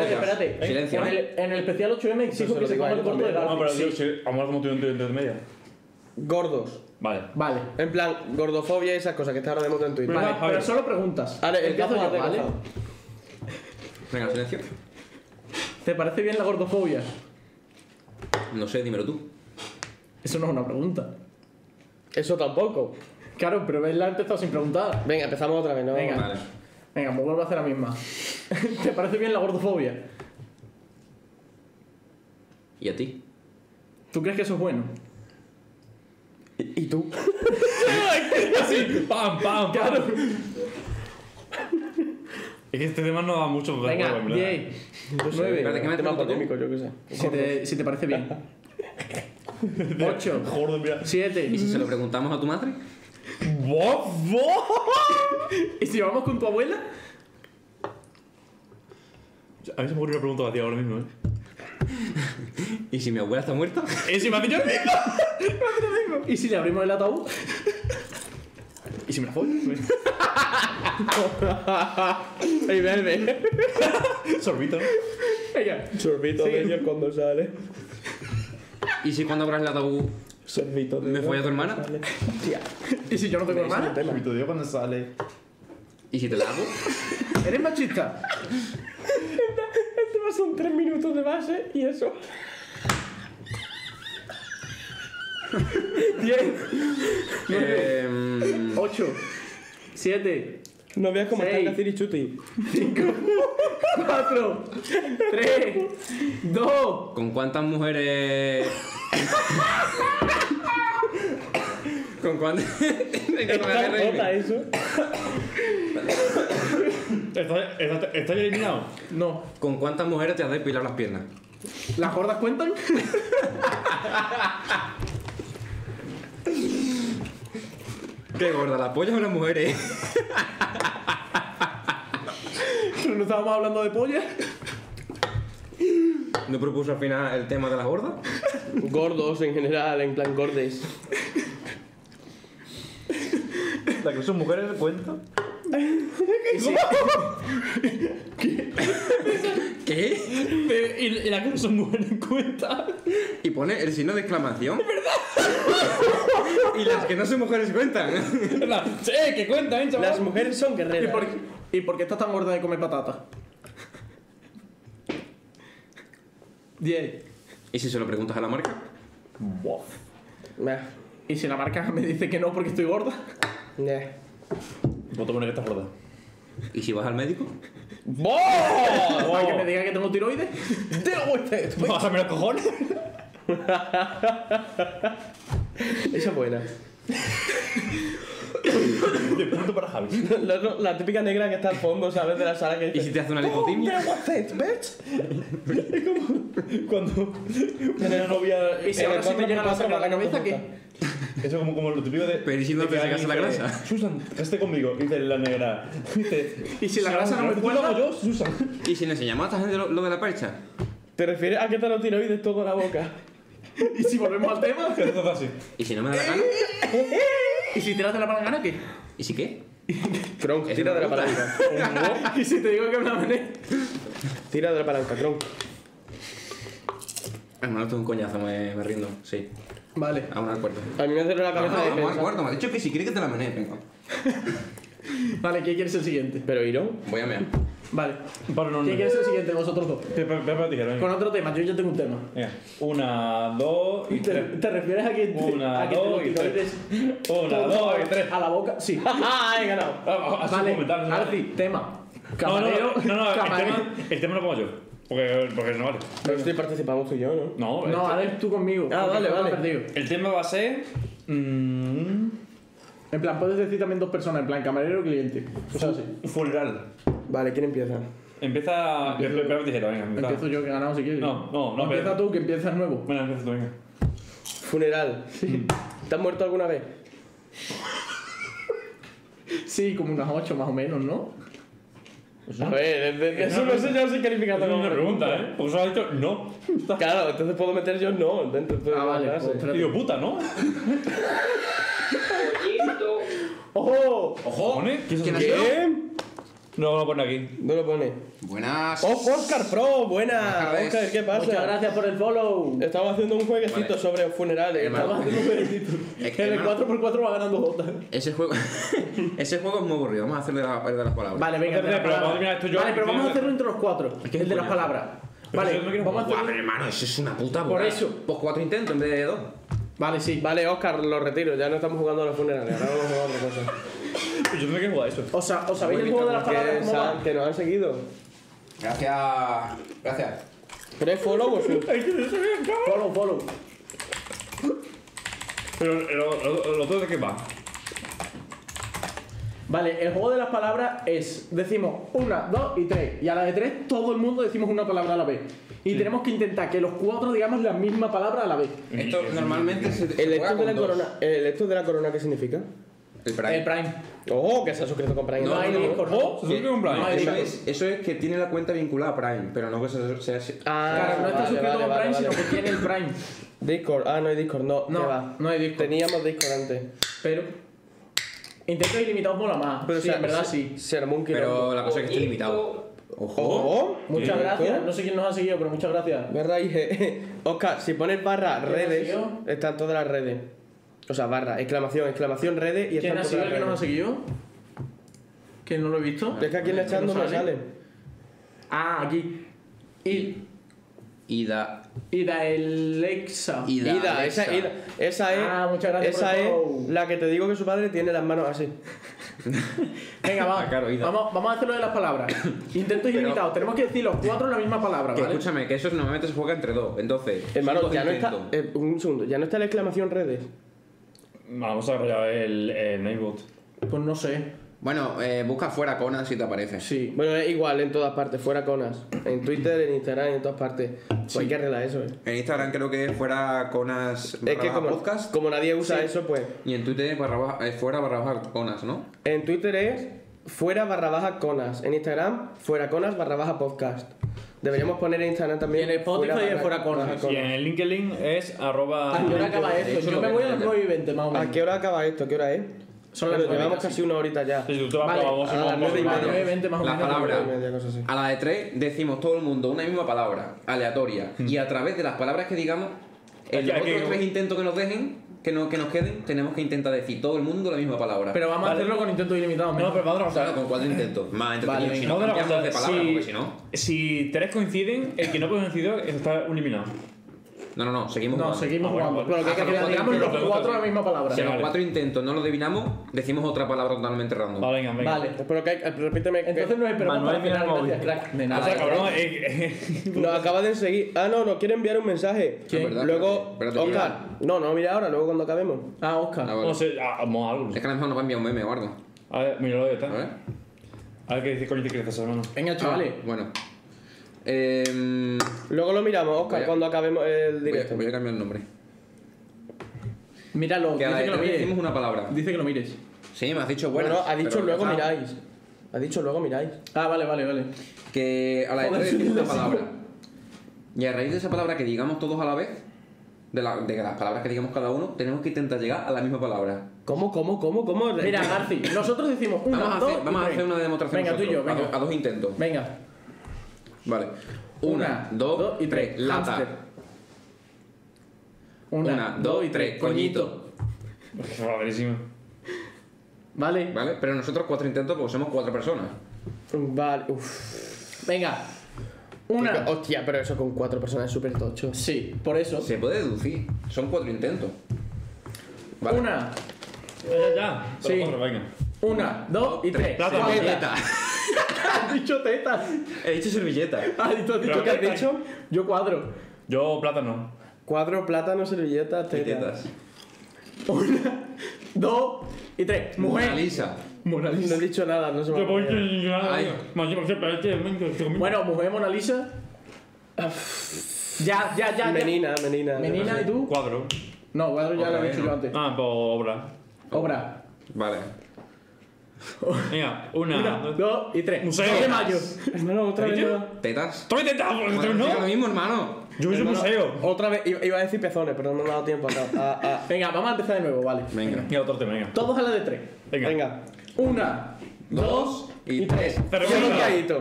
[SPEAKER 3] Espérate, espérate.
[SPEAKER 5] Silencio,
[SPEAKER 3] En
[SPEAKER 5] ¿eh?
[SPEAKER 3] el, en el especial 8M exijo
[SPEAKER 2] Entonces
[SPEAKER 3] que
[SPEAKER 2] lo
[SPEAKER 3] se
[SPEAKER 2] digo a
[SPEAKER 3] coma
[SPEAKER 2] él
[SPEAKER 3] el corto de
[SPEAKER 2] también.
[SPEAKER 4] No,
[SPEAKER 3] Garfield.
[SPEAKER 4] pero digo, si vamos como tú y yo entre media.
[SPEAKER 2] Gordos.
[SPEAKER 4] Vale.
[SPEAKER 3] Vale.
[SPEAKER 2] En plan, gordofobia y esas cosas que está ahora de moda en Twitter.
[SPEAKER 3] Vale,
[SPEAKER 4] Javi.
[SPEAKER 3] pero solo preguntas.
[SPEAKER 2] Vale,
[SPEAKER 3] empiezo yo,
[SPEAKER 2] empezamos a
[SPEAKER 3] ¿vale?
[SPEAKER 5] Venga, silencio.
[SPEAKER 3] ¿Te parece bien la gordofobia?
[SPEAKER 5] No sé, dímelo tú.
[SPEAKER 3] Eso no es una pregunta.
[SPEAKER 2] Eso tampoco.
[SPEAKER 3] Claro, pero él la ha empezado sin preguntar.
[SPEAKER 2] Venga, empezamos otra vez, ¿no?
[SPEAKER 3] Venga.
[SPEAKER 5] Vale.
[SPEAKER 3] Venga, me vuelvo a hacer la misma. ¿Te parece bien la gordofobia?
[SPEAKER 5] ¿Y a ti?
[SPEAKER 3] ¿Tú crees que eso es bueno?
[SPEAKER 2] ¿Y tú?
[SPEAKER 4] Así, pam, pam, pam.
[SPEAKER 3] Claro.
[SPEAKER 4] Es que este tema no da mucho. para jugar,
[SPEAKER 3] Venga,
[SPEAKER 4] en plan.
[SPEAKER 3] 10.
[SPEAKER 5] Nueve. Espérate, que me
[SPEAKER 2] tema
[SPEAKER 5] has preguntado
[SPEAKER 2] polémico, yo qué sé.
[SPEAKER 3] Si te, si te parece bien. 8,
[SPEAKER 4] Gordo, mira.
[SPEAKER 3] 7.
[SPEAKER 5] ¿Y si se lo preguntamos a tu madre?
[SPEAKER 4] ¡Bof,
[SPEAKER 3] ¿Y si vamos con tu abuela?
[SPEAKER 4] A mí se me ocurrió una pregunta vacía ahora mismo, ¿eh?
[SPEAKER 5] ¿Y si mi abuela está muerta?
[SPEAKER 4] ¿Y si ¿Eh? me hace yo
[SPEAKER 3] ¿Y si le abrimos el ataúd?
[SPEAKER 4] ¿Y si me la follo? Pues,
[SPEAKER 2] Ay, bebe.
[SPEAKER 4] Sorbito.
[SPEAKER 3] Venga.
[SPEAKER 2] Sorbito de ellos cuando sale.
[SPEAKER 5] ¿Y si cuando abras el ataúd
[SPEAKER 2] Sorbito de
[SPEAKER 5] me folla a tu hermana?
[SPEAKER 3] ¿Y si yo no tengo hermana?
[SPEAKER 4] Sorbito de cuando sale.
[SPEAKER 5] ¿Y si te la hago?
[SPEAKER 4] ¿Eres machista?
[SPEAKER 2] Este va a ser un 3 minutos de base y eso. 10, Eh.
[SPEAKER 5] Em,
[SPEAKER 2] 8, 7. No veas cómo
[SPEAKER 4] seis,
[SPEAKER 2] está Caciri Chuti. 5, 4, 3, 2.
[SPEAKER 5] ¿Con cuántas mujeres.? ¿Con cuántas.? Venga, no me hagas reírme.
[SPEAKER 2] Nota
[SPEAKER 3] eh.
[SPEAKER 2] eso.
[SPEAKER 4] ¿Está, está, está ya eliminado?
[SPEAKER 3] No.
[SPEAKER 5] ¿Con cuántas mujeres te has depilado las piernas?
[SPEAKER 3] ¿Las gordas cuentan?
[SPEAKER 5] Qué gorda, la polla o las mujeres.
[SPEAKER 3] Pero no estábamos hablando de polla.
[SPEAKER 5] ¿No propuso al final el tema de las gordas?
[SPEAKER 2] Gordos en general, en plan gordes.
[SPEAKER 4] ¿La que son mujeres cuenta?
[SPEAKER 5] ¿Qué?
[SPEAKER 4] ¿Y, y la que no son mujeres cuenta?
[SPEAKER 5] Y pone el signo de exclamación. y las que no son mujeres cuentan.
[SPEAKER 4] La, ¡Eh, que cuentan, eh, chaval!
[SPEAKER 2] Las mujeres son
[SPEAKER 3] ¿Y
[SPEAKER 2] guerreras.
[SPEAKER 3] por, ¿Y por qué estás tan gorda de comer patata? 10.
[SPEAKER 5] ¿Y si se lo preguntas a la marca?
[SPEAKER 2] Nah,
[SPEAKER 3] ¿Y si la marca me dice que no porque estoy gorda?
[SPEAKER 2] nah.
[SPEAKER 4] Voto poner que estás gorda.
[SPEAKER 5] ¿Y si vas al médico?
[SPEAKER 3] ¿Para que me diga que tengo tiroides?
[SPEAKER 4] ¡Bájame los cojones!
[SPEAKER 2] Esa es buena.
[SPEAKER 4] De punto para Javi.
[SPEAKER 2] La, la típica negra que está al fondo, ¿sabes? De la sala que
[SPEAKER 5] ¿Y si te hace una lipotimia?
[SPEAKER 4] Cuando tenía novia...
[SPEAKER 3] ¿Y si
[SPEAKER 2] Eh,
[SPEAKER 3] ahora sí
[SPEAKER 2] ¿cuántas
[SPEAKER 3] me llega la
[SPEAKER 2] papas
[SPEAKER 3] sopa a la
[SPEAKER 2] con
[SPEAKER 3] cabeza
[SPEAKER 2] torta?
[SPEAKER 3] qué?
[SPEAKER 4] Eso como, como lo típico de...
[SPEAKER 5] Pero ¿y si no
[SPEAKER 4] de
[SPEAKER 5] te
[SPEAKER 4] que
[SPEAKER 5] sacas
[SPEAKER 4] alguien
[SPEAKER 5] la
[SPEAKER 4] dice,
[SPEAKER 5] grasa?
[SPEAKER 4] Susan, caste conmigo. Dice la negra. Dice...
[SPEAKER 3] ¿Y si la grasa no me
[SPEAKER 4] ¿tú lo hago
[SPEAKER 3] cuela?
[SPEAKER 4] yo, Susan?
[SPEAKER 5] ¿Y si le enseñamos a esta gente lo, lo de la percha?
[SPEAKER 2] ¿Te refieres a que te lo tiroides todo con la boca?
[SPEAKER 3] ¿Y si volvemos al tema?
[SPEAKER 4] Que haces así.
[SPEAKER 5] ¿Y si no me da la gana?
[SPEAKER 3] ¿Y si tiras de la palangana qué?
[SPEAKER 5] ¿Y si qué?
[SPEAKER 2] Kronk,
[SPEAKER 5] Es
[SPEAKER 2] tira
[SPEAKER 5] una
[SPEAKER 2] de la
[SPEAKER 5] puta.
[SPEAKER 2] palanca.
[SPEAKER 3] ¿Y si te digo que me la mané?
[SPEAKER 2] Tira de la palanca, Kronk.
[SPEAKER 5] Hermano, esto es un coñazo, me, me rindo. Sí,
[SPEAKER 3] Vale.
[SPEAKER 5] a un acuerdo.
[SPEAKER 2] A mí me duele la
[SPEAKER 5] No,
[SPEAKER 2] cabeza de
[SPEAKER 5] no, un
[SPEAKER 2] defensa.
[SPEAKER 5] acuerdo. Me ha dicho que si quiere que te la maneje, venga.
[SPEAKER 3] Vale, ¿quién quiere ser el siguiente?
[SPEAKER 2] Pero Irón,
[SPEAKER 5] Voy a mear.
[SPEAKER 3] Vale.
[SPEAKER 4] Pero no, no.
[SPEAKER 3] ¿Quién quiere ser el siguiente? Vosotros dos.
[SPEAKER 4] Pepe, Pepe, dijeron.
[SPEAKER 3] Con otro tema, yo ya tengo un tema.
[SPEAKER 4] Venga, Una, dos y
[SPEAKER 3] ¿Te,
[SPEAKER 4] tres.
[SPEAKER 3] te refieres a que, te-
[SPEAKER 4] Una,
[SPEAKER 3] a que te lo
[SPEAKER 4] dos y tres.
[SPEAKER 3] tiroides
[SPEAKER 4] Una,
[SPEAKER 3] todo
[SPEAKER 4] dos y tres.
[SPEAKER 3] A la boca, sí.
[SPEAKER 2] ¡Ah, he ganado!
[SPEAKER 4] Ah, así
[SPEAKER 3] vale,
[SPEAKER 4] comentar, ¿no?
[SPEAKER 3] Arti, tema.
[SPEAKER 4] No, no,
[SPEAKER 3] Camarero,
[SPEAKER 4] no, no, no, el,
[SPEAKER 3] camarero.
[SPEAKER 4] tema, el tema lo pongo yo. Porque, porque no vale.
[SPEAKER 2] Pero estoy participando tú y yo, ¿no?
[SPEAKER 4] No,
[SPEAKER 3] No,
[SPEAKER 4] el,
[SPEAKER 3] ahora es tú conmigo.
[SPEAKER 2] Ah,
[SPEAKER 3] porque
[SPEAKER 2] vale,
[SPEAKER 3] tú lo has
[SPEAKER 2] vale.
[SPEAKER 3] perdido.
[SPEAKER 4] el tema va a ser. Mmm,
[SPEAKER 3] En plan, puedes decir también dos personas, en plan, camarero o cliente. Pues O sea, sí.
[SPEAKER 4] funeral.
[SPEAKER 2] Vale, ¿quién empieza?
[SPEAKER 4] Empieza. Pepe Pepe tijera, venga. empieza.
[SPEAKER 3] Empiezo yo que he ganado si quieres.
[SPEAKER 4] No, no, no,
[SPEAKER 3] Empieza
[SPEAKER 4] pero-
[SPEAKER 3] tú que empiezas nuevo.
[SPEAKER 4] Bueno, empieza tú, venga.
[SPEAKER 2] Funeral. ¿Te has muerto alguna vez?
[SPEAKER 3] Sí, como unas ocho más o menos, ¿no? Pues
[SPEAKER 2] A ver, de- de- eso no sé yo si
[SPEAKER 4] Esa
[SPEAKER 2] calificando
[SPEAKER 4] es
[SPEAKER 2] como
[SPEAKER 4] una pregunta, ¿eh? Porque solo ha dicho no.
[SPEAKER 2] Claro, entonces puedo meter yo no dentro de
[SPEAKER 3] Ah,
[SPEAKER 2] la
[SPEAKER 3] vale.
[SPEAKER 2] frase.
[SPEAKER 3] pues, espérate.
[SPEAKER 4] Digo, puta, ¿no?
[SPEAKER 2] ¡Ojo!
[SPEAKER 4] Ojo. ¿Qué es eso?
[SPEAKER 5] ¿Quién ha sido?
[SPEAKER 2] ¿Qué?
[SPEAKER 4] No lo pone aquí.
[SPEAKER 2] No lo pone.
[SPEAKER 5] Buenas.
[SPEAKER 2] ¡Oh, Oscar Pro! ¡Buena!
[SPEAKER 5] Buenas tardes.
[SPEAKER 2] Oscar, ¿qué pasa?
[SPEAKER 3] Muchas gracias por el follow.
[SPEAKER 4] Eh.
[SPEAKER 2] Estamos haciendo un jueguecito
[SPEAKER 5] Vale.
[SPEAKER 2] sobre funerales.
[SPEAKER 5] Hermano.
[SPEAKER 2] Estamos-
[SPEAKER 5] Es que,
[SPEAKER 3] En el
[SPEAKER 5] hermano,
[SPEAKER 3] 4x4 va ganando Jota.
[SPEAKER 5] ese juego. ese juego es muy aburrido. Vamos a hacer de, la- de las palabras.
[SPEAKER 3] Vale, venga,
[SPEAKER 4] Espérate,
[SPEAKER 3] el de las
[SPEAKER 4] pero vamos a
[SPEAKER 3] palabras.
[SPEAKER 4] terminar esto yo.
[SPEAKER 3] Vale, pero vamos a
[SPEAKER 4] Venga.
[SPEAKER 3] hacerlo entre los cuatro.
[SPEAKER 5] que
[SPEAKER 3] El de las
[SPEAKER 5] coño.
[SPEAKER 3] palabras.
[SPEAKER 4] Pero
[SPEAKER 3] Vale,
[SPEAKER 4] yo no quiero-
[SPEAKER 3] vamos a
[SPEAKER 5] Guau, pero
[SPEAKER 3] hacerlo.
[SPEAKER 5] hermano, eso es una puta
[SPEAKER 3] Por
[SPEAKER 5] burrada.
[SPEAKER 3] eso.
[SPEAKER 5] Pues cuatro intentos en vez de dos.
[SPEAKER 3] Vale, sí.
[SPEAKER 2] Vale, Oscar, lo retiro. Ya no estamos jugando a los funerales. Ahora vamos a jugar a otra cosa.
[SPEAKER 4] Yo no me quiero jugar a eso.
[SPEAKER 3] O sea, ¿os sabéis
[SPEAKER 2] Bueno,
[SPEAKER 3] el juego de las
[SPEAKER 2] que
[SPEAKER 3] palabras cómo va?
[SPEAKER 2] sa- que nos han seguido.
[SPEAKER 5] Gracias. Gracias.
[SPEAKER 2] ¿Tres followers?
[SPEAKER 3] Follow, follow.
[SPEAKER 4] Pero lo, lo, lo otro de qué va.
[SPEAKER 3] Vale, el juego de las palabras es, decimos una, dos y tres. Y a la de tres todo el mundo decimos una palabra a la vez. Y tenemos que intentar que los cuatro digamos la misma palabra a la vez.
[SPEAKER 5] Esto normalmente se. se
[SPEAKER 2] ¿El esto
[SPEAKER 5] juega
[SPEAKER 2] de
[SPEAKER 5] con
[SPEAKER 2] la
[SPEAKER 5] dos.
[SPEAKER 2] corona? ¿El esto de la corona qué significa?
[SPEAKER 5] El Prime.
[SPEAKER 3] El Prime.
[SPEAKER 2] ¡Oh, que se ha suscrito con Prime!
[SPEAKER 5] No,
[SPEAKER 3] No hay
[SPEAKER 5] no, no.
[SPEAKER 3] Discord.
[SPEAKER 4] Oh, se supone que es un Prime.
[SPEAKER 3] No hay
[SPEAKER 5] Eso
[SPEAKER 3] Discord.
[SPEAKER 5] es, eso es que tiene la cuenta vinculada a Prime, pero no que se, sea así.
[SPEAKER 2] Ah,
[SPEAKER 3] Claro, no está
[SPEAKER 2] vale,
[SPEAKER 3] suscrito
[SPEAKER 2] vale,
[SPEAKER 3] con
[SPEAKER 2] vale,
[SPEAKER 3] Prime,
[SPEAKER 2] vale.
[SPEAKER 3] sino que tiene el Prime.
[SPEAKER 2] Discord. Ah, no hay Discord. No,
[SPEAKER 3] No,
[SPEAKER 2] ¿qué va?
[SPEAKER 3] no hay Discord.
[SPEAKER 2] Teníamos Discord antes.
[SPEAKER 3] Pero. Intentos ilimitados mola más.
[SPEAKER 2] Pero,
[SPEAKER 3] sí,
[SPEAKER 2] o sea,
[SPEAKER 3] en verdad
[SPEAKER 2] se-
[SPEAKER 3] sí.
[SPEAKER 2] Se armó un
[SPEAKER 5] Pero
[SPEAKER 2] quilombo.
[SPEAKER 5] la cosa es que está limitado. Ojo.
[SPEAKER 2] ¡Ojo!
[SPEAKER 3] Muchas
[SPEAKER 2] ¿Qué?
[SPEAKER 3] gracias. No sé quién nos ha seguido, pero muchas gracias.
[SPEAKER 2] ¿Verdad? Dije, Oscar, si pones barra
[SPEAKER 3] ¿Quién ha
[SPEAKER 2] redes,
[SPEAKER 3] sido?
[SPEAKER 2] están todas las redes. O sea, barra, exclamación, exclamación, redes y están
[SPEAKER 3] ¿Quién ha
[SPEAKER 2] todas
[SPEAKER 3] sido
[SPEAKER 2] las
[SPEAKER 3] el que
[SPEAKER 2] redes.
[SPEAKER 3] nos ha seguido? que no lo he visto.
[SPEAKER 2] Es que aquí en la chat no me sale.
[SPEAKER 3] Ah, aquí. Y,
[SPEAKER 5] Ida.
[SPEAKER 3] y da el Lexa.
[SPEAKER 5] Ida.
[SPEAKER 2] Ida, esa,
[SPEAKER 5] Alexa.
[SPEAKER 2] Ida. esa es,
[SPEAKER 3] Ah, muchas gracias
[SPEAKER 2] esa
[SPEAKER 3] por el
[SPEAKER 2] es
[SPEAKER 3] follow.
[SPEAKER 2] la que te digo que su padre tiene las manos así.
[SPEAKER 3] Venga, va.
[SPEAKER 5] Ah, claro, Ida.
[SPEAKER 3] vamos, vamos a hacerlo de las palabras. Intentos
[SPEAKER 5] Pero-
[SPEAKER 3] ilimitados. Tenemos que decir los cuatro la misma palabra,
[SPEAKER 5] Que
[SPEAKER 3] ¿vale?
[SPEAKER 5] escúchame, que eso normalmente se juega entre dos. Entonces,
[SPEAKER 2] Hermano,
[SPEAKER 5] cinco
[SPEAKER 2] ya no está.
[SPEAKER 5] intentos.
[SPEAKER 2] eh, un segundo, ya no está la exclamación redes.
[SPEAKER 4] Vamos a desarrollar el, el Nightbot.
[SPEAKER 3] Pues no sé.
[SPEAKER 5] Bueno, eh, busca fuera Conan si te aparece.
[SPEAKER 3] Sí.
[SPEAKER 2] Bueno, es igual en todas partes, fuera conas. En Twitter, en Instagram, en todas partes. Pues hay que arreglar eso, eh.
[SPEAKER 5] En Instagram creo que fuera Conas
[SPEAKER 2] Es
[SPEAKER 5] barra
[SPEAKER 2] que
[SPEAKER 5] baja
[SPEAKER 2] como,
[SPEAKER 5] podcast.
[SPEAKER 2] como nadie usa eso, pues.
[SPEAKER 5] Y en Twitter barra baja- eh, fuera barra baja Conas, ¿no?
[SPEAKER 2] En Twitter es fuera barra baja conas. En Instagram, fuera conas barra baja podcast. Deberíamos poner en Instagram también.
[SPEAKER 3] Y en Spotify
[SPEAKER 2] barra-
[SPEAKER 3] es fuera conas.
[SPEAKER 2] barra
[SPEAKER 4] Y en el LinkedIn es arroba.
[SPEAKER 3] ¿A qué hora acaba esto?
[SPEAKER 5] eso
[SPEAKER 3] Ah, Yo
[SPEAKER 5] lo
[SPEAKER 3] me
[SPEAKER 5] que
[SPEAKER 3] voy a Ah, las
[SPEAKER 5] tenía.
[SPEAKER 3] 9 y 20, más o menos.
[SPEAKER 2] ¿A qué hora acaba esto? ¿Qué hora es?
[SPEAKER 3] Son las
[SPEAKER 2] Bueno,
[SPEAKER 3] nueve,
[SPEAKER 2] Llevamos
[SPEAKER 3] casi.
[SPEAKER 2] casi una horita ya.
[SPEAKER 4] Si tú te vas
[SPEAKER 3] Vale,
[SPEAKER 4] probando, si
[SPEAKER 2] a las
[SPEAKER 4] vamos
[SPEAKER 2] nueve y
[SPEAKER 4] probando.
[SPEAKER 3] Las nueve y
[SPEAKER 2] media.
[SPEAKER 3] 20 más o
[SPEAKER 5] La
[SPEAKER 3] menos.
[SPEAKER 5] palabra.
[SPEAKER 2] media, cosas así.
[SPEAKER 5] A la de tres decimos todo el mundo una misma palabra, aleatoria. Y a través de las palabras que digamos, en los
[SPEAKER 4] Aquí- aquí-
[SPEAKER 5] otros tres intentos que nos dejen, que, no, que nos queden, tenemos que intentar decir todo el mundo la misma palabra.
[SPEAKER 3] Pero vamos a hacerlo con intentos ilimitados.
[SPEAKER 4] No,
[SPEAKER 3] mira.
[SPEAKER 4] pero vamos a
[SPEAKER 5] Claro,
[SPEAKER 4] pasar.
[SPEAKER 5] con cuatro intentos. Más entretenido.
[SPEAKER 3] Vale,
[SPEAKER 5] si no,
[SPEAKER 4] Vamos a
[SPEAKER 5] cambiamos
[SPEAKER 4] pasar.
[SPEAKER 5] de palabra, porque si no.
[SPEAKER 4] si tres coinciden, el que no coincidió está eliminado.
[SPEAKER 5] No, no, no, seguimos.
[SPEAKER 3] No,
[SPEAKER 5] jugando.
[SPEAKER 3] seguimos
[SPEAKER 4] Ah, bueno,
[SPEAKER 3] jugando.
[SPEAKER 4] bueno.
[SPEAKER 3] Pero que- que
[SPEAKER 5] Hacemos
[SPEAKER 3] digamos
[SPEAKER 5] cuatro
[SPEAKER 3] los
[SPEAKER 4] intentos.
[SPEAKER 3] cuatro la misma palabra.
[SPEAKER 5] Si a los
[SPEAKER 4] Vale.
[SPEAKER 5] cuatro intentos no lo adivinamos, decimos otra palabra totalmente random.
[SPEAKER 4] Vale, venga, venga.
[SPEAKER 3] Vale.
[SPEAKER 2] Pero que, eh, repíteme. que-
[SPEAKER 3] Entonces nos esperamos para
[SPEAKER 4] Manuel,
[SPEAKER 3] el
[SPEAKER 4] mira el
[SPEAKER 3] final. Gracias,
[SPEAKER 4] móvil.
[SPEAKER 3] crack. De
[SPEAKER 4] O sea,
[SPEAKER 3] nada.
[SPEAKER 4] cabrón, eh, eh,
[SPEAKER 2] Nos acaba de seguir. Ah, no, nos quiere enviar un mensaje.
[SPEAKER 5] ¿Quién? ¿Verdad?
[SPEAKER 2] Luego,
[SPEAKER 5] Espérate, espérate,
[SPEAKER 2] Oscar. No, no, mira ahora, luego cuando acabemos.
[SPEAKER 3] Ah, Oscar.
[SPEAKER 5] Ah, vale.
[SPEAKER 4] no sé, ah, vamos a algo.
[SPEAKER 5] Es que a lo mejor nos va a enviar un meme o algo.
[SPEAKER 4] A ver, míralo, ya está.
[SPEAKER 5] A ver.
[SPEAKER 4] A ver qué dice coño te creces, hermano.
[SPEAKER 3] Venga, chavales.
[SPEAKER 5] Ah, Bueno. Eh,
[SPEAKER 2] Luego lo miramos,
[SPEAKER 5] Voy
[SPEAKER 2] Oscar,
[SPEAKER 5] a-
[SPEAKER 2] cuando acabemos el
[SPEAKER 5] voy, a,
[SPEAKER 2] directo.
[SPEAKER 5] voy a cambiar el nombre.
[SPEAKER 3] Míralo.
[SPEAKER 5] Que a la
[SPEAKER 3] Dice
[SPEAKER 5] de
[SPEAKER 3] que lo
[SPEAKER 5] tres decimos
[SPEAKER 3] mires.
[SPEAKER 5] una palabra.
[SPEAKER 3] Dice que lo mires.
[SPEAKER 5] Sí, me has dicho
[SPEAKER 2] Bueno,
[SPEAKER 5] buenas.
[SPEAKER 2] ha dicho
[SPEAKER 5] pero-
[SPEAKER 2] luego
[SPEAKER 5] ah,
[SPEAKER 2] miráis. Ha dicho luego miráis.
[SPEAKER 3] Ah, vale, vale, vale.
[SPEAKER 5] Que a la de
[SPEAKER 3] Joder,
[SPEAKER 5] tres
[SPEAKER 3] sí,
[SPEAKER 5] decimos una
[SPEAKER 3] sí.
[SPEAKER 5] palabra. Y a raíz de esa palabra que digamos todos a la vez, de, la- de las palabras que digamos cada uno, tenemos que intentar llegar a la misma palabra.
[SPEAKER 2] ¿Cómo, cómo, cómo, cómo?
[SPEAKER 3] Mira, Garci, nosotros decimos una,
[SPEAKER 5] Vamos a
[SPEAKER 3] dos
[SPEAKER 5] hacer,
[SPEAKER 3] y
[SPEAKER 5] vamos a
[SPEAKER 3] tres.
[SPEAKER 5] hacer una demostración.
[SPEAKER 3] Venga, tú y yo,
[SPEAKER 5] nosotros, a
[SPEAKER 3] venga.
[SPEAKER 5] do- A, dos intentos.
[SPEAKER 3] Venga.
[SPEAKER 5] Vale. Una, dos, y tres. Lata.
[SPEAKER 3] Hámster.
[SPEAKER 5] Una, dos y tres. Coñito.
[SPEAKER 4] Rarísimo.
[SPEAKER 3] Vale.
[SPEAKER 5] ¿Vale? Pero nosotros cuatro intentos porque somos cuatro personas.
[SPEAKER 2] Vale, uff.
[SPEAKER 3] Venga. Una.
[SPEAKER 5] oh,
[SPEAKER 2] Hostia, pero eso con cuatro personas es súper tocho.
[SPEAKER 3] Sí, por eso.
[SPEAKER 5] Se puede deducir. Son cuatro intentos. Vale.
[SPEAKER 3] Una,
[SPEAKER 4] Ya, ya.
[SPEAKER 3] Sí.
[SPEAKER 4] Sí. venga.
[SPEAKER 3] una, dos y tres.
[SPEAKER 4] Lata.
[SPEAKER 3] Vale.
[SPEAKER 5] Servilleta.
[SPEAKER 3] Has dicho tetas.
[SPEAKER 5] He dicho servilleta.
[SPEAKER 3] Ah, y tú has dicho
[SPEAKER 4] Pero
[SPEAKER 3] que has
[SPEAKER 4] tetas.
[SPEAKER 3] dicho. Yo cuadro.
[SPEAKER 4] Yo, plátano.
[SPEAKER 2] Cuadro, plátano, servilletas,
[SPEAKER 5] Y
[SPEAKER 2] tetas.
[SPEAKER 5] tetas.
[SPEAKER 3] Una, dos y tres.
[SPEAKER 5] Mona
[SPEAKER 3] Mujer.
[SPEAKER 5] Lisa.
[SPEAKER 3] Mona
[SPEAKER 2] No he
[SPEAKER 3] Lisa.
[SPEAKER 2] dicho nada, no se me
[SPEAKER 4] Yo
[SPEAKER 2] ha ocurrido.
[SPEAKER 5] Ay.
[SPEAKER 4] Bueno,
[SPEAKER 3] Bueno, mujer Mona Lisa. Ya, ya, ya. ya.
[SPEAKER 2] Menina, menina.
[SPEAKER 3] Menina y tú.
[SPEAKER 4] cuadro.
[SPEAKER 3] No, cuadro ya
[SPEAKER 5] Otra
[SPEAKER 3] lo he
[SPEAKER 5] vez,
[SPEAKER 3] dicho
[SPEAKER 5] ¿no?
[SPEAKER 3] yo antes.
[SPEAKER 4] Ah, por obra.
[SPEAKER 3] Obra.
[SPEAKER 5] Vale.
[SPEAKER 4] Venga, una.
[SPEAKER 3] Una, dos y tres.
[SPEAKER 4] Museo.
[SPEAKER 3] Dos de mayo.
[SPEAKER 2] Hermano, otra
[SPEAKER 4] ¿Has
[SPEAKER 2] vez.
[SPEAKER 4] dicho?
[SPEAKER 2] no.
[SPEAKER 5] Tetas.
[SPEAKER 4] ¡Estoy tentado!
[SPEAKER 5] Bueno,
[SPEAKER 4] ¡Vosotros
[SPEAKER 5] tío, lo
[SPEAKER 4] no!
[SPEAKER 5] mismo, hermano.
[SPEAKER 4] Yo hice un museo.
[SPEAKER 2] Otra vez, iba iba a decir pezones, pero no me ha dado tiempo. acá. Ah, ah.
[SPEAKER 3] Venga, vamos a empezar de nuevo, vale.
[SPEAKER 5] Venga.
[SPEAKER 4] Y otro tema, venga.
[SPEAKER 3] Todos a la de tres.
[SPEAKER 4] Venga.
[SPEAKER 2] Venga.
[SPEAKER 3] Una, dos
[SPEAKER 5] Y tres.
[SPEAKER 2] Cien
[SPEAKER 4] Cerveza.
[SPEAKER 2] montaditos.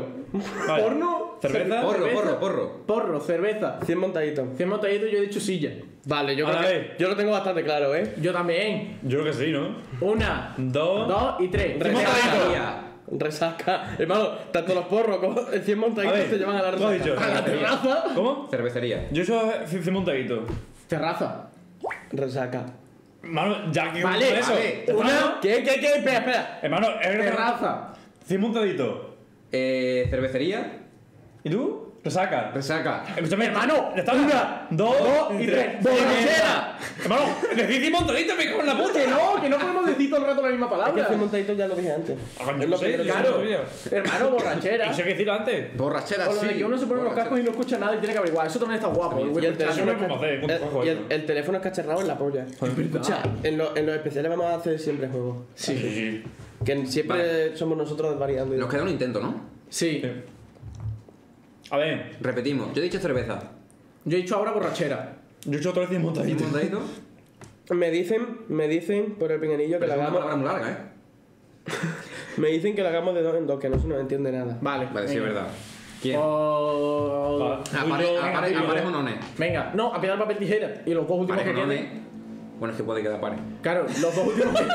[SPEAKER 4] Vale.
[SPEAKER 3] Porno.
[SPEAKER 4] Cerveza.
[SPEAKER 5] Porro,
[SPEAKER 3] cerveza,
[SPEAKER 5] porro, porro.
[SPEAKER 3] Porro, cerveza.
[SPEAKER 2] Cien montaditos.
[SPEAKER 3] Cien montaditos, yo he dicho silla.
[SPEAKER 2] Vale, yo
[SPEAKER 4] A
[SPEAKER 2] creo
[SPEAKER 4] la
[SPEAKER 2] que-
[SPEAKER 4] vez.
[SPEAKER 2] Yo lo tengo bastante claro, ¿eh?
[SPEAKER 3] Yo también.
[SPEAKER 4] Yo creo que sí, ¿no?
[SPEAKER 3] Una,
[SPEAKER 4] Dos.
[SPEAKER 3] dos y tres.
[SPEAKER 4] montaditos.
[SPEAKER 5] Tía.
[SPEAKER 2] Resaca. Hermano, tanto los porros como el 100
[SPEAKER 4] A
[SPEAKER 2] montaditos
[SPEAKER 4] ver,
[SPEAKER 2] te llevan a la
[SPEAKER 4] ¿tú has
[SPEAKER 2] resaca.
[SPEAKER 4] dicho?
[SPEAKER 3] A la terraza.
[SPEAKER 4] ¿Cómo?
[SPEAKER 5] Cervecería.
[SPEAKER 4] Yo soy un montadito.
[SPEAKER 3] Terraza.
[SPEAKER 2] Resaca.
[SPEAKER 4] Hermano, ya que
[SPEAKER 3] Vale,
[SPEAKER 4] eso.
[SPEAKER 5] vale.
[SPEAKER 3] Una,
[SPEAKER 2] ¿Qué, qué, qué? Espera, espera.
[SPEAKER 4] Hermano, es verdad.
[SPEAKER 3] terraza.
[SPEAKER 4] Cien montadito.
[SPEAKER 5] Eh, cervecería.
[SPEAKER 4] ¿Y tú? Resaca.
[SPEAKER 5] Resaca.
[SPEAKER 4] Escúchame, hermano. Ya está. Una, dos,
[SPEAKER 3] dos y tres.
[SPEAKER 4] ¡Borrachera! Hermano, decís cien montadito, me cago en la puta.
[SPEAKER 3] Que no, que no podemos decir todo el rato la misma
[SPEAKER 2] Es que el
[SPEAKER 3] palabra.
[SPEAKER 2] 100 montaditos ya lo dije antes.
[SPEAKER 4] Ah, Coño,
[SPEAKER 2] Es lo
[SPEAKER 4] sí,
[SPEAKER 2] primero que-
[SPEAKER 4] ya.
[SPEAKER 3] Claro.
[SPEAKER 4] Yo
[SPEAKER 3] Hermano, borrachera.
[SPEAKER 4] Y sé que decirlo antes.
[SPEAKER 5] Borrachera,
[SPEAKER 3] O lo
[SPEAKER 5] sí.
[SPEAKER 3] de que uno se pone los cascos y no escucha nada y tiene que averiguar. Eso también está guapo. el
[SPEAKER 2] Y el
[SPEAKER 4] Yo
[SPEAKER 2] teléfono,
[SPEAKER 4] no
[SPEAKER 2] es
[SPEAKER 4] me
[SPEAKER 2] ca-
[SPEAKER 4] como hacer, con
[SPEAKER 2] el-
[SPEAKER 4] cojo
[SPEAKER 2] Eh, y el-
[SPEAKER 4] eso.
[SPEAKER 2] el teléfono es cacharrado en la polla. Escucha, en, lo- en los especiales vamos a hacer siempre juego.
[SPEAKER 4] Sí, sí, sí.
[SPEAKER 2] Que siempre somos nosotros desvariando. y-
[SPEAKER 5] Nos queda un intento, ¿no?
[SPEAKER 3] Sí.
[SPEAKER 4] A ver,
[SPEAKER 5] Repetimos. Yo he dicho cerveza.
[SPEAKER 3] Yo he dicho ahora borrachera.
[SPEAKER 4] yo he hecho otra vez cien
[SPEAKER 5] ¿Un
[SPEAKER 4] montadito.
[SPEAKER 5] montadito?
[SPEAKER 2] Me dicen, me dicen por el pinganillo que
[SPEAKER 5] Pero
[SPEAKER 2] lo
[SPEAKER 5] es una palabra
[SPEAKER 2] hagamos.
[SPEAKER 5] muy larga, ¿eh?
[SPEAKER 2] Me dicen que lo hagamos de dos en dos, que no se nos entiende nada.
[SPEAKER 3] Vale.
[SPEAKER 5] Vale, sí, es
[SPEAKER 3] venga. Oh,
[SPEAKER 5] verdad. ¿Quién? Ah,
[SPEAKER 3] O-
[SPEAKER 4] Vale.
[SPEAKER 5] Apare-
[SPEAKER 4] Yo-
[SPEAKER 3] Oh.
[SPEAKER 5] apare-
[SPEAKER 4] venga,
[SPEAKER 5] Aparejo nones.
[SPEAKER 3] Venga, no, a piedra, papel, tijera. Y los dos últimos
[SPEAKER 5] Aparejo
[SPEAKER 3] que queden.
[SPEAKER 5] nones. Bueno, es que puede quedar pare.
[SPEAKER 3] Claro, los dos últimos que.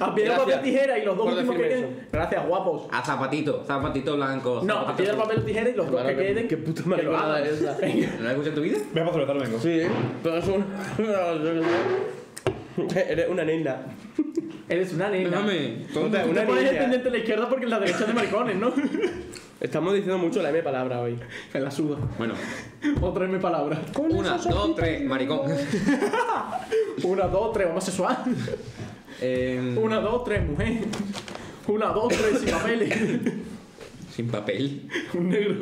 [SPEAKER 3] A piedra, papel, tijera y los dos
[SPEAKER 2] por
[SPEAKER 3] últimos que
[SPEAKER 2] decirme
[SPEAKER 3] queden. Gracias, guapos.
[SPEAKER 5] A zapatito, zapatito blanco.
[SPEAKER 3] No, a
[SPEAKER 5] zapatito
[SPEAKER 3] piedra,
[SPEAKER 5] azul.
[SPEAKER 3] papel, tijera y los dos que
[SPEAKER 2] Hermano, qué-
[SPEAKER 3] queden.
[SPEAKER 2] qué puta
[SPEAKER 3] que lo
[SPEAKER 2] mariconada
[SPEAKER 3] hagan.
[SPEAKER 2] es esa.
[SPEAKER 5] ¿No has escuchado en tu vida?
[SPEAKER 4] Voy a pasar el vengo.
[SPEAKER 2] Sí, pero es un. Eres una nena.
[SPEAKER 3] Eres una nena.
[SPEAKER 5] Déjame.
[SPEAKER 2] Puta,
[SPEAKER 3] Tú
[SPEAKER 2] una
[SPEAKER 3] te pones el
[SPEAKER 2] niña.
[SPEAKER 3] pendiente de la izquierda porque la derecha es de maricones, ¿no?
[SPEAKER 2] Estamos diciendo mucho la M palabra hoy.
[SPEAKER 3] En la suba.
[SPEAKER 5] Bueno,
[SPEAKER 3] Otra M palabra.
[SPEAKER 5] una, dos, tres, maricón.
[SPEAKER 3] Una, dos, tres, homosexual.
[SPEAKER 5] Em,
[SPEAKER 3] Una, dos, tres, mujer. Una, dos, tres, sin papeles.
[SPEAKER 5] Sin papel.
[SPEAKER 3] Un negro.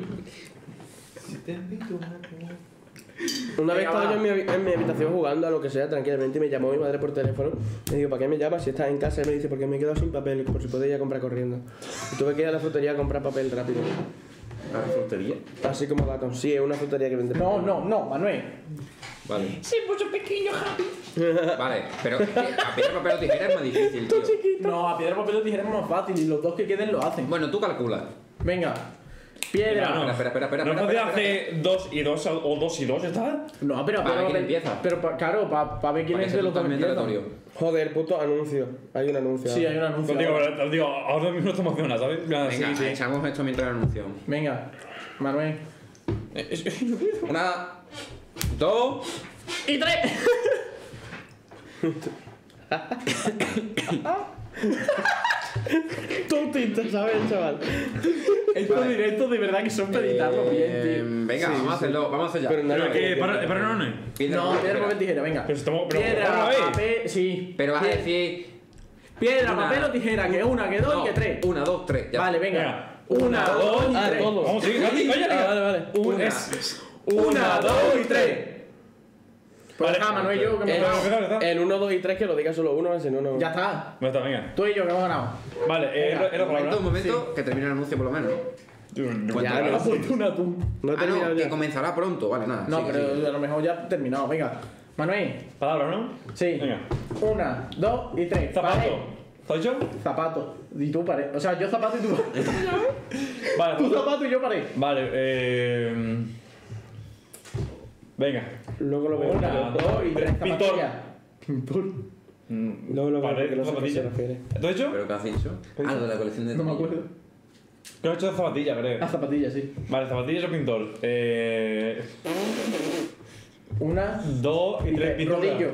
[SPEAKER 2] Una vez
[SPEAKER 3] Venga,
[SPEAKER 2] estaba
[SPEAKER 3] va.
[SPEAKER 2] yo en mi, habi- en mi habitación jugando a lo que sea tranquilamente y me llamó mi madre por teléfono. Le digo, ¿para qué me llamas si estás en casa? Y me dice, porque me he quedado sin papel, por si podéis ir a comprar corriendo. Y tuve que ir a la frutería a comprar papel rápido.
[SPEAKER 5] ¿A la Ah, frutería?
[SPEAKER 2] Así como va con... Sí, es una frutería que vende
[SPEAKER 3] No, no, no, Manuel.
[SPEAKER 5] Vale.
[SPEAKER 3] Sí, mucho pequeño, Javi.
[SPEAKER 5] Vale, pero es que a piedra, papel o tijera es más difícil, tío.
[SPEAKER 3] No, a piedra, papel o tijera es más fácil y los dos que queden lo hacen.
[SPEAKER 5] Bueno, tú calculas.
[SPEAKER 3] Venga. Piedra.
[SPEAKER 5] Espera, espera, espera, espera.
[SPEAKER 4] ¿No
[SPEAKER 5] espera,
[SPEAKER 4] podía
[SPEAKER 5] espera.
[SPEAKER 4] hacer dos y dos o dos y dos, ya está?
[SPEAKER 3] No, pero
[SPEAKER 5] Para
[SPEAKER 3] pero-
[SPEAKER 5] quién empieza.
[SPEAKER 3] Pero pa- claro, para ver quién
[SPEAKER 5] Parece
[SPEAKER 3] es de los dos que
[SPEAKER 5] totalmente
[SPEAKER 3] empieza.
[SPEAKER 5] aleatorio.
[SPEAKER 2] Joder, puto anuncio. Hay un anuncio.
[SPEAKER 3] Sí, hay un anuncio.
[SPEAKER 4] Lo digo,
[SPEAKER 3] ahora.
[SPEAKER 4] lo digo, ahora mismo te emociona, ¿sabes? Venga,
[SPEAKER 5] Venga,
[SPEAKER 4] sí, sí.
[SPEAKER 5] echamos esto mientras anuncio.
[SPEAKER 3] Venga, Manuel.
[SPEAKER 5] Una, dos.
[SPEAKER 3] ¡Y tres!
[SPEAKER 2] Tontito, ¿sabes, chaval?
[SPEAKER 3] Estos
[SPEAKER 5] Vale.
[SPEAKER 3] directos de verdad que son para editarlo
[SPEAKER 5] eh,
[SPEAKER 3] bien,
[SPEAKER 5] venga, vamos a hacerlo, vamos a hacer ya.
[SPEAKER 2] Pero no,
[SPEAKER 4] Pero
[SPEAKER 2] no,
[SPEAKER 4] que,
[SPEAKER 2] no,
[SPEAKER 4] para,
[SPEAKER 2] no.
[SPEAKER 4] para, no, no.
[SPEAKER 3] tío.
[SPEAKER 5] Piedra,
[SPEAKER 3] No,
[SPEAKER 5] papel,
[SPEAKER 3] piedra,
[SPEAKER 5] tijera.
[SPEAKER 3] papel, tijera, venga.
[SPEAKER 4] Pero estamos. Pero,
[SPEAKER 3] Piedra,
[SPEAKER 4] otra vez.
[SPEAKER 3] papel, sí.
[SPEAKER 5] Pero vas a
[SPEAKER 3] Pie-
[SPEAKER 5] decir.
[SPEAKER 3] Piedra,
[SPEAKER 5] una-
[SPEAKER 3] papel o tijera, que una, que dos y que tres.
[SPEAKER 5] Una, dos, tres. Ya.
[SPEAKER 3] Vale, venga.
[SPEAKER 4] Venga.
[SPEAKER 3] Una, dos y
[SPEAKER 2] Ah,
[SPEAKER 3] tres.
[SPEAKER 2] todos.
[SPEAKER 4] Vamos, sí, Gati, oye,
[SPEAKER 2] Ah, vale, vale.
[SPEAKER 4] Un
[SPEAKER 5] Una.
[SPEAKER 4] es.
[SPEAKER 3] Una, dos y tres. Pues
[SPEAKER 4] Vale.
[SPEAKER 3] nada, Manuel y yo que hemos
[SPEAKER 2] El,
[SPEAKER 3] ganado.
[SPEAKER 4] dale, dale.
[SPEAKER 2] el 1, 2 y 3 que lo diga solo uno, ese no, no.
[SPEAKER 3] Ya está.
[SPEAKER 4] No está, venga.
[SPEAKER 3] Tú y yo que hemos ganado.
[SPEAKER 4] Vale, eh, era, era
[SPEAKER 5] Un momento, un
[SPEAKER 4] palabra.
[SPEAKER 5] momento, que termine el anuncio por lo menos.
[SPEAKER 2] Ya, no.
[SPEAKER 3] Una tú.
[SPEAKER 2] No he
[SPEAKER 5] ah,
[SPEAKER 2] terminado
[SPEAKER 5] no,
[SPEAKER 2] ya.
[SPEAKER 5] que comenzará pronto, vale, nada.
[SPEAKER 3] No,
[SPEAKER 5] sigue,
[SPEAKER 3] pero
[SPEAKER 5] sigue.
[SPEAKER 3] a lo mejor ya ha terminado. Venga. Manuel,
[SPEAKER 4] Palabra, ¿no?
[SPEAKER 3] sí.
[SPEAKER 4] Venga.
[SPEAKER 3] Una, dos y tres.
[SPEAKER 4] Zapato.
[SPEAKER 3] Pared.
[SPEAKER 4] ¿Lo has dicho?
[SPEAKER 3] Zapato. Y tú pared. O sea, yo zapato y tú pared.
[SPEAKER 4] Vale,
[SPEAKER 3] tú
[SPEAKER 4] zapato.
[SPEAKER 3] zapato y yo pared.
[SPEAKER 4] Vale, eh. Venga.
[SPEAKER 2] Luego lo veo.
[SPEAKER 3] Una, dos y tres.
[SPEAKER 4] Pintor.
[SPEAKER 3] Zapatilla. Pintor.
[SPEAKER 2] Luego lo veo
[SPEAKER 4] Vale,
[SPEAKER 2] porque no sé a qué se
[SPEAKER 4] zapatilla.
[SPEAKER 2] refiere.
[SPEAKER 4] ¿Lo has dicho?
[SPEAKER 5] ¿Pero qué has dicho? Ah, lo de la colección de
[SPEAKER 3] No me
[SPEAKER 5] cepillos.
[SPEAKER 3] acuerdo.
[SPEAKER 4] Creo que he hecho zapatilla, creo.
[SPEAKER 3] Ah, zapatilla, sí.
[SPEAKER 4] Vale, zapatillas o pintor. Eh.
[SPEAKER 3] Una
[SPEAKER 4] Dos y
[SPEAKER 3] y
[SPEAKER 4] tres
[SPEAKER 3] tres.
[SPEAKER 4] pintor.
[SPEAKER 3] Rodillo.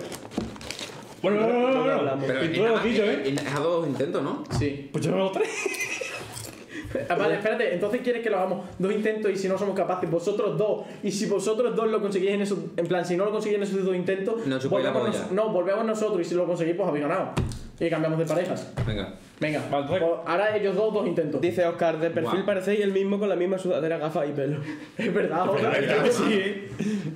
[SPEAKER 4] Bueno, no, no, no, no, no.
[SPEAKER 5] Pero
[SPEAKER 4] Pintura
[SPEAKER 5] en-
[SPEAKER 4] lo has dicho,
[SPEAKER 5] en-
[SPEAKER 4] ¿eh?
[SPEAKER 5] en- Es a dos intentos, ¿no?
[SPEAKER 3] Sí.
[SPEAKER 4] Pues yo no lo tres.
[SPEAKER 3] Ah, Vale, espérate, entonces quieres que lo hagamos dos intentos y si no somos capaces, vosotros dos. Y si vosotros dos lo conseguís en esos. En plan, si no lo conseguís en esos dos intentos,
[SPEAKER 5] No, chupáis la
[SPEAKER 3] volvemos,
[SPEAKER 5] polla.
[SPEAKER 3] nos- no, volvemos nosotros y si lo conseguís, pues habéis ganado. Y cambiamos de parejas.
[SPEAKER 5] Venga.
[SPEAKER 3] Venga,
[SPEAKER 4] Vale, entonces-
[SPEAKER 3] pues ahora ellos dos, dos intentos.
[SPEAKER 2] Dice Oscar, de perfil
[SPEAKER 5] Guau.
[SPEAKER 2] parecéis el mismo con la misma sudadera, gafa y pelo.
[SPEAKER 3] Es verdad, otra vez.
[SPEAKER 4] Creo que sí, ¿eh?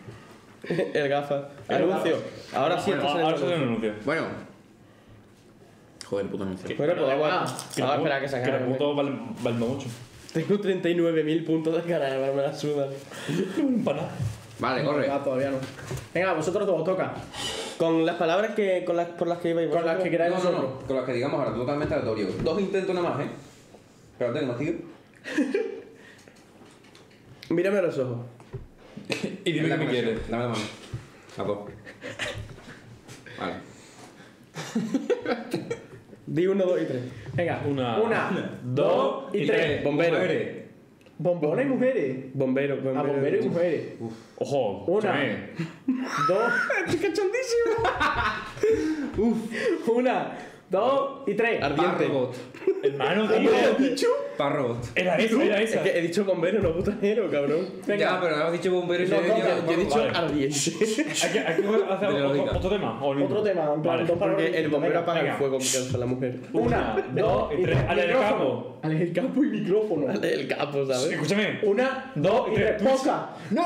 [SPEAKER 2] el gafa. Anuncio. Ahora sí
[SPEAKER 4] Bueno,
[SPEAKER 2] estás en
[SPEAKER 4] ahora se
[SPEAKER 2] el
[SPEAKER 4] Ah, lo Ah, anuncio.
[SPEAKER 5] Bueno. Joder, puto anuncio.
[SPEAKER 2] Bueno, pues aguanta.
[SPEAKER 4] Que ¿eh?
[SPEAKER 2] Ahora
[SPEAKER 4] la
[SPEAKER 2] espera que
[SPEAKER 4] pu-
[SPEAKER 2] se
[SPEAKER 4] Que la
[SPEAKER 2] acabe.
[SPEAKER 4] puto val- valme mucho.
[SPEAKER 2] Tengo 39.000 puntos de canal, me la suda.
[SPEAKER 4] Para nada.
[SPEAKER 5] Vale, corre.
[SPEAKER 3] Ah, todavía no. Venga, vosotros dos, toca.
[SPEAKER 2] Con las palabras que, con las, por las que ibais
[SPEAKER 3] Con las que queráis
[SPEAKER 5] No, no,
[SPEAKER 3] vosotros.
[SPEAKER 5] no. Con las que digamos ahora, totalmente aleatorio. Dos intentos nada más, ¿eh? Pero tengo, tío.
[SPEAKER 2] Mírame a los ojos.
[SPEAKER 4] Y dime
[SPEAKER 5] Dame
[SPEAKER 4] qué
[SPEAKER 5] la
[SPEAKER 4] me
[SPEAKER 5] conexión,
[SPEAKER 4] quieres.
[SPEAKER 5] Dame la mano. A dos. Vale.
[SPEAKER 2] Di 1, 2 y 3.
[SPEAKER 3] Venga,
[SPEAKER 4] Una,
[SPEAKER 3] una
[SPEAKER 4] dos
[SPEAKER 3] y
[SPEAKER 4] y
[SPEAKER 3] tres.
[SPEAKER 4] tres.
[SPEAKER 2] Bombero.
[SPEAKER 3] Bombones y mujeres.
[SPEAKER 2] Bombero, bombero.
[SPEAKER 3] A bomberos y mujeres.
[SPEAKER 4] Ojo,
[SPEAKER 3] Una.
[SPEAKER 4] escúchame.
[SPEAKER 3] Dos. Uf. Una, dos y tres.
[SPEAKER 2] Ardiente.
[SPEAKER 5] Parrobot.
[SPEAKER 4] Hermano, tío.
[SPEAKER 5] Parrobot.
[SPEAKER 4] Era eso, era
[SPEAKER 2] Es
[SPEAKER 4] esa.
[SPEAKER 2] que he dicho bombero, no putanero, cabrón.
[SPEAKER 5] Ya, pero has dicho bombero y
[SPEAKER 2] No,
[SPEAKER 5] yo
[SPEAKER 2] no,
[SPEAKER 5] decía-
[SPEAKER 2] yo he dicho
[SPEAKER 4] vale.
[SPEAKER 2] ardiente.
[SPEAKER 4] Hay que, hay que hacer
[SPEAKER 5] Venga,
[SPEAKER 4] otro,
[SPEAKER 5] venga.
[SPEAKER 4] otro tema. o el mismo.
[SPEAKER 3] Otro tema, en plan,
[SPEAKER 4] Vale.
[SPEAKER 3] dos palabras
[SPEAKER 2] Porque el
[SPEAKER 3] distintas,
[SPEAKER 2] bombero
[SPEAKER 3] venga.
[SPEAKER 2] apaga
[SPEAKER 4] venga.
[SPEAKER 2] el fuego porque usa la mujer.
[SPEAKER 3] Una, dos y tres.
[SPEAKER 4] Ale, el
[SPEAKER 3] Micrófono.
[SPEAKER 4] capo.
[SPEAKER 3] Ale, el capo y micrófono.
[SPEAKER 2] El capo, ¿sabes?
[SPEAKER 4] Escúchame.
[SPEAKER 3] Una,
[SPEAKER 4] Dos
[SPEAKER 3] dos
[SPEAKER 4] y
[SPEAKER 3] y
[SPEAKER 4] tres.
[SPEAKER 3] tres. ¡Poca! ¡No!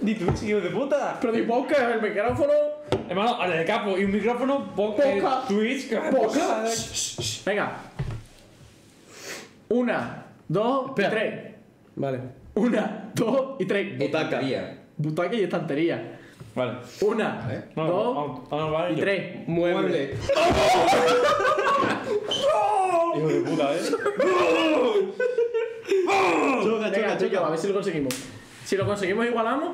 [SPEAKER 4] Ni tú, hijo de puta.
[SPEAKER 3] Pero di poca, el micrófono.
[SPEAKER 4] Hermano, al de capo y un micrófono, poca,
[SPEAKER 3] Poca.
[SPEAKER 4] Twitch, que-
[SPEAKER 3] ¡Poca! Venga. Una, dos y
[SPEAKER 2] Espera.
[SPEAKER 3] tres.
[SPEAKER 2] Vale.
[SPEAKER 3] Una, dos y tres.
[SPEAKER 5] Estantería.
[SPEAKER 3] Butaca y estantería.
[SPEAKER 4] Vale.
[SPEAKER 3] Una,
[SPEAKER 4] No,
[SPEAKER 3] dos
[SPEAKER 4] no, no, vale,
[SPEAKER 3] y
[SPEAKER 4] yo.
[SPEAKER 3] tres.
[SPEAKER 2] Mueble.
[SPEAKER 4] Hijo de puta, eh.
[SPEAKER 2] Choca,
[SPEAKER 3] Venga, chicos, a ver si lo conseguimos. Si lo conseguimos, igualamos.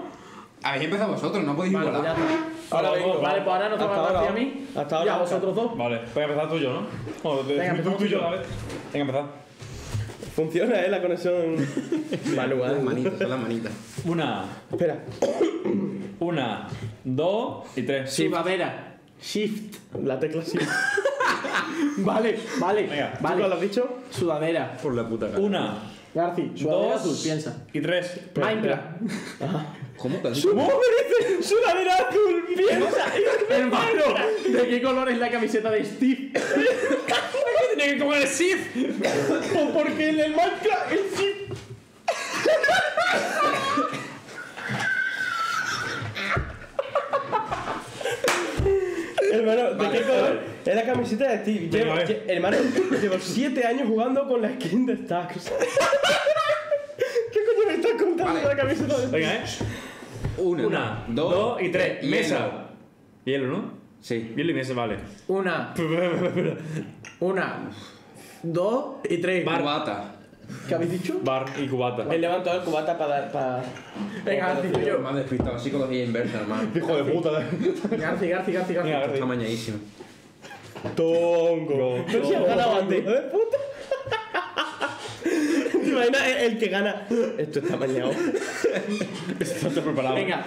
[SPEAKER 5] Habéis empezado vosotros, no podéis
[SPEAKER 3] Vale, pues ya
[SPEAKER 5] igualar.
[SPEAKER 3] está.
[SPEAKER 2] Ahora
[SPEAKER 4] Vamos,
[SPEAKER 2] vengo.
[SPEAKER 4] vamos.
[SPEAKER 3] Vale, pues ahora nos
[SPEAKER 4] Hasta
[SPEAKER 3] toca a
[SPEAKER 4] ahora.
[SPEAKER 3] ti a mí.
[SPEAKER 2] Hasta
[SPEAKER 3] Y
[SPEAKER 2] ahora.
[SPEAKER 3] a vosotros dos.
[SPEAKER 4] Vale, pues empezar tú y yo, ¿no? Bueno, de-
[SPEAKER 3] Venga,
[SPEAKER 4] tú, tú,
[SPEAKER 3] empezamos
[SPEAKER 4] tú y yo,
[SPEAKER 3] tú.
[SPEAKER 4] a ver. Venga, empezar.
[SPEAKER 2] Funciona, ¿eh? La conexión
[SPEAKER 5] Las
[SPEAKER 2] manual.
[SPEAKER 5] manitas, son las manitas.
[SPEAKER 4] Una,
[SPEAKER 2] Espera.
[SPEAKER 4] una, dos y tres.
[SPEAKER 3] Sí, Bavera. Shift.
[SPEAKER 2] La tecla sí.
[SPEAKER 3] Vale, vale,
[SPEAKER 4] Venga,
[SPEAKER 2] ¿Tú cuál
[SPEAKER 3] vale.
[SPEAKER 2] has dicho?
[SPEAKER 3] Sudadera.
[SPEAKER 5] Por la puta cara.
[SPEAKER 4] Una,
[SPEAKER 3] Garci, sudadera azul,
[SPEAKER 4] dos
[SPEAKER 3] piensa.
[SPEAKER 4] y tres.
[SPEAKER 3] Minecraft.
[SPEAKER 5] ¿Cómo que has
[SPEAKER 2] ¿Cómo me dice sudadera azul? Piensa.
[SPEAKER 3] Hermano, ¿de qué color es la camiseta de Steve?
[SPEAKER 4] Tiene que comer el Sith.
[SPEAKER 2] Pues porque en el Minecraft el sí. Hermano, ¿de qué color? Es la camiseta de Steve. Llevo-
[SPEAKER 4] a ver.
[SPEAKER 2] lle- hermano, llevo 7 años jugando con la skin de Stacks. ¿Qué coño me estás contando de la camiseta de
[SPEAKER 4] Venga, eh.
[SPEAKER 5] Una,
[SPEAKER 4] Una, dos, y tres.
[SPEAKER 5] hielo.
[SPEAKER 4] Mesa. Hielo, ¿no?
[SPEAKER 5] Sí.
[SPEAKER 4] Hielo y mesa, vale.
[SPEAKER 3] Una, una, dos y tres.
[SPEAKER 5] Barbata.
[SPEAKER 3] ¿Qué habéis dicho?
[SPEAKER 4] Bar y cubata.
[SPEAKER 2] Me levanto el cubata para dar. Para...
[SPEAKER 3] Venga, Garci, tú y yo.
[SPEAKER 5] Más despistado, psicología inversa, hermano.
[SPEAKER 4] Hijo de puta, eh.
[SPEAKER 3] Garci, Garci, Garci, Garci.
[SPEAKER 4] Venga, a
[SPEAKER 5] Está
[SPEAKER 4] ver.
[SPEAKER 5] mañadísimo.
[SPEAKER 2] Tongo. Pero si has ganado antes, ¿eh, puta? ¿Te imaginas el- el que gana? Esto está mañado.
[SPEAKER 4] Estás preparado.
[SPEAKER 3] Venga.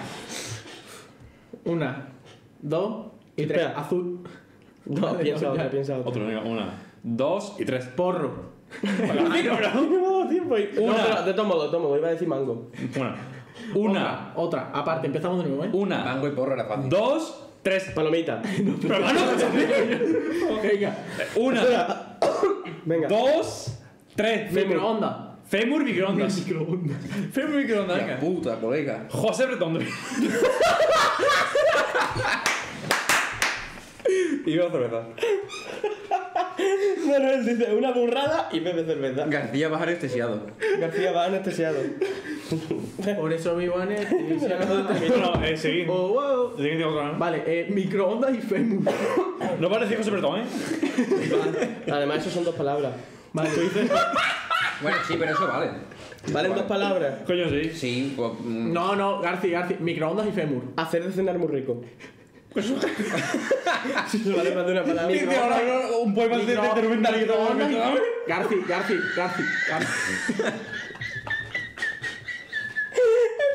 [SPEAKER 3] Una, dos y tres.
[SPEAKER 2] Espera.
[SPEAKER 3] Azul.
[SPEAKER 2] No,
[SPEAKER 3] Vale,
[SPEAKER 2] piensa
[SPEAKER 3] no,
[SPEAKER 2] otra,
[SPEAKER 3] ya.
[SPEAKER 2] piensa otra.
[SPEAKER 4] Otro, venga, una, dos y tres.
[SPEAKER 3] Porro.
[SPEAKER 2] No me ha dado tiempo. y-
[SPEAKER 4] Una.
[SPEAKER 2] No, pero de tomo, de tomo, iba a decir mango.
[SPEAKER 4] Una, una,
[SPEAKER 3] Otra. Aparte, empezamos de nuevo, ¿eh?
[SPEAKER 4] una,
[SPEAKER 5] Mango y porro era fácil.
[SPEAKER 4] dos, tres.
[SPEAKER 2] Palomita.
[SPEAKER 4] Pero, hermano,
[SPEAKER 3] Uh, Venga.
[SPEAKER 4] una,
[SPEAKER 2] Espera. Venga.
[SPEAKER 4] dos, tres.
[SPEAKER 3] Microondas.
[SPEAKER 4] Femur microondas. Microondas. Femur microondas,
[SPEAKER 5] La
[SPEAKER 4] venga.
[SPEAKER 5] puta, colega.
[SPEAKER 4] José Bretondo. y veo cerveza.
[SPEAKER 2] Manuel dice una burrada y bebe cerveza.
[SPEAKER 5] García Bajar estesiado.
[SPEAKER 2] García va anestesiado.
[SPEAKER 3] Por eso vivo en el.
[SPEAKER 4] No, eh, seguid.
[SPEAKER 3] Oh, wow.
[SPEAKER 4] Seguid, digo, otra, ¿no?
[SPEAKER 3] Vale, eh, microondas y fémur.
[SPEAKER 4] No parece José Bretón, ¿eh?
[SPEAKER 2] Además, eso son dos palabras.
[SPEAKER 3] Vale, tú dices.
[SPEAKER 5] Bueno, sí, pero eso vale.
[SPEAKER 2] ¿Valen dos palabras?
[SPEAKER 4] Coño, sí.
[SPEAKER 5] Sí, pues, mm,
[SPEAKER 3] No, no, Garci, Garci. Microondas y fémur.
[SPEAKER 2] Hacer de cenar muy rico. Si no vale más de una palabra.
[SPEAKER 4] ahora un poema
[SPEAKER 3] Micro- microondas y- Garci, Garci, Garci. Garci.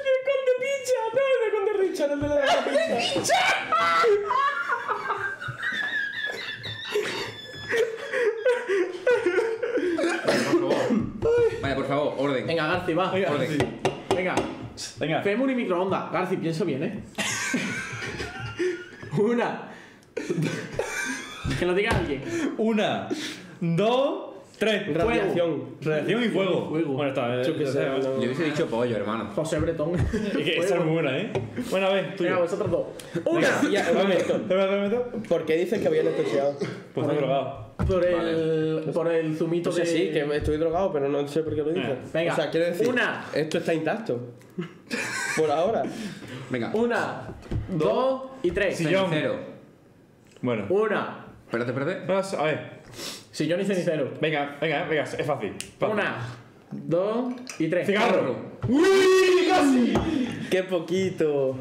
[SPEAKER 2] El conde pincha, no, el de conde Richard, el de la pincha.
[SPEAKER 5] por favor. Vale, por favor, orden.
[SPEAKER 3] Venga, Garci, va.
[SPEAKER 5] Orden.
[SPEAKER 3] Venga.
[SPEAKER 4] Venga.
[SPEAKER 3] Fémur y microondas. Garci, piensa bien, ¿eh? Una. que lo diga alguien.
[SPEAKER 4] Una, dos, tres.
[SPEAKER 2] Radiación.
[SPEAKER 4] Fuego. Radiación y fuego.
[SPEAKER 3] Fuego.
[SPEAKER 4] Bueno, está. eh,
[SPEAKER 2] Yo qué
[SPEAKER 4] ya
[SPEAKER 2] sé,
[SPEAKER 4] sabes.
[SPEAKER 5] Yo hubiese dicho pollo, hermano.
[SPEAKER 3] José Bretón.
[SPEAKER 4] Es que esa es muy buena, ¿eh? Buena vez,
[SPEAKER 3] Venga,
[SPEAKER 4] tuyo.
[SPEAKER 3] vosotros dos.
[SPEAKER 2] Una. Ya, un momento.
[SPEAKER 4] ¿Te vas a meter?
[SPEAKER 2] ¿Por qué dices que había anestesiado?
[SPEAKER 4] Pues estoy drogado.
[SPEAKER 3] Por el, por el zumito
[SPEAKER 2] O sea,
[SPEAKER 4] Pues
[SPEAKER 3] de...
[SPEAKER 2] Pues sí, que estoy drogado, pero no sé por qué lo dices.
[SPEAKER 3] Eh, Venga,
[SPEAKER 2] o sea, quiero decir,
[SPEAKER 3] una.
[SPEAKER 2] esto está intacto. Por ahora.
[SPEAKER 5] Venga,
[SPEAKER 3] Una, dos y tres.
[SPEAKER 4] Sillón.
[SPEAKER 5] cero.
[SPEAKER 4] Bueno.
[SPEAKER 3] Una.
[SPEAKER 5] Espérate, espérate.
[SPEAKER 4] Vas, A ver.
[SPEAKER 3] Sillón y cenicero.
[SPEAKER 4] Venga, venga, venga, es fácil. Fácil.
[SPEAKER 3] Una, dos y tres.
[SPEAKER 4] Cigarro.
[SPEAKER 2] ¡Uy! ¡Casi! ¡Qué poquito!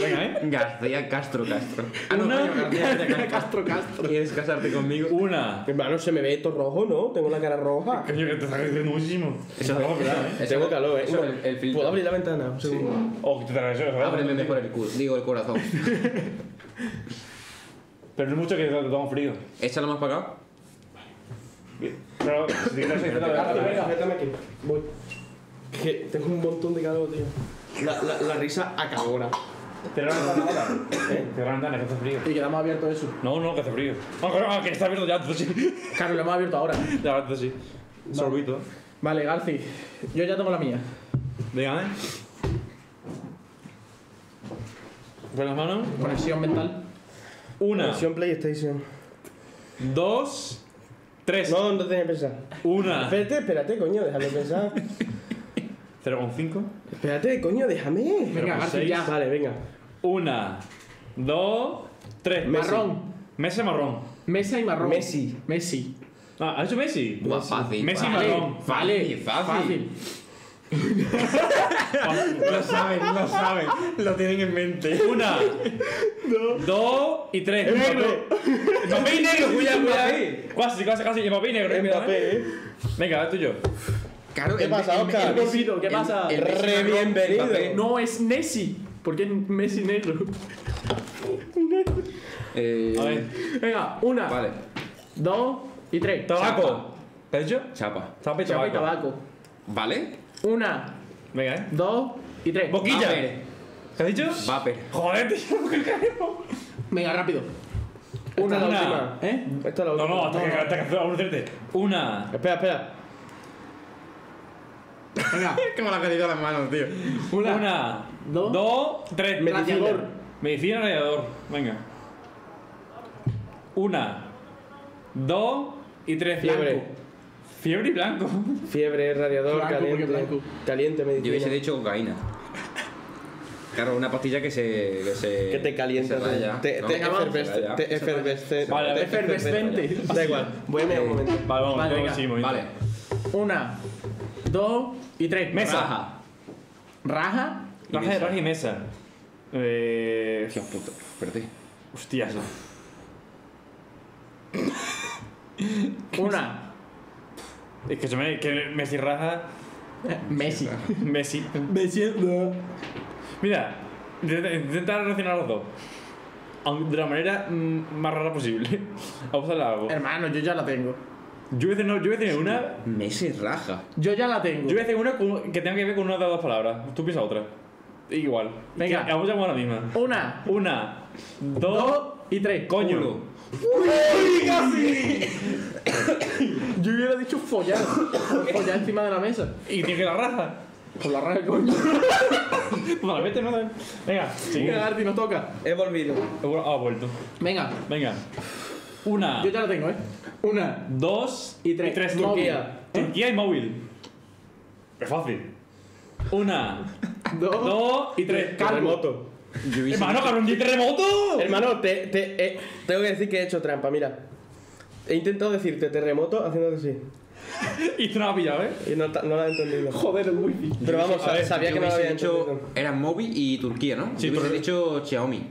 [SPEAKER 4] Venga, ¿eh?
[SPEAKER 5] García Castro Castro. Ah, no,
[SPEAKER 4] Una.
[SPEAKER 5] coño, García Castro
[SPEAKER 3] Castro Castro.
[SPEAKER 5] ¿Quieres casarte conmigo?
[SPEAKER 4] Una.
[SPEAKER 2] Hermano, se me ve esto rojo, ¿no? Tengo la cara roja.
[SPEAKER 4] Coño, que te está creciendo muchísimo.
[SPEAKER 5] Eso
[SPEAKER 4] No, cuidado, ¿eh?
[SPEAKER 5] Eso-
[SPEAKER 2] Tengo calor, ¿eh?
[SPEAKER 5] Eso es el, el filtro.
[SPEAKER 2] ¿Puedo abrir la ventana? Un segundo.
[SPEAKER 4] O que te traes eso, ¿verdad?
[SPEAKER 5] Ábreme mejor el culo, digo el corazón.
[SPEAKER 4] Pero no es mucho que te tomo frío.
[SPEAKER 5] Échalo más para acá.
[SPEAKER 4] Pero si te quedas ahí, te
[SPEAKER 2] Ah,
[SPEAKER 4] la-
[SPEAKER 2] venga, métame aquí. Voy. Que tengo un montón de calor, tío. La, la, la risa acabora.
[SPEAKER 4] te la levantan ahora. Te la levantan, que hace frío.
[SPEAKER 3] Y quedamos abierto eso.
[SPEAKER 4] No, no, que hace frío. Ah, claro, ah, que está abierto ya, entonces sí.
[SPEAKER 3] Claro, lo hemos abierto ahora.
[SPEAKER 4] Ya, entonces sí. Sorbito.
[SPEAKER 3] Vale, Garci. Yo ya tengo la mía.
[SPEAKER 4] Dígame. Con las manos.
[SPEAKER 3] Conexión mental.
[SPEAKER 4] Una,
[SPEAKER 2] Versión PlayStation.
[SPEAKER 4] dos, tres.
[SPEAKER 2] No, no tenía que pensar.
[SPEAKER 4] Una.
[SPEAKER 2] Espérate, espérate, coño, déjame pensar.
[SPEAKER 4] 0,5.
[SPEAKER 2] Espérate, coño, déjame.
[SPEAKER 3] Venga,
[SPEAKER 4] con
[SPEAKER 3] Garci,
[SPEAKER 4] seis.
[SPEAKER 3] ya.
[SPEAKER 2] Vale, venga.
[SPEAKER 4] Una, dos, tres.
[SPEAKER 2] Messi.
[SPEAKER 3] Marrón.
[SPEAKER 4] Messi marrón.
[SPEAKER 3] Mesa y marrón.
[SPEAKER 2] Messi.
[SPEAKER 3] Messi.
[SPEAKER 4] Ah, ¿ha hecho Messi?
[SPEAKER 5] Buah, fácil.
[SPEAKER 4] Messi
[SPEAKER 5] fácil.
[SPEAKER 4] marrón.
[SPEAKER 5] Fácil, fácil. Lo saben, lo saben. Lo tienen en mente.
[SPEAKER 4] Una, dos y tres. Mbappé. Mbappé y negro, cuidado, cuidado. eh. Casi, casi, casi. Mbappé y negro. eh, cuidado, eh.
[SPEAKER 2] Mbappé, ¿eh?
[SPEAKER 4] Venga, es tuyo.
[SPEAKER 5] Claro,
[SPEAKER 2] ¿Qué
[SPEAKER 5] el-
[SPEAKER 2] pasa,
[SPEAKER 5] el-
[SPEAKER 2] Oscar?
[SPEAKER 5] el Messi-
[SPEAKER 3] ¿Qué
[SPEAKER 5] el-
[SPEAKER 3] pasa?
[SPEAKER 5] el Messi
[SPEAKER 2] Re
[SPEAKER 5] marrón,
[SPEAKER 2] bienvenido.
[SPEAKER 5] Mbappé.
[SPEAKER 3] No es Messi, porque es Messi negro.
[SPEAKER 5] Eh,
[SPEAKER 4] A ver.
[SPEAKER 3] Venga, una,
[SPEAKER 5] Vale.
[SPEAKER 3] dos y tres.
[SPEAKER 4] Tabaco. ¿Te has dicho?
[SPEAKER 5] Chapa.
[SPEAKER 4] Chapa y
[SPEAKER 3] Chapa y
[SPEAKER 4] tabaco.
[SPEAKER 3] tabaco.
[SPEAKER 5] ¿Vale?
[SPEAKER 3] Una,
[SPEAKER 4] Venga, eh.
[SPEAKER 3] dos y tres.
[SPEAKER 4] Boquilla.
[SPEAKER 5] Vapor.
[SPEAKER 4] ¿Qué has dicho?
[SPEAKER 5] Vapor.
[SPEAKER 4] Joder, tío, qué carajo.
[SPEAKER 3] Venga, rápido.
[SPEAKER 2] Una,
[SPEAKER 4] Una.
[SPEAKER 2] la última.
[SPEAKER 3] ¿Eh?
[SPEAKER 2] Esta es la
[SPEAKER 4] No,
[SPEAKER 2] última.
[SPEAKER 4] no, hasta que hasta que aburrirte. Una,
[SPEAKER 2] Espera, espera.
[SPEAKER 5] Venga. Como la calidad de las manos, tío.
[SPEAKER 4] una,
[SPEAKER 3] dos,
[SPEAKER 4] dos, tres.
[SPEAKER 2] Medicinador.
[SPEAKER 4] Medicina radiador. Venga. Una, dos y tres.
[SPEAKER 2] Fiebre.
[SPEAKER 4] Blanco. Fiebre y blanco.
[SPEAKER 2] Fiebre, radiador,
[SPEAKER 3] Blanco, porque
[SPEAKER 2] caliente.
[SPEAKER 3] blanco.
[SPEAKER 2] Caliente,
[SPEAKER 5] Yo hubiese
[SPEAKER 2] medicina.
[SPEAKER 5] dicho cocaína. Claro, una pastilla que se. que, se,
[SPEAKER 2] Que te calienta.
[SPEAKER 5] que se raya.
[SPEAKER 2] Te,
[SPEAKER 5] No,
[SPEAKER 2] te
[SPEAKER 5] que se
[SPEAKER 2] efervesce.
[SPEAKER 5] raya.
[SPEAKER 2] Te efervesce.
[SPEAKER 4] Vale,
[SPEAKER 2] te
[SPEAKER 3] efervescente.
[SPEAKER 2] efervesce. Da igual. Voy a mirar un momento.
[SPEAKER 4] Vale, vamos,
[SPEAKER 3] Vale,
[SPEAKER 4] vamos,
[SPEAKER 3] venga.
[SPEAKER 4] seguimos.
[SPEAKER 5] Vale.
[SPEAKER 3] una, dos y tres.
[SPEAKER 4] Mesa.
[SPEAKER 5] Raja.
[SPEAKER 3] Raja.
[SPEAKER 4] Raja de raja y mesa. Eh.
[SPEAKER 5] Dios puto, perdí.
[SPEAKER 4] Hostias.
[SPEAKER 3] Una.
[SPEAKER 4] Es que se me. Que Messi raja.
[SPEAKER 3] Eh, Messi.
[SPEAKER 4] Messi.
[SPEAKER 3] Messi.
[SPEAKER 4] Mira, intenta, intenta relacionar los dos. Aun- De la manera mm, más rara posible. Vamos a hacer algo.
[SPEAKER 3] Hermano, yo ya la tengo.
[SPEAKER 4] Yo voy a decir, no, yo voy a decir una.
[SPEAKER 5] Messi raja.
[SPEAKER 3] Yo ya la
[SPEAKER 4] Yo
[SPEAKER 3] tengo.
[SPEAKER 4] voy a decir una con- que tenga que ver con una de las dos palabras. Tú piensas otra. Igual.
[SPEAKER 3] Venga.
[SPEAKER 4] Que Vamos a llamar la misma.
[SPEAKER 3] Una,
[SPEAKER 4] Una, dos,
[SPEAKER 3] dos y tres.
[SPEAKER 4] coño.
[SPEAKER 5] Culo.
[SPEAKER 3] Yo hubiera dicho follar. follar encima de la mesa.
[SPEAKER 4] Y tiene que la raja.
[SPEAKER 3] Por la raja, coño.
[SPEAKER 4] Vale, vete, no te- Venga, sigue.
[SPEAKER 3] Venga, Gardi, nos toca.
[SPEAKER 5] He volvido.
[SPEAKER 4] Ah, ha vuelto.
[SPEAKER 3] Venga,
[SPEAKER 4] Venga. Una,
[SPEAKER 3] yo ya la tengo, ¿eh? Una.
[SPEAKER 4] dos
[SPEAKER 3] Y tres.
[SPEAKER 4] Turquía. Turquía y móvil. Es fácil. Una,
[SPEAKER 3] Dos.
[SPEAKER 4] dos y tres. Calvo.
[SPEAKER 2] Terremoto.
[SPEAKER 5] Yo hubiese
[SPEAKER 4] Hermano, cabrón, ¿y terremoto?
[SPEAKER 2] Hermano, te, te, eh, tengo que decir que he hecho trampa, mira. He intentado decirte terremoto haciéndote así.
[SPEAKER 4] Y tú no la has pillado, ¿eh?
[SPEAKER 2] Y no, ta- no lo he entendido.
[SPEAKER 3] Joder, el wifi.
[SPEAKER 2] Pero vamos,
[SPEAKER 4] A ver,
[SPEAKER 2] sabía
[SPEAKER 5] yo
[SPEAKER 2] que no lo
[SPEAKER 5] hubiese
[SPEAKER 2] había
[SPEAKER 5] dicho.
[SPEAKER 2] entendido.
[SPEAKER 5] Eran Mobi y Turquía, ¿no?
[SPEAKER 4] Sí,
[SPEAKER 5] yo hubiese
[SPEAKER 4] Turquía.
[SPEAKER 5] dicho Xiaomi.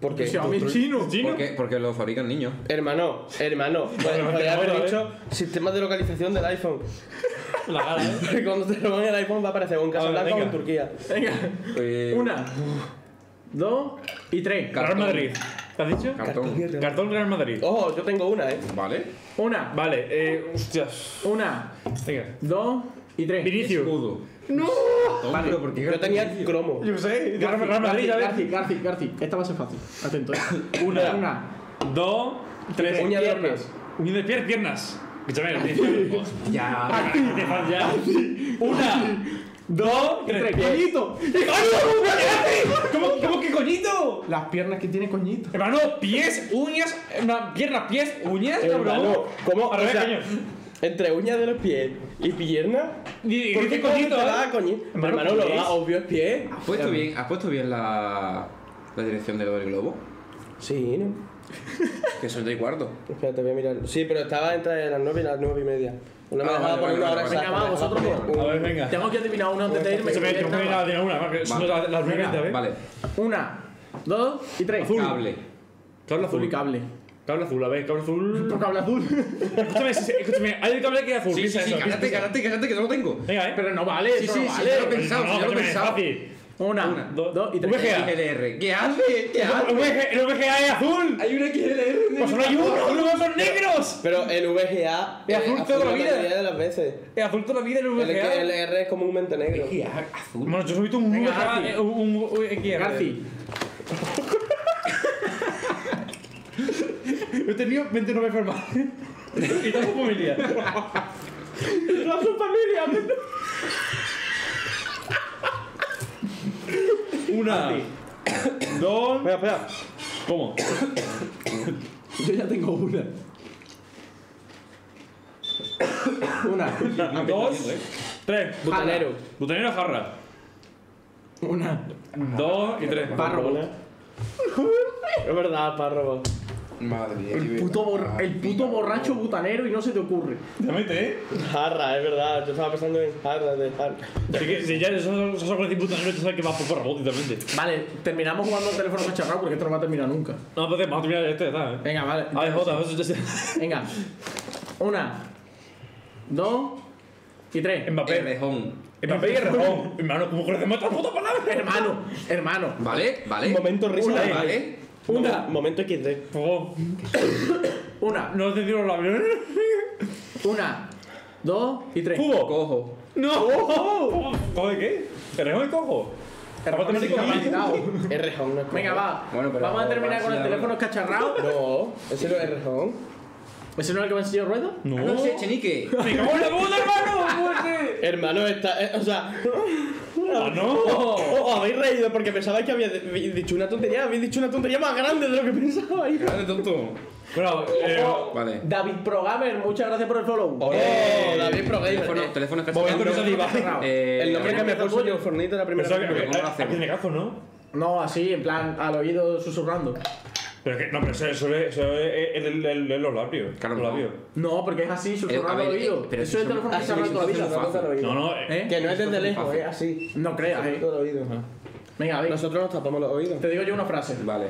[SPEAKER 2] ¿Por qué?
[SPEAKER 3] Xiaomi chino.
[SPEAKER 4] ¿Chino?
[SPEAKER 5] Porque, porque lo fabrican niños.
[SPEAKER 2] Hermano, hermano, podría podría
[SPEAKER 4] terremoto,
[SPEAKER 2] haber
[SPEAKER 4] ¿eh?
[SPEAKER 2] dicho sistema de localización del iPhone.
[SPEAKER 4] La gala, ¿eh?
[SPEAKER 2] Porque cuando te lo en el iPhone va a aparecer o en Casablanca o
[SPEAKER 4] venga.
[SPEAKER 2] en Turquía.
[SPEAKER 3] Venga.
[SPEAKER 5] Eh,
[SPEAKER 3] Una, dos y tres.
[SPEAKER 5] Cartón.
[SPEAKER 4] Real Madrid. ¿Te has dicho?
[SPEAKER 5] Cartón.
[SPEAKER 4] Cartón Real Madrid.
[SPEAKER 2] Ojo, yo tengo una, eh.
[SPEAKER 5] Vale.
[SPEAKER 3] Una,
[SPEAKER 4] Vale, eh. Hostias.
[SPEAKER 3] una,
[SPEAKER 4] Venga.
[SPEAKER 3] dos y tres.
[SPEAKER 4] Vinicius.
[SPEAKER 5] Escudo. ¡No! ¿por qué
[SPEAKER 2] Yo tenía cromo.
[SPEAKER 4] Yo sé. Real Real
[SPEAKER 3] Garci,
[SPEAKER 4] Madrid, a ver.
[SPEAKER 3] Garci, Garci, Garci. Esta va a ser fácil. Atento, ¿eh?
[SPEAKER 4] Una.
[SPEAKER 3] Una.
[SPEAKER 4] Dos, tres.
[SPEAKER 2] Uña de
[SPEAKER 4] Piernas.
[SPEAKER 2] pies.
[SPEAKER 4] Uña de pier- piernas. Escúchame, tío.
[SPEAKER 5] Ya.
[SPEAKER 4] Te fal- ya. Una, dos,
[SPEAKER 3] Tres.
[SPEAKER 4] tres.
[SPEAKER 3] ¡Coñito!
[SPEAKER 4] ¿Cómo, ¿Cómo que coñito?
[SPEAKER 3] Las piernas que tiene coñito.
[SPEAKER 4] Hermano, pies, uñas, una pierna, pies, uñas,
[SPEAKER 2] Hermano,
[SPEAKER 4] cabrón.
[SPEAKER 2] ¿cómo?
[SPEAKER 4] Al
[SPEAKER 2] O
[SPEAKER 4] revés,
[SPEAKER 2] sea,
[SPEAKER 4] coño.
[SPEAKER 2] Entre uñas de los pies y piernas.
[SPEAKER 4] Y- y
[SPEAKER 2] ¿Por
[SPEAKER 4] dice
[SPEAKER 2] qué coño
[SPEAKER 4] coñito,
[SPEAKER 2] te
[SPEAKER 4] eh?
[SPEAKER 2] va a coñi-
[SPEAKER 4] Hermano,
[SPEAKER 2] Hermano, lo
[SPEAKER 4] ¿ves?
[SPEAKER 2] más obvio es pie.
[SPEAKER 5] ¿Has puesto bien, has puesto bien la, la dirección de lo del globo?
[SPEAKER 2] Sí, ¿no?
[SPEAKER 5] Que son de cuarto.
[SPEAKER 2] Espérate, voy a mirar. Sí, pero estaba entre las 9 y las 9 y media. No me
[SPEAKER 5] Ah,
[SPEAKER 2] dejaba
[SPEAKER 5] vale,
[SPEAKER 2] poner
[SPEAKER 5] vale,
[SPEAKER 2] una hora
[SPEAKER 5] vale.
[SPEAKER 2] exacta.
[SPEAKER 3] Venga, va,
[SPEAKER 2] me dejaba poner
[SPEAKER 3] vosotros
[SPEAKER 4] A ver,
[SPEAKER 2] un-
[SPEAKER 4] venga.
[SPEAKER 3] Tengo que adivinar una antes de irme.
[SPEAKER 4] Se me-
[SPEAKER 3] que
[SPEAKER 4] yo
[SPEAKER 3] voy
[SPEAKER 4] me
[SPEAKER 3] a
[SPEAKER 4] voy
[SPEAKER 3] ir
[SPEAKER 4] a
[SPEAKER 3] a
[SPEAKER 4] tirar una, que son
[SPEAKER 5] Vale.
[SPEAKER 4] las las
[SPEAKER 3] Venga,
[SPEAKER 4] nueve, ¿ves?
[SPEAKER 5] Vale.
[SPEAKER 3] Una, dos y tres.
[SPEAKER 5] Cable.
[SPEAKER 4] Ah, Cable
[SPEAKER 3] Azul y
[SPEAKER 4] azul.
[SPEAKER 3] cable.
[SPEAKER 4] Cable azul, a ver, cable azul.
[SPEAKER 3] Cable azul.
[SPEAKER 4] Escúchame, sí, sí, escúchame, hay un cable que es azul.
[SPEAKER 5] Sí, sí,
[SPEAKER 4] piensa
[SPEAKER 5] sí,
[SPEAKER 4] eso,
[SPEAKER 5] cállate,
[SPEAKER 4] piensa eso.
[SPEAKER 5] cállate, cállate, que yo lo tengo.
[SPEAKER 4] Venga, eh.
[SPEAKER 3] Pero no vale,
[SPEAKER 5] Sí,
[SPEAKER 3] eso
[SPEAKER 5] sí,
[SPEAKER 3] no
[SPEAKER 5] sí,
[SPEAKER 3] vale.
[SPEAKER 5] ya lo he pensado,
[SPEAKER 4] No,
[SPEAKER 5] ya lo he
[SPEAKER 4] escúchame, es
[SPEAKER 5] pensado.
[SPEAKER 4] fácil.
[SPEAKER 3] Una,
[SPEAKER 5] Una,
[SPEAKER 3] dos, y tres.
[SPEAKER 4] VGA.
[SPEAKER 5] XLR. ¿Qué hace? ¿Qué
[SPEAKER 4] El
[SPEAKER 5] hace?
[SPEAKER 4] VG el VGA es azul.
[SPEAKER 5] Hay una XLR. en
[SPEAKER 4] Pues
[SPEAKER 5] el-
[SPEAKER 4] solo hay uno, los demás son negros.
[SPEAKER 2] Pero el VGA.
[SPEAKER 4] Es
[SPEAKER 2] eh,
[SPEAKER 4] azul toda la vida.
[SPEAKER 2] mayoría de las veces.
[SPEAKER 4] Es azul toda la vida el
[SPEAKER 2] El,
[SPEAKER 4] VGA.
[SPEAKER 2] el R es comúnmente negro.
[SPEAKER 4] Bueno, yo soy un
[SPEAKER 3] Venga,
[SPEAKER 4] VGA,
[SPEAKER 3] Garci.
[SPEAKER 4] eh, un- un un XR.
[SPEAKER 3] Garci.
[SPEAKER 4] Yo he tenido 29 enfermedades. y toda su familia.
[SPEAKER 3] ¡No su familia!
[SPEAKER 4] Una, dos.
[SPEAKER 2] Espera, espera.
[SPEAKER 4] ¿Cómo?
[SPEAKER 3] Yo ya tengo una. Una,
[SPEAKER 4] Dos, tres.
[SPEAKER 2] Butanero.
[SPEAKER 4] Butanero jarra.
[SPEAKER 3] una.
[SPEAKER 4] Dos y tres.
[SPEAKER 3] Párrobo.
[SPEAKER 2] Es verdad, párrobo.
[SPEAKER 6] Madre mía.
[SPEAKER 3] El puto, bor- el puto borracho butanero y no se te ocurre.
[SPEAKER 4] Ya mete, ¿eh?
[SPEAKER 2] Jarra, es verdad. Yo estaba pensando en jarra de tal.
[SPEAKER 4] Así que si ya son son 40 putas negras, tú sabes que va por porra, directamente.
[SPEAKER 3] Vale, terminamos jugando al teléfono cacharrado porque esto no va a terminar nunca.
[SPEAKER 4] No, pues vamos a terminar esto, ya está, ¿eh?
[SPEAKER 3] Venga, vale.
[SPEAKER 4] A ver, Jota, eso ya está.
[SPEAKER 3] Venga. Una, dos y tres.
[SPEAKER 4] Mbappé.
[SPEAKER 5] Errejón.
[SPEAKER 4] Eh, Mbappé y Rejón. Hermano, ¿cómo conocemos esta puta palabra?
[SPEAKER 3] Hermano, hermano.
[SPEAKER 5] ¿Vale? ¿Vale?
[SPEAKER 2] Momento risa.
[SPEAKER 5] Una, ¿eh?
[SPEAKER 2] Vale.
[SPEAKER 5] ¿Vale?
[SPEAKER 2] Una. Momento XD.
[SPEAKER 4] Por favor,
[SPEAKER 3] Una,
[SPEAKER 4] no te tiro los aviones.
[SPEAKER 3] una, dos y tres.
[SPEAKER 4] Cubo.
[SPEAKER 5] Cojo.
[SPEAKER 4] ¡No! ¿Cojo de qué? ¿Errejón y cojo?
[SPEAKER 5] Ah,
[SPEAKER 4] Aparte, me digo,
[SPEAKER 3] Discapacitado.
[SPEAKER 2] Es rejón, no es cojo.
[SPEAKER 3] Venga, va.
[SPEAKER 5] Bueno, pero
[SPEAKER 3] Vamos a terminar con el
[SPEAKER 5] vamos a-
[SPEAKER 3] teléfono cacharrado.
[SPEAKER 2] No, ese no es rejón.
[SPEAKER 3] ¿Ese no es el que me enseñó Ruedo?
[SPEAKER 4] No.
[SPEAKER 5] No sé, chenique.
[SPEAKER 4] ¡Me cago en la puta, hermano!
[SPEAKER 2] Hermano, está. eh, o sea.
[SPEAKER 4] ¡Ah, no!
[SPEAKER 2] Oh, oh, habéis reído porque pensabais que había de- dicho una tontería. Habéis dicho una tontería más grande de lo que pensabais.
[SPEAKER 5] Grande tonto. Oh,
[SPEAKER 4] Bueno, eh,
[SPEAKER 5] Vale.
[SPEAKER 3] David Progamer, muchas gracias por el follow.
[SPEAKER 2] Oh, David Pro Gamer.
[SPEAKER 5] Teléfono,
[SPEAKER 2] eh.
[SPEAKER 5] teléfono
[SPEAKER 4] Momento risa de Ibai.
[SPEAKER 5] Eh,
[SPEAKER 2] El nombre que me puso yo, Fornito, la primera vez.
[SPEAKER 4] Pensaba que-
[SPEAKER 2] que me-
[SPEAKER 5] ¿cómo lo
[SPEAKER 4] que
[SPEAKER 5] hacemos?
[SPEAKER 4] tiene cazo, ¿no?
[SPEAKER 3] No, así, en plan, al oído susurrando.
[SPEAKER 4] Pero que, no, pero eso, eso es, eso es el, el, el, el- los labios.
[SPEAKER 5] Claro,
[SPEAKER 4] los
[SPEAKER 5] no.
[SPEAKER 4] labios.
[SPEAKER 3] No, porque es así,
[SPEAKER 5] a
[SPEAKER 3] susurrando
[SPEAKER 5] ver,
[SPEAKER 3] al oído.
[SPEAKER 5] eh, pero
[SPEAKER 3] Eso es
[SPEAKER 5] eso-
[SPEAKER 3] teléfono
[SPEAKER 5] eso-
[SPEAKER 3] cacharrado
[SPEAKER 5] eso-
[SPEAKER 3] toda la
[SPEAKER 5] eso-
[SPEAKER 3] vida.
[SPEAKER 5] fácil.
[SPEAKER 4] No, no, eh,
[SPEAKER 3] ¿Eh?
[SPEAKER 2] Que no es desde lejos,
[SPEAKER 5] fácil.
[SPEAKER 2] es así.
[SPEAKER 3] No creas, eh.
[SPEAKER 2] Todo el oído.
[SPEAKER 3] Venga, a ver,
[SPEAKER 2] Nosotros nos tapamos los oídos.
[SPEAKER 3] te digo yo una frase.
[SPEAKER 5] Vale.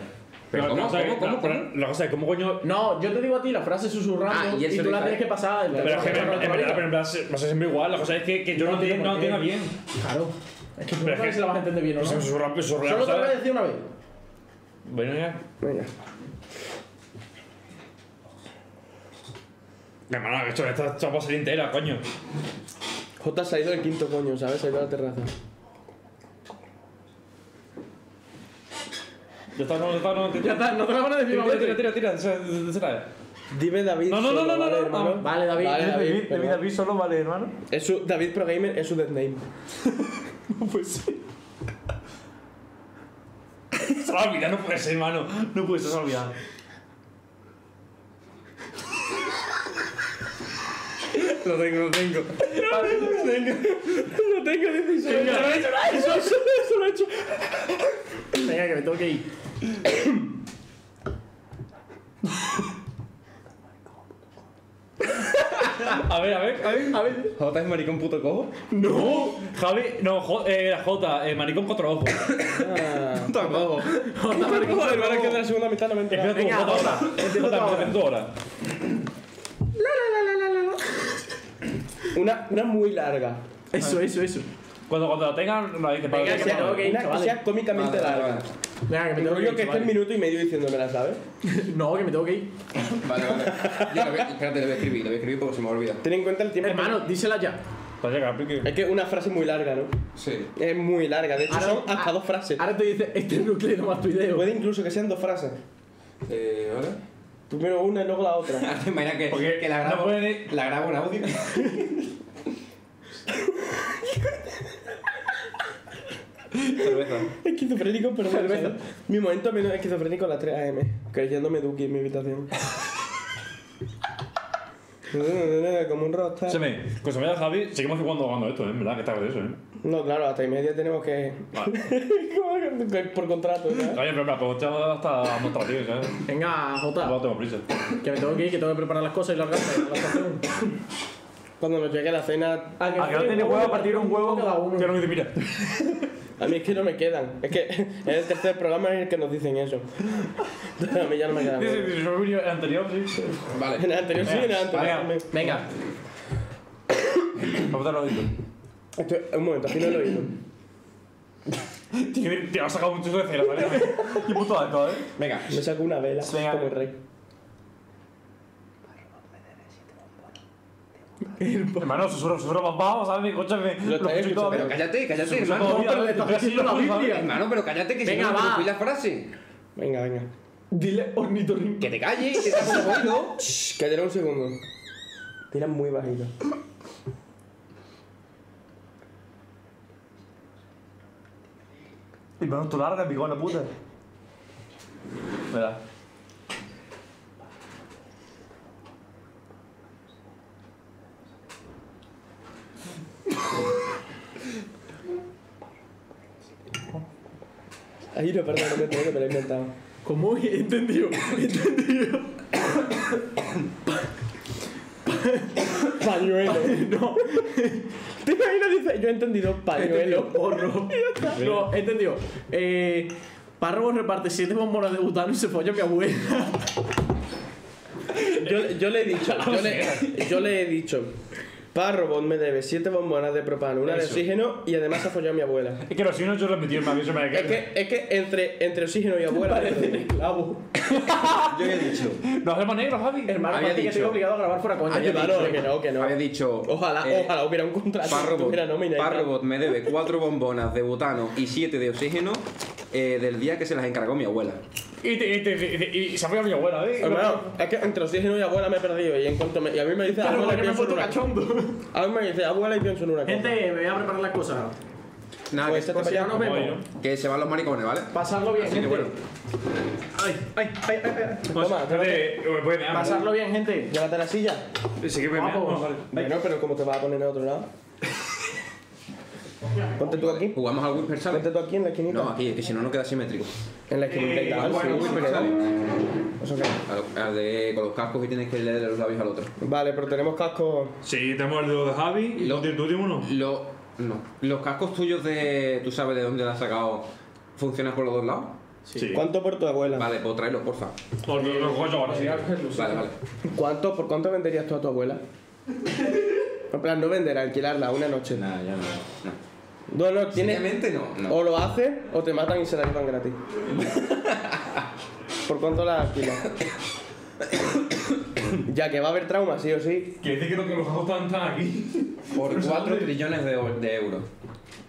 [SPEAKER 5] ¿Pero
[SPEAKER 4] la-
[SPEAKER 5] cómo?
[SPEAKER 4] la cosa es-
[SPEAKER 5] ¿Cómo? ¿Cómo?
[SPEAKER 4] la-
[SPEAKER 5] ¿Cómo?
[SPEAKER 4] La cosa es, ¿cómo coño?
[SPEAKER 3] No, yo te digo a ti la frase
[SPEAKER 5] Ah,
[SPEAKER 3] susurrando
[SPEAKER 5] y
[SPEAKER 3] y,
[SPEAKER 5] él se
[SPEAKER 3] tú
[SPEAKER 5] lo
[SPEAKER 3] la
[SPEAKER 5] dice a
[SPEAKER 3] tienes
[SPEAKER 5] él.
[SPEAKER 3] que pasar. al
[SPEAKER 4] Pero es que me-
[SPEAKER 3] teléfono
[SPEAKER 4] me-
[SPEAKER 3] cacharrado
[SPEAKER 4] me-
[SPEAKER 3] toda la
[SPEAKER 4] pero
[SPEAKER 3] vida.
[SPEAKER 4] en plan, se- va a ser siempre igual. La cosa es que, que yo no, entiendo, no entiendo bien.
[SPEAKER 3] Claro. Es que tú
[SPEAKER 4] Pero
[SPEAKER 3] no
[SPEAKER 4] es
[SPEAKER 3] sabes
[SPEAKER 4] que-
[SPEAKER 3] si la vas a entender bien o
[SPEAKER 4] O
[SPEAKER 3] no.
[SPEAKER 4] sea,
[SPEAKER 3] Solo
[SPEAKER 4] susurrar,
[SPEAKER 3] te
[SPEAKER 4] susurrar,
[SPEAKER 3] lo voy a
[SPEAKER 4] ¿sabes?
[SPEAKER 3] decir una vez.
[SPEAKER 4] Bueno, ya.
[SPEAKER 2] Venga.
[SPEAKER 4] Hermano, esto, esto, esto va a ser entera, coño.
[SPEAKER 2] J se ha ido del quinto coño, ¿sabes? Se ha ido a la terraza.
[SPEAKER 4] Ya está, no, ya está, no.
[SPEAKER 3] Ya está, no te la van a decir una
[SPEAKER 4] Tira, tira,
[SPEAKER 3] vez.
[SPEAKER 4] tira, tira, tira, tira.
[SPEAKER 2] Dime David.
[SPEAKER 4] No, no,
[SPEAKER 2] solo,
[SPEAKER 4] no, no,
[SPEAKER 2] ¿vale,
[SPEAKER 4] no,
[SPEAKER 2] hermano?
[SPEAKER 4] no.
[SPEAKER 3] Vale, David.
[SPEAKER 2] Vale, David, perdón.
[SPEAKER 4] solo vale, hermano.
[SPEAKER 2] Es su, David Pro Gamer es su death name.
[SPEAKER 4] Pues sí. Se lo ha olvidado, no puede ser, hermano. No puede ser, se lo ha olvidado.
[SPEAKER 5] Lo tengo, lo tengo.
[SPEAKER 2] No tengo 16. Eso, eso, eso lo he hecho.
[SPEAKER 3] Venga, que me tengo que ir.
[SPEAKER 4] A ver, a ver, a ver.
[SPEAKER 3] A ver.
[SPEAKER 5] Jota es maricón puto cojo.
[SPEAKER 4] No, Javi, no, J, eh, era J, eh, maricón contra ojo.
[SPEAKER 5] Puto cojo.
[SPEAKER 2] Joder, hermano, que de la segunda mitad no me he enterado.
[SPEAKER 4] Empieza tú, J, ahora.
[SPEAKER 3] empieza tú
[SPEAKER 4] Jota,
[SPEAKER 3] ahora.
[SPEAKER 4] empieza tú ahora.
[SPEAKER 2] Una, una muy larga.
[SPEAKER 3] Eso, eso, eso.
[SPEAKER 4] Cuando, cuando la tengan, la hay que
[SPEAKER 3] Venga,
[SPEAKER 4] pagar.
[SPEAKER 3] que tengo que ir,
[SPEAKER 2] Una que
[SPEAKER 3] chavales.
[SPEAKER 2] sea cómicamente
[SPEAKER 5] Vale,
[SPEAKER 2] larga.
[SPEAKER 5] vale.
[SPEAKER 3] Venga, que me tengo
[SPEAKER 2] Rollo
[SPEAKER 3] que ir.
[SPEAKER 4] este
[SPEAKER 2] que esté un
[SPEAKER 3] chavales.
[SPEAKER 2] minuto y medio diciéndomela, ¿sabes?
[SPEAKER 3] No, que me tengo que ir.
[SPEAKER 5] Vale, vale. Yo lo voy, espérate, lo voy a escribir, lo voy a escribir porque se me olvida.
[SPEAKER 2] Ten en cuenta el tiempo.
[SPEAKER 3] Hermano, dísela ya.
[SPEAKER 4] Para llegar, pique.
[SPEAKER 2] Es que una frase muy larga, ¿no?
[SPEAKER 5] Sí.
[SPEAKER 2] Es muy larga. De hecho,
[SPEAKER 3] Ahora-
[SPEAKER 2] son hasta
[SPEAKER 3] ah,
[SPEAKER 2] dos frases.
[SPEAKER 3] Ahora te dice, este núcleo no más tu idea.
[SPEAKER 2] Puede incluso que sean dos frases.
[SPEAKER 5] Eh, ¿vale?
[SPEAKER 2] Primero una y luego la otra.
[SPEAKER 5] Te imaginas que,
[SPEAKER 4] Porque
[SPEAKER 5] que la
[SPEAKER 4] no
[SPEAKER 5] grabo,
[SPEAKER 4] puede-
[SPEAKER 5] la grabo en audio. Cerveza.
[SPEAKER 2] Esquizofrénico, pero cerveza. Mi momento menos esquizofrénico a las 3 am, creyéndome Duki en mi habitación. Como un rockstar.
[SPEAKER 4] Escúchame, cuando se vaya Javi, seguimos jugando jugando esto, ¿eh? En verdad, que tarde eso, ¿eh?
[SPEAKER 2] No, claro, hasta y media tenemos que.
[SPEAKER 4] Vale.
[SPEAKER 2] Como que por contrato, ¿sabes?
[SPEAKER 4] Oye, pero me la pregunta pues, hasta nuestra tío, ¿sabes?
[SPEAKER 3] Venga,
[SPEAKER 4] No
[SPEAKER 3] Jota.
[SPEAKER 4] tengo prisa.
[SPEAKER 3] Que me tengo que ir, que tengo que preparar las cosas y largarme. a la estación.
[SPEAKER 2] Cuando nos llegue la cena.
[SPEAKER 3] A
[SPEAKER 4] Ah, que no tiene huevo a partir
[SPEAKER 3] un huevo cada uno.
[SPEAKER 4] Que no me dice, mira.
[SPEAKER 2] A mí es que no me quedan. Es que es el tercer programa en el que nos dicen eso. A mí ya no me quedan.
[SPEAKER 4] Dice, dice, yo he venido el anterior, sí.
[SPEAKER 2] En
[SPEAKER 5] Vale.
[SPEAKER 2] el anterior sí, en el
[SPEAKER 4] Venga.
[SPEAKER 2] anterior. sí.
[SPEAKER 3] Venga,
[SPEAKER 4] Vamos a darlo dicho.
[SPEAKER 2] Esto- un momento, aquí no lo he oído.
[SPEAKER 4] Tío, te has sacado mucho de cera, ¿vale? Qué puto alto, ¿eh?
[SPEAKER 5] Venga.
[SPEAKER 2] Me saco una vela
[SPEAKER 4] Venga.
[SPEAKER 2] como el rey.
[SPEAKER 4] Hermano, susurro, susurro, vamos, ¿sabes? Escúchame.
[SPEAKER 2] Lo estáis
[SPEAKER 4] escucho todo,
[SPEAKER 5] Pero
[SPEAKER 4] ¿eh?
[SPEAKER 5] cállate, cállate,
[SPEAKER 4] Todo
[SPEAKER 5] hermano.
[SPEAKER 4] bien,
[SPEAKER 3] pero le estás
[SPEAKER 4] pero sí,
[SPEAKER 3] haciendo
[SPEAKER 4] lo
[SPEAKER 3] la
[SPEAKER 4] mismo,
[SPEAKER 3] Biblia.
[SPEAKER 5] Hermano, pero cállate que
[SPEAKER 3] Venga,
[SPEAKER 5] si no
[SPEAKER 3] va.
[SPEAKER 5] me rompí la frase.
[SPEAKER 2] Venga, venga.
[SPEAKER 3] dile ornitorrinco.
[SPEAKER 5] Que te calles, que te has oído.
[SPEAKER 2] Shh, que tenga un segundo. Tira muy bajito.
[SPEAKER 4] Hermano, tú larga, picón, la puta. Verá.
[SPEAKER 2] Ahí no, perdón, no me tengo que me lo he inventado.
[SPEAKER 3] ¿Cómo? Entendido, entendido.
[SPEAKER 2] Pañuelo.
[SPEAKER 3] No,
[SPEAKER 2] ¿Te imaginas? Dice, yo he entendido pañuelo.
[SPEAKER 3] entendido, porro. No, entendido. Eh, párrafo reparte siete bombonas de butano y se folla a mi abuela.
[SPEAKER 2] Yo, yo le he dicho,
[SPEAKER 3] Ah,
[SPEAKER 2] yo le, yo le he dicho, párrobo me debe siete bombonas de propano, una de
[SPEAKER 4] Eso.
[SPEAKER 2] oxígeno y además ha follado a mi abuela.
[SPEAKER 4] Es que los signos yo los metí en mami, se me
[SPEAKER 2] Es que, es que entre, entre oxígeno y abuela.
[SPEAKER 3] Esclavo.
[SPEAKER 5] Yo había dicho.
[SPEAKER 4] Nos hacemos negros, Javi.
[SPEAKER 3] Hermano,
[SPEAKER 5] Había
[SPEAKER 3] parece que
[SPEAKER 5] dicho.
[SPEAKER 3] estoy obligado a grabar fuera coña.
[SPEAKER 2] Ay, varón, que no, que no.
[SPEAKER 5] Había dicho.
[SPEAKER 2] Ojalá,
[SPEAKER 5] eh,
[SPEAKER 2] ojalá hubiera un contrato.
[SPEAKER 5] Parrobot,
[SPEAKER 2] tuviera nómina y tal.
[SPEAKER 5] Parrobot me debe cuatro bombonas de butano y siete de oxígeno eh, del día que se las encargó mi abuela.
[SPEAKER 4] Y, te- y, te- y, te- y se fue a mi abuela, ¿eh?
[SPEAKER 2] Hermano, es que entre oxígeno y abuela me he perdido y en cuanto me, y a mí me dice
[SPEAKER 3] Claro,
[SPEAKER 2] abuela
[SPEAKER 3] Ah,
[SPEAKER 2] y
[SPEAKER 3] porque me he
[SPEAKER 2] pienso en
[SPEAKER 3] puesto
[SPEAKER 2] una
[SPEAKER 3] cachondo.
[SPEAKER 2] A mí me dice abuela y pienso en una cosa.
[SPEAKER 3] Gente, me voy a preparar las cosas.
[SPEAKER 5] Nada,
[SPEAKER 2] Pues
[SPEAKER 5] que,
[SPEAKER 2] este
[SPEAKER 3] Si no nos
[SPEAKER 2] pañuelo.
[SPEAKER 4] Voy, ¿no?
[SPEAKER 3] vemos.
[SPEAKER 5] que se van los maricones, ¿vale?
[SPEAKER 3] Pasarlo bien,
[SPEAKER 5] Así que
[SPEAKER 3] gente.
[SPEAKER 5] bueno.
[SPEAKER 3] Ay, ay, ay, ay, ay.
[SPEAKER 2] Toma,
[SPEAKER 4] Espérate, eh, voy a mear, ¿no?
[SPEAKER 3] Pasarlo bien, gente.
[SPEAKER 2] llévate la silla.
[SPEAKER 4] Sí que voy a mear.
[SPEAKER 3] Vamos.
[SPEAKER 4] No, vale.
[SPEAKER 2] Bueno, pero ¿cómo te vas a poner en otro lado? Ponte tú aquí.
[SPEAKER 5] Jugamos al Whisper
[SPEAKER 2] Ponte
[SPEAKER 5] Challenge.
[SPEAKER 2] tú aquí en la esquinita.
[SPEAKER 5] No, aquí, es que si no, no queda simétrico.
[SPEAKER 2] En la esquinita. Ah, sí,
[SPEAKER 5] Al
[SPEAKER 2] sí,
[SPEAKER 5] Whisper
[SPEAKER 2] pero-
[SPEAKER 5] Challenge.
[SPEAKER 2] Eso qué.
[SPEAKER 5] A lo- al de, con los cascos y tienes que leer los labios al otro.
[SPEAKER 2] Vale, pero tenemos casco.
[SPEAKER 4] Sí, tenemos el dedo de Javi. ¿Y
[SPEAKER 5] Lo-
[SPEAKER 4] tú tienes- tú tienes uno?
[SPEAKER 5] Lo, no. Los cascos tuyos de. ¿Tú sabes de dónde los has sacado? ¿Funcionan por los dos lados?
[SPEAKER 4] Sí.
[SPEAKER 2] ¿Cuánto por tu abuela?
[SPEAKER 5] Vale, pues tráelos, porfa.
[SPEAKER 4] Os lo- los cojo yo pues, ahora sí.
[SPEAKER 5] Vale, vale.
[SPEAKER 2] ¿Cuánto, ¿Por cuánto venderías tú a tu abuela? En plan, no vender, alquilarla una noche.
[SPEAKER 5] Nada, ya no. no.
[SPEAKER 2] No, no, tiene.
[SPEAKER 5] Seriamente no. no.
[SPEAKER 2] O lo haces o te matan y se la llevan gratis. ¿Por cuánto la alquilas? ya que va a haber trauma, sí o sí.
[SPEAKER 4] Que dice que los que los hago están están aquí.
[SPEAKER 5] Por 4 trillones de, de euros.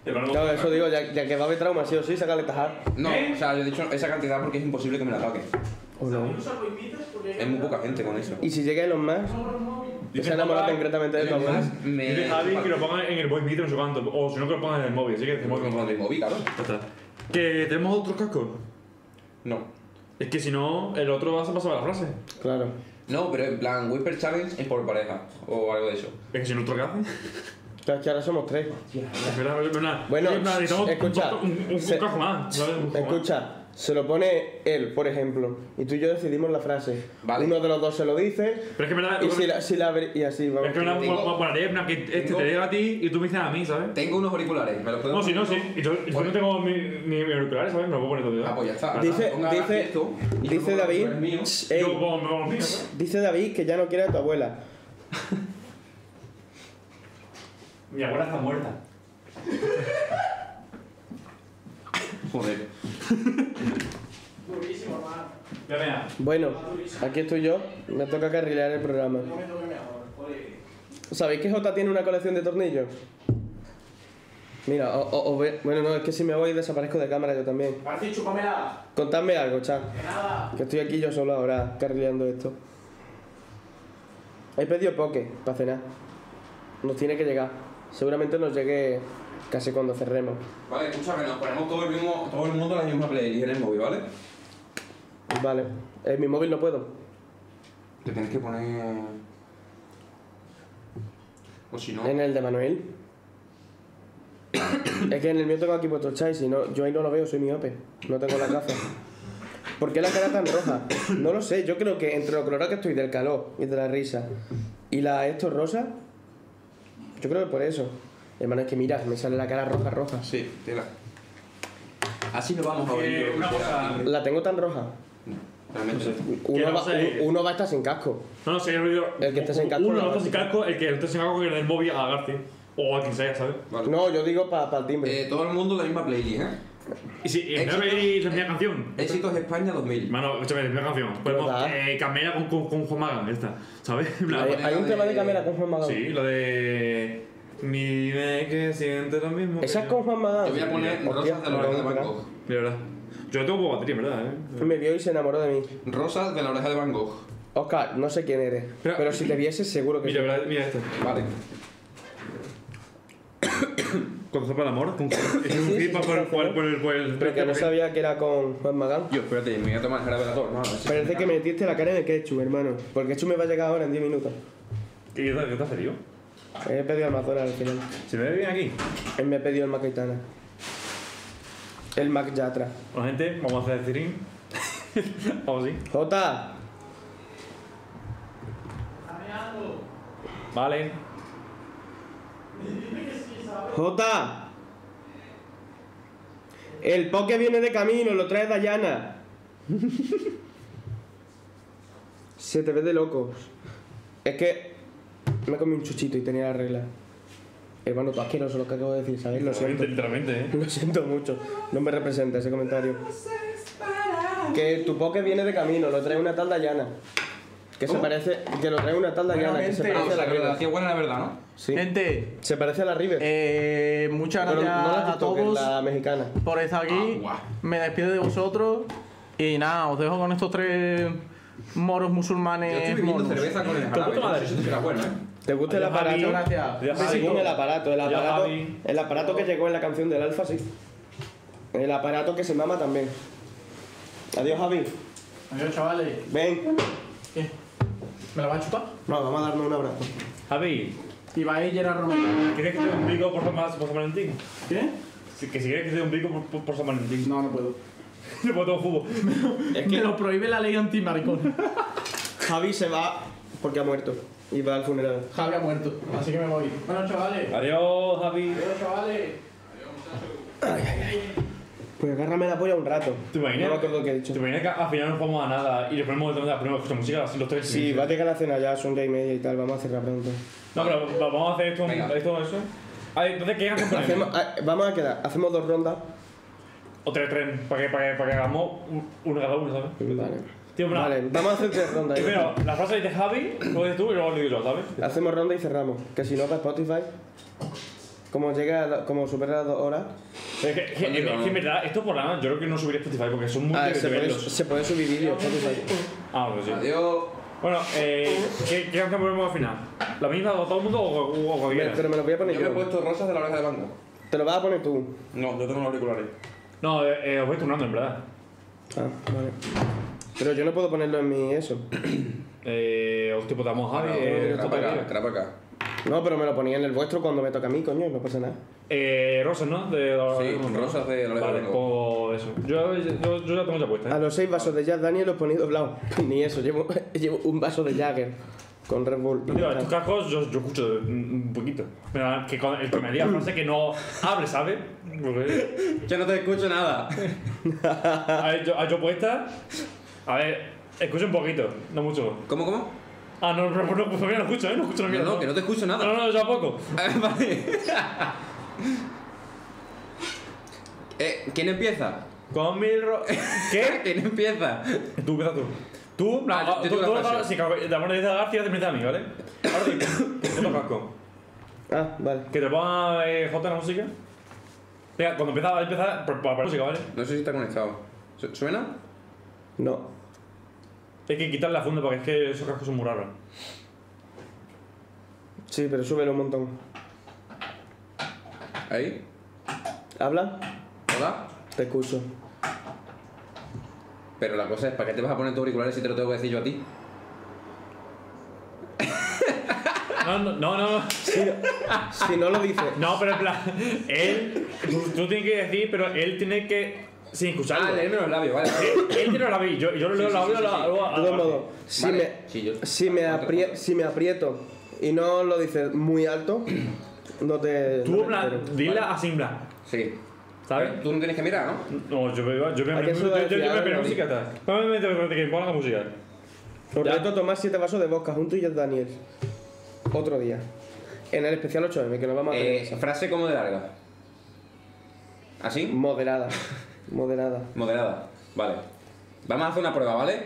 [SPEAKER 4] De verdad,
[SPEAKER 2] Claro, eso digo, ya, ya que va a haber trauma, sí o sí, sácale tajar.
[SPEAKER 5] No, o sea, yo he dicho esa cantidad porque es imposible que me la pague. Es muy poca gente con eso.
[SPEAKER 2] Y si llega Elon más, que
[SPEAKER 4] Dice
[SPEAKER 2] se enamora
[SPEAKER 4] papá,
[SPEAKER 2] concretamente de tu
[SPEAKER 5] Elon
[SPEAKER 2] abuela.
[SPEAKER 5] Musk me...
[SPEAKER 4] Dice Javi que lo pongan en el voice meter, no sé cuánto. O si no, que lo pongan en el móvil. Así que
[SPEAKER 5] Tengo
[SPEAKER 4] decimos
[SPEAKER 5] que poner el móvil, claro.
[SPEAKER 4] Ya está. ¿Que tenemos otro casco?
[SPEAKER 5] No.
[SPEAKER 4] Es que si no, el otro va a pasar la frase.
[SPEAKER 2] Claro.
[SPEAKER 5] No, pero en plan, Whisper Challenge es por pareja o algo de eso.
[SPEAKER 4] Es que si no, otro qué hace.
[SPEAKER 2] Claro, es que ahora somos tres.
[SPEAKER 4] Es verdad, es verdad.
[SPEAKER 2] Bueno,
[SPEAKER 4] Es verdad, necesitamos
[SPEAKER 2] escucha,
[SPEAKER 4] Un, un, un
[SPEAKER 2] se-
[SPEAKER 4] casco más. ¿sabes? Un casco más.
[SPEAKER 2] Escucha, se lo pone él, por ejemplo, y tú y yo decidimos la frase.
[SPEAKER 5] Vale.
[SPEAKER 2] Uno de los dos se lo dice,
[SPEAKER 4] Pero es que me la.
[SPEAKER 2] y, si la, si la abri- y así vamos.
[SPEAKER 4] Es que me la.
[SPEAKER 5] Tengo-
[SPEAKER 4] bueno, bueno, Ariadna, que este
[SPEAKER 5] tengo-
[SPEAKER 4] te llega a ti y tú me dices a mí, ¿sabes?
[SPEAKER 5] Tengo unos auriculares, ¿me los puedo
[SPEAKER 4] No, si no,
[SPEAKER 5] poner?
[SPEAKER 4] sí. Y yo, y yo no tengo mi, ni mis auriculares, ¿sabes? Me los puedo poner todo.
[SPEAKER 5] Ah, pues ya está.
[SPEAKER 2] Dice,
[SPEAKER 5] Ponga
[SPEAKER 2] dice,
[SPEAKER 5] esto y yo
[SPEAKER 2] dice
[SPEAKER 5] pongo
[SPEAKER 2] David,
[SPEAKER 5] los míos.
[SPEAKER 2] ey,
[SPEAKER 4] Yo pongo me pongo los míos, ¿sabes?
[SPEAKER 2] dice David que ya no quiere a tu abuela.
[SPEAKER 4] Mi abuela está muerta.
[SPEAKER 5] Joder.
[SPEAKER 4] Ya vea.
[SPEAKER 2] Bueno, aquí estoy yo, me toca carrilear el programa. ¿Sabéis que Jota tiene una colección de tornillos? Mira, o- o- os ve- bueno, no, es que si me voy desaparezco de cámara yo también.
[SPEAKER 3] Marci, chúpamela.
[SPEAKER 2] Contadme algo, chat. Que estoy aquí yo solo ahora carrileando esto. He pedido poke para cenar. Nos tiene que llegar. Seguramente nos llegue casi cuando cerremos.
[SPEAKER 5] Vale, escúchame, nos ponemos todo el, mismo, todo el mundo la misma playlist en el móvil, ¿vale?
[SPEAKER 2] Vale. En mi móvil no puedo.
[SPEAKER 5] Te tienes que poner... O si no...
[SPEAKER 2] En el de Manuel. es que en el mío tengo aquí puesto chai, si no, yo ahí no lo veo, soy miope. No tengo la gafa. ¿Por qué la cara tan roja? No lo sé, yo creo que entre lo colorado que estoy del calor y de la risa y la esto rosa, yo creo que por eso. Hermano, es que mira, me sale la cara roja, roja.
[SPEAKER 5] Sí, tela. Así nos vamos a abrir.
[SPEAKER 4] Eh,
[SPEAKER 5] yo
[SPEAKER 4] una
[SPEAKER 5] creo que
[SPEAKER 4] cosa.
[SPEAKER 5] será.
[SPEAKER 2] La tengo tan roja.
[SPEAKER 5] Realmente.
[SPEAKER 2] Uno,
[SPEAKER 4] no
[SPEAKER 2] va,
[SPEAKER 4] sé.
[SPEAKER 2] u- uno va a estar sin casco.
[SPEAKER 4] No, no, se ha olvidado.
[SPEAKER 2] El que esté sin casco,
[SPEAKER 4] Uno,
[SPEAKER 2] no.
[SPEAKER 4] el otro sin casco, el que esté sin casco, que le dé el móvil a Garci. O a quien sea, ¿sabes?
[SPEAKER 5] Vale.
[SPEAKER 2] No, yo digo para el timbre.
[SPEAKER 5] Eh, todo el mundo la misma playlist, ¿eh?
[SPEAKER 4] Y si, y
[SPEAKER 5] Éxito.
[SPEAKER 4] no veis la misma canción.
[SPEAKER 5] Éxitos España 2000.
[SPEAKER 4] Hermano, escúchame, la misma canción. Ponemos
[SPEAKER 2] ¿Verdad?
[SPEAKER 4] eh, Camela con, con, con Juan Magán, esta. ¿Sabes? En plan, pues,
[SPEAKER 2] hay, hay un
[SPEAKER 5] de-
[SPEAKER 2] tema de cámara con Juan Magán.
[SPEAKER 4] Sí, lo de. Mi dime que siente lo mismo. que
[SPEAKER 2] Esa es
[SPEAKER 4] yo.
[SPEAKER 2] con Juan Magán.
[SPEAKER 5] Yo voy a poner
[SPEAKER 2] Hostia,
[SPEAKER 5] Rosas de la Oreja de
[SPEAKER 2] lo
[SPEAKER 5] Van
[SPEAKER 2] tengo
[SPEAKER 5] Gogh.
[SPEAKER 4] De verdad. Yo tengo poca batería, en ¿verdad?
[SPEAKER 2] que
[SPEAKER 4] Eh?
[SPEAKER 2] grabar. Me vio y se enamoró de mí.
[SPEAKER 5] Rosas de la Oreja de Van Gogh.
[SPEAKER 2] Oscar, no sé quién eres, pero,
[SPEAKER 4] Pero-
[SPEAKER 2] si te vieses seguro que
[SPEAKER 4] Mira,
[SPEAKER 2] sí.
[SPEAKER 4] ¿verdad? mira esta.
[SPEAKER 5] Vale.
[SPEAKER 4] Cuando sepa el amor, con. Es
[SPEAKER 2] sí,
[SPEAKER 4] un
[SPEAKER 2] sí,
[SPEAKER 4] hit por
[SPEAKER 2] sí,
[SPEAKER 4] el.
[SPEAKER 2] sí.
[SPEAKER 4] por el- por el- por el-
[SPEAKER 2] Pero que no sabía que era con Juan Magán.
[SPEAKER 5] Yo, espérate, me voy a tomar el revelador. No,
[SPEAKER 2] Parece que metiste la cara en el ketchup, hermano. Porque el ketchup me va a llegar ahora en 10 minutos.
[SPEAKER 4] ¿Qué qué te hace, tío?
[SPEAKER 2] He pedido Amazonas al final.
[SPEAKER 4] ¿Se me ve bien aquí?
[SPEAKER 2] Él me ha pedido el Macaitana. El Mac Yatra.
[SPEAKER 4] Bueno, gente, vamos a hacer stream. O sí.
[SPEAKER 2] Jota,
[SPEAKER 4] Vale.
[SPEAKER 2] Jota. El poke viene de camino, lo trae Dayana. Se te ve de locos. Es que me comí un chuchito y tenía la regla. Hermano, tú asqueroso lo que acabo de decir, ¿sabes? Lo siento.
[SPEAKER 4] Literalmente, literalmente, eh.
[SPEAKER 2] Lo siento mucho. No me representa ese comentario. Que tu poke viene de camino, lo trae una tal Dayana. Que se parece. Que lo trae una tal Dayana, que se
[SPEAKER 3] Buenamente.
[SPEAKER 2] parece
[SPEAKER 5] Ah, o
[SPEAKER 2] a
[SPEAKER 5] sea,
[SPEAKER 2] la
[SPEAKER 5] la verdad,
[SPEAKER 2] River.
[SPEAKER 5] hacía buena la verdad, ¿no?
[SPEAKER 2] Sí.
[SPEAKER 3] Gente,
[SPEAKER 2] Se parece a la River.
[SPEAKER 3] eh, muchas
[SPEAKER 2] Pero no
[SPEAKER 3] gracias
[SPEAKER 2] la
[SPEAKER 3] a
[SPEAKER 2] TikTok,
[SPEAKER 3] todos
[SPEAKER 2] la mexicana.
[SPEAKER 3] por estar aquí.
[SPEAKER 5] Agua.
[SPEAKER 3] Me despido de vosotros. Y nada, os dejo con estos tres moros
[SPEAKER 5] Yo estoy
[SPEAKER 3] musulmanes.
[SPEAKER 5] bebiendo
[SPEAKER 3] monos.
[SPEAKER 5] cerveza con el jarabe.
[SPEAKER 4] puta
[SPEAKER 5] No
[SPEAKER 4] madre.
[SPEAKER 5] sé si será bueno, ¿eh?
[SPEAKER 2] ¿Te gusta Este el
[SPEAKER 3] Adiós,
[SPEAKER 2] aparato?
[SPEAKER 3] Javi. Adiós,
[SPEAKER 2] Sí,
[SPEAKER 4] Javi.
[SPEAKER 2] con el aparato, el
[SPEAKER 4] Adiós,
[SPEAKER 2] aparato,
[SPEAKER 4] Javi.
[SPEAKER 2] el aparato que llegó en la canción del Alfa, sí. El aparato que se mama también. Adiós, Javi.
[SPEAKER 3] Adiós, chavales.
[SPEAKER 2] Ven.
[SPEAKER 3] ¿Qué? ¿Me la van a chupar?
[SPEAKER 2] No, vamos a darnos un abrazo.
[SPEAKER 4] Javi,
[SPEAKER 3] Y va a ir Gerard Romero.
[SPEAKER 4] ¿quieres que te dé un pico por San, Val- por San Valentín?
[SPEAKER 3] ¿Qué?
[SPEAKER 4] Si- Que si quieres que te dé un pico por, por, por San Valentín.
[SPEAKER 3] No, no puedo.
[SPEAKER 4] Yo puedo tomar fútbol.
[SPEAKER 2] Es
[SPEAKER 3] Me
[SPEAKER 2] que
[SPEAKER 3] lo prohíbe la ley antimaricón.
[SPEAKER 2] Javi se va porque ha muerto y va al funeral.
[SPEAKER 3] Javi ha muerto, así que me voy. Bueno, chavales.
[SPEAKER 4] Adiós, Javi.
[SPEAKER 3] Adiós, chavales.
[SPEAKER 2] Pues agárrame la polla un rato.
[SPEAKER 4] ¿Te imaginas?
[SPEAKER 2] No me acuerdo qué he
[SPEAKER 4] ¿Te
[SPEAKER 2] dicho.
[SPEAKER 4] imaginas que al final no jugamos a nada y le ponemos de la primera escucha música así los tres?
[SPEAKER 2] Sí, va a llegar la cena ya, son ya y media y tal, vamos a cerrar pronto.
[SPEAKER 4] No, pero va- vamos a hacer esto, esto eso. Ah, entonces, ¿qué canción
[SPEAKER 2] Hacemos-
[SPEAKER 4] ponemos?
[SPEAKER 2] ah, vamos a quedar, hacemos dos rondas.
[SPEAKER 4] O tres, tres, para que, para que, para que hagamos un- uno cada uno, ¿sabes?
[SPEAKER 2] Vale.
[SPEAKER 4] Tío, pero-
[SPEAKER 2] Vale, vamos a hacer tres rondas.
[SPEAKER 4] Primero, la frase de Javi, luego de tú y luego lo digo yo, ¿sabes?
[SPEAKER 2] Hacemos ronda y cerramos. Que si no, para Spotify. Como llega, a la- como supera las dos horas.
[SPEAKER 4] Pero es que, que- en, es que en verdad, estos programas yo creo que no subiré a Spotify porque son muy
[SPEAKER 2] Ah,
[SPEAKER 4] difíciles
[SPEAKER 2] se,
[SPEAKER 4] de
[SPEAKER 2] puede,
[SPEAKER 4] verlos.
[SPEAKER 2] se puede subir vídeo. Spotify.
[SPEAKER 4] Ah, bueno, sí.
[SPEAKER 5] Adiós.
[SPEAKER 4] Bueno, eh, ¿qué, ¿qué canción ponemos al final? ¿La misma de todo el mundo o, o, o
[SPEAKER 2] Me-
[SPEAKER 4] cualquiera?
[SPEAKER 2] Pero me lo voy a poner
[SPEAKER 5] Yo
[SPEAKER 2] yo.
[SPEAKER 5] me he puesto rosas de la oreja de banco.
[SPEAKER 2] Te lo vas a poner tú.
[SPEAKER 5] No, yo tengo los auriculares.
[SPEAKER 4] No, eh, eh, os voy turnando, en verdad.
[SPEAKER 2] Ah, vale. Pero yo no puedo ponerlo en mi eso.
[SPEAKER 4] Eh, os tipo damos
[SPEAKER 5] Ah,
[SPEAKER 4] Javi, eh,
[SPEAKER 5] Cara
[SPEAKER 4] esto
[SPEAKER 5] para acá,
[SPEAKER 4] también.
[SPEAKER 5] cara para acá.
[SPEAKER 2] No, pero me lo ponía en el vuestro cuando me toca a mí, coño, no pasa nada.
[SPEAKER 4] Eh, Rosas, ¿no? De la-
[SPEAKER 5] Sí,
[SPEAKER 4] ¿no?
[SPEAKER 5] Rosas de la oreja
[SPEAKER 4] Vale,
[SPEAKER 5] de Banco.
[SPEAKER 4] pongo eso. Yo, yo, yo ya tengo ya
[SPEAKER 2] A
[SPEAKER 4] puesta. ¿eh?
[SPEAKER 2] los seis vasos de Jack Daniel los ponía doblado. Ni eso, llevo, llevo un vaso de Jagger con Red Bull.
[SPEAKER 4] Tío, estos cascos yo, yo escucho de- un un poquito. Pero ah, que con- el que me diga frase que no hable, ¿sabes? Porque-
[SPEAKER 5] Yo no te escucho nada.
[SPEAKER 4] A ver, yo, a yo puesta. A ver, escucho un poquito, no mucho.
[SPEAKER 5] ¿Cómo, cómo?
[SPEAKER 4] Ah, no, no, no, no, no escucho, ¿eh? No escucho la
[SPEAKER 5] No,
[SPEAKER 4] mierda.
[SPEAKER 5] no, que no te escucho
[SPEAKER 4] No,
[SPEAKER 5] nada.
[SPEAKER 4] no, yo tampoco.
[SPEAKER 5] Ah, Vale. Eh, ¿Quién empieza?
[SPEAKER 4] Con mi ro... ¿Qué?
[SPEAKER 5] ¿Quién empieza?
[SPEAKER 4] Tú, empieza tú. Tú, no,
[SPEAKER 5] Ah, yo- yo
[SPEAKER 4] tú,
[SPEAKER 5] tengo
[SPEAKER 4] tú,
[SPEAKER 5] la
[SPEAKER 4] tú,
[SPEAKER 5] frase.
[SPEAKER 4] sí, claro, de la mano de García "Ah, te metes a mí, ¿vale? Ahora sí, yo toco casco.
[SPEAKER 2] Ah, vale.
[SPEAKER 4] Que te ponga eh, J la música. Venga, cuando empieza, empieza por, por, por la música, ¿vale?
[SPEAKER 5] No sé si está conectado. ¿Su- ¿Suena?
[SPEAKER 2] No.
[SPEAKER 4] Hay que quitar la funda porque es que esos cascos son muy raros.
[SPEAKER 2] Sí, pero súbelo un montón.
[SPEAKER 5] Ahí.
[SPEAKER 2] ¿Habla?
[SPEAKER 5] Hola.
[SPEAKER 2] Te escucho.
[SPEAKER 5] Pero la cosa es, ¿para qué te vas a poner tus auriculares si te lo tengo que decir yo a ti?
[SPEAKER 4] No, no, no, no. no.
[SPEAKER 2] Si no, si no lo dices.
[SPEAKER 4] No, pero en plan, él, tú, tú tienes que decir, pero él tiene que, sin escucharlo.
[SPEAKER 5] Ah, leerme los labios, vale. vale.
[SPEAKER 4] él, él tiene la vi, yo, yo lo leo
[SPEAKER 5] sí,
[SPEAKER 4] la
[SPEAKER 5] sí,
[SPEAKER 4] audio,
[SPEAKER 5] sí,
[SPEAKER 4] la-
[SPEAKER 5] sí.
[SPEAKER 4] luego-
[SPEAKER 2] De todos
[SPEAKER 4] aparte.
[SPEAKER 2] modos, si,
[SPEAKER 5] Ah, Vale,
[SPEAKER 2] me,
[SPEAKER 5] sí, yo-
[SPEAKER 2] si, me
[SPEAKER 5] cuatro,
[SPEAKER 2] aprie-
[SPEAKER 5] cuatro.
[SPEAKER 2] si me aprieto y no lo dices muy alto, no te. no
[SPEAKER 4] Tú, en
[SPEAKER 2] te entero.
[SPEAKER 4] plan, dila así, en plan,
[SPEAKER 5] Sí. Eh,
[SPEAKER 4] ¿sabes?
[SPEAKER 5] Tú no tienes que mirar, ¿no?
[SPEAKER 4] No, yo veo, yo veo,
[SPEAKER 2] ¿A
[SPEAKER 4] yo
[SPEAKER 2] qué se lo
[SPEAKER 4] yo- yo
[SPEAKER 2] decía?
[SPEAKER 4] veo,
[SPEAKER 2] Ahora
[SPEAKER 4] pero
[SPEAKER 2] no
[SPEAKER 4] música está. Vamos a meter, espérate, que ponga la música.
[SPEAKER 2] Os reto a tomar 7 vasos de vodka junto y yo Daniel. Otro día. En el especial 8M, que nos vamos a tener.
[SPEAKER 5] Eh, frase como de larga.
[SPEAKER 2] Mm.
[SPEAKER 5] ¿Así?
[SPEAKER 2] Moderada. Moderada.
[SPEAKER 5] Moderada. Vale. Vamos a hacer una prueba, ¿vale?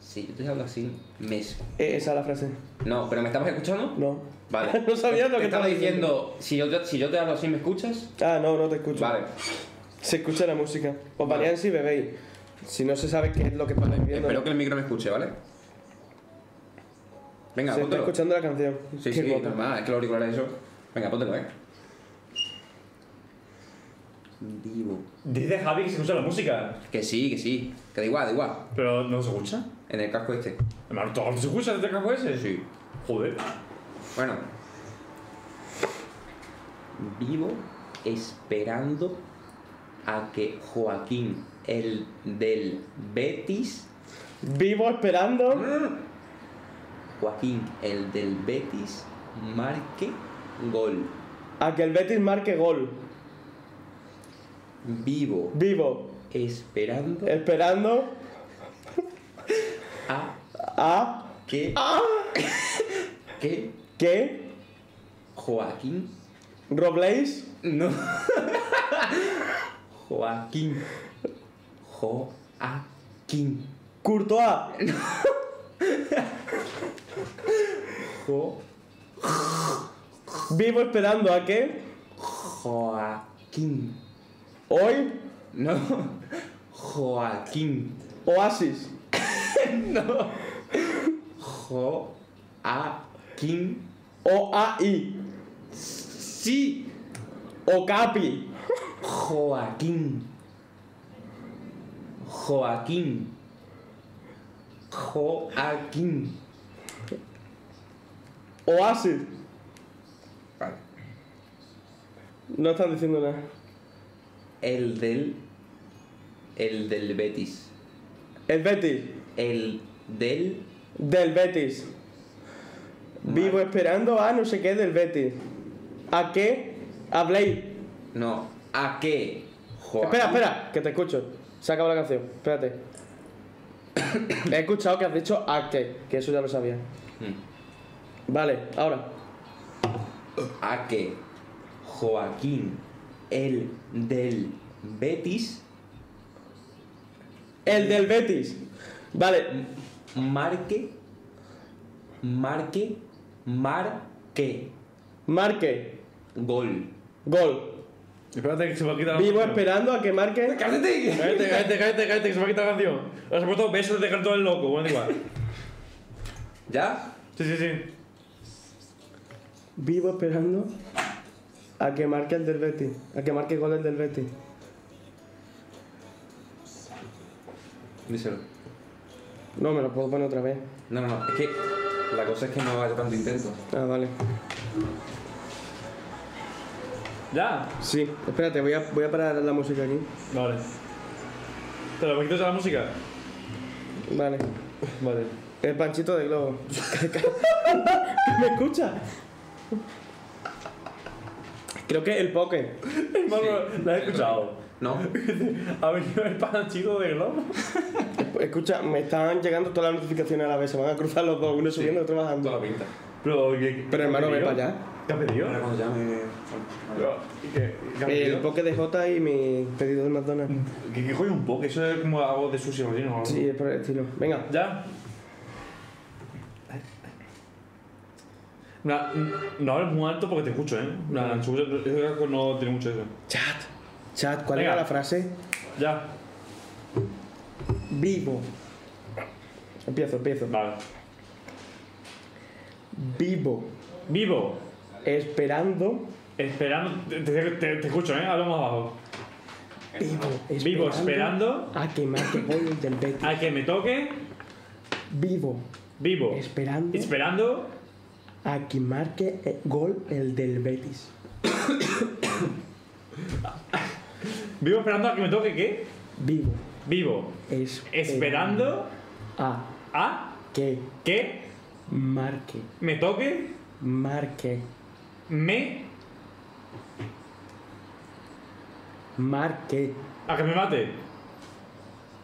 [SPEAKER 5] Sí, yo te hablo así. Mes.
[SPEAKER 2] Eh, esa es la frase.
[SPEAKER 5] No, pero ¿me estabas escuchando?
[SPEAKER 2] No.
[SPEAKER 5] Vale.
[SPEAKER 2] no sabía lo
[SPEAKER 5] Te
[SPEAKER 2] que
[SPEAKER 5] estaba diciendo, si yo, te- si yo te hablo así, ¿me escuchas?
[SPEAKER 2] Ah, no, no te escucho.
[SPEAKER 5] Vale.
[SPEAKER 2] Se escucha la música. Os banean si bebéis. Si no se sabe qué es lo que
[SPEAKER 5] Eh,
[SPEAKER 2] estáis viendo.
[SPEAKER 5] Espero que el micro me escuche, ¿vale? Venga,
[SPEAKER 2] se está
[SPEAKER 5] póntelo.
[SPEAKER 2] escuchando la canción.
[SPEAKER 5] Sí,
[SPEAKER 2] Qué
[SPEAKER 5] sí,
[SPEAKER 2] guapo.
[SPEAKER 5] normal, es que los auriculares eso. Venga, póntelo, ¿eh? Divo.
[SPEAKER 4] Dice Javi que se escucha la música,
[SPEAKER 5] Que sí, que sí. Que da igual, da igual.
[SPEAKER 4] pero no se escucha.
[SPEAKER 5] En el casco este.
[SPEAKER 4] Hermano, todo se escucha desde el casco ese.
[SPEAKER 5] Sí.
[SPEAKER 4] Joder.
[SPEAKER 5] Bueno. Vivo esperando a que Joaquín el del Betis.
[SPEAKER 2] Vivo esperando.
[SPEAKER 5] Joaquín, el del Betis, marque gol.
[SPEAKER 2] A que el Betis marque gol.
[SPEAKER 5] Vivo,
[SPEAKER 2] Vivo
[SPEAKER 5] esperando
[SPEAKER 2] esperando
[SPEAKER 5] a
[SPEAKER 2] a
[SPEAKER 5] que, que
[SPEAKER 2] que
[SPEAKER 5] Joaquín,
[SPEAKER 2] Robles
[SPEAKER 5] no, Joaquín, Joaquín,
[SPEAKER 2] Courtois
[SPEAKER 5] Jo,
[SPEAKER 2] vivo esperando a que
[SPEAKER 5] Joaquín,
[SPEAKER 2] hoy
[SPEAKER 5] no, Joaquín,
[SPEAKER 2] Oasis
[SPEAKER 5] no, Joaquín,
[SPEAKER 2] OAI
[SPEAKER 5] sí,
[SPEAKER 2] Ocapi
[SPEAKER 5] Joaquín, Joaquín, Joaquín.
[SPEAKER 2] Oasis no están diciendo nada
[SPEAKER 5] El del. El del Betis.
[SPEAKER 2] el Betis
[SPEAKER 5] El del.
[SPEAKER 2] del Betis vivo esperando a no sé qué del Betis a que habléis
[SPEAKER 5] No, ¿a qué? Joaquín.
[SPEAKER 2] Espera, espera, que te escucho. Se acabó la canción, espérate. He escuchado que has dicho a que, que eso ya lo sabía. Vale, ahora.
[SPEAKER 5] ¿A qué? Joaquín. El del Betis.
[SPEAKER 2] El del Betis. Vale,
[SPEAKER 5] Marque. Marque. Marque.
[SPEAKER 2] marque.
[SPEAKER 5] Gol.
[SPEAKER 2] Gol.
[SPEAKER 4] Espérate que se me ha quitado.
[SPEAKER 2] Vivo esperando a que marque.
[SPEAKER 5] ¡Cállate!
[SPEAKER 4] Cállate, cállate, cállate, cállate, que se me ha quitado la canción. Has puesto besos de cartón del loco, bueno, da igual.
[SPEAKER 5] ¿Ya?
[SPEAKER 4] Sí, sí, sí.
[SPEAKER 2] Vivo esperando a que marque el del Betis. A que marque gol el del Betis.
[SPEAKER 5] Díselo.
[SPEAKER 2] No, me lo puedo poner otra vez.
[SPEAKER 5] No, no, no. Es que. La cosa es que no haya tanto intento.
[SPEAKER 2] Ah, vale.
[SPEAKER 4] ¿Ya?
[SPEAKER 2] Sí, espérate, voy a, voy a parar la música aquí.
[SPEAKER 4] Vale. ¿Te lo quitas a la música?
[SPEAKER 2] Vale.
[SPEAKER 4] Vale.
[SPEAKER 2] El panchito de globo. ¿Me escucha? Creo que el poke.
[SPEAKER 4] Hermano, ¿la has escuchado?
[SPEAKER 5] No.
[SPEAKER 4] Ha venido el panchito de globo.
[SPEAKER 2] Escucha, me están llegando todas las notificaciones a la vez. Se van a cruzar los dos, uno subiendo, otro bajando.
[SPEAKER 5] Toda la pinta.
[SPEAKER 4] Pero, ¿qué,
[SPEAKER 2] Pero hermano,
[SPEAKER 4] ve
[SPEAKER 2] ve para allá.
[SPEAKER 4] ¿Qué ha pedido?
[SPEAKER 5] Ahora cuando llame.
[SPEAKER 4] Pero, ¿y qué, qué ha
[SPEAKER 2] El
[SPEAKER 4] pedido?
[SPEAKER 2] poke de Jota y mi pedido de McDonald's.
[SPEAKER 4] ¿Qué, qué coño un poco? Eso es como algo de sushi o algo.
[SPEAKER 2] Sí, es por el estilo. Venga.
[SPEAKER 4] ¿Ya? Na- no hables muy alto porque te escucho, ¿eh? Na- en su- eso no tiene mucho eso.
[SPEAKER 2] Chat. Chat, ¿cuál
[SPEAKER 4] Venga.
[SPEAKER 2] era la frase?
[SPEAKER 4] Ya.
[SPEAKER 2] Vivo. Empiezo, empiezo.
[SPEAKER 4] Vale.
[SPEAKER 2] Vivo.
[SPEAKER 4] Vivo.
[SPEAKER 2] Esperando.
[SPEAKER 4] Esperando. Te, te- te- te escucho, ¿eh? Hablo más abajo.
[SPEAKER 2] Vivo. Esperando
[SPEAKER 4] Vivo esperando
[SPEAKER 2] A que marque gol el del Betis.
[SPEAKER 4] a que me toque.
[SPEAKER 2] Vivo.
[SPEAKER 4] Vivo.
[SPEAKER 2] Esperando.
[SPEAKER 4] Esperando.
[SPEAKER 2] A que marque eh, gol el del Betis.
[SPEAKER 4] Vivo esperando a que me toque qué?
[SPEAKER 2] Vivo.
[SPEAKER 4] Vivo.
[SPEAKER 2] Es
[SPEAKER 4] Esperando
[SPEAKER 2] A
[SPEAKER 4] a
[SPEAKER 2] que
[SPEAKER 4] que
[SPEAKER 2] marque.
[SPEAKER 4] me toque.
[SPEAKER 2] Marque.
[SPEAKER 4] Me.
[SPEAKER 2] Marque.
[SPEAKER 4] A que me mate.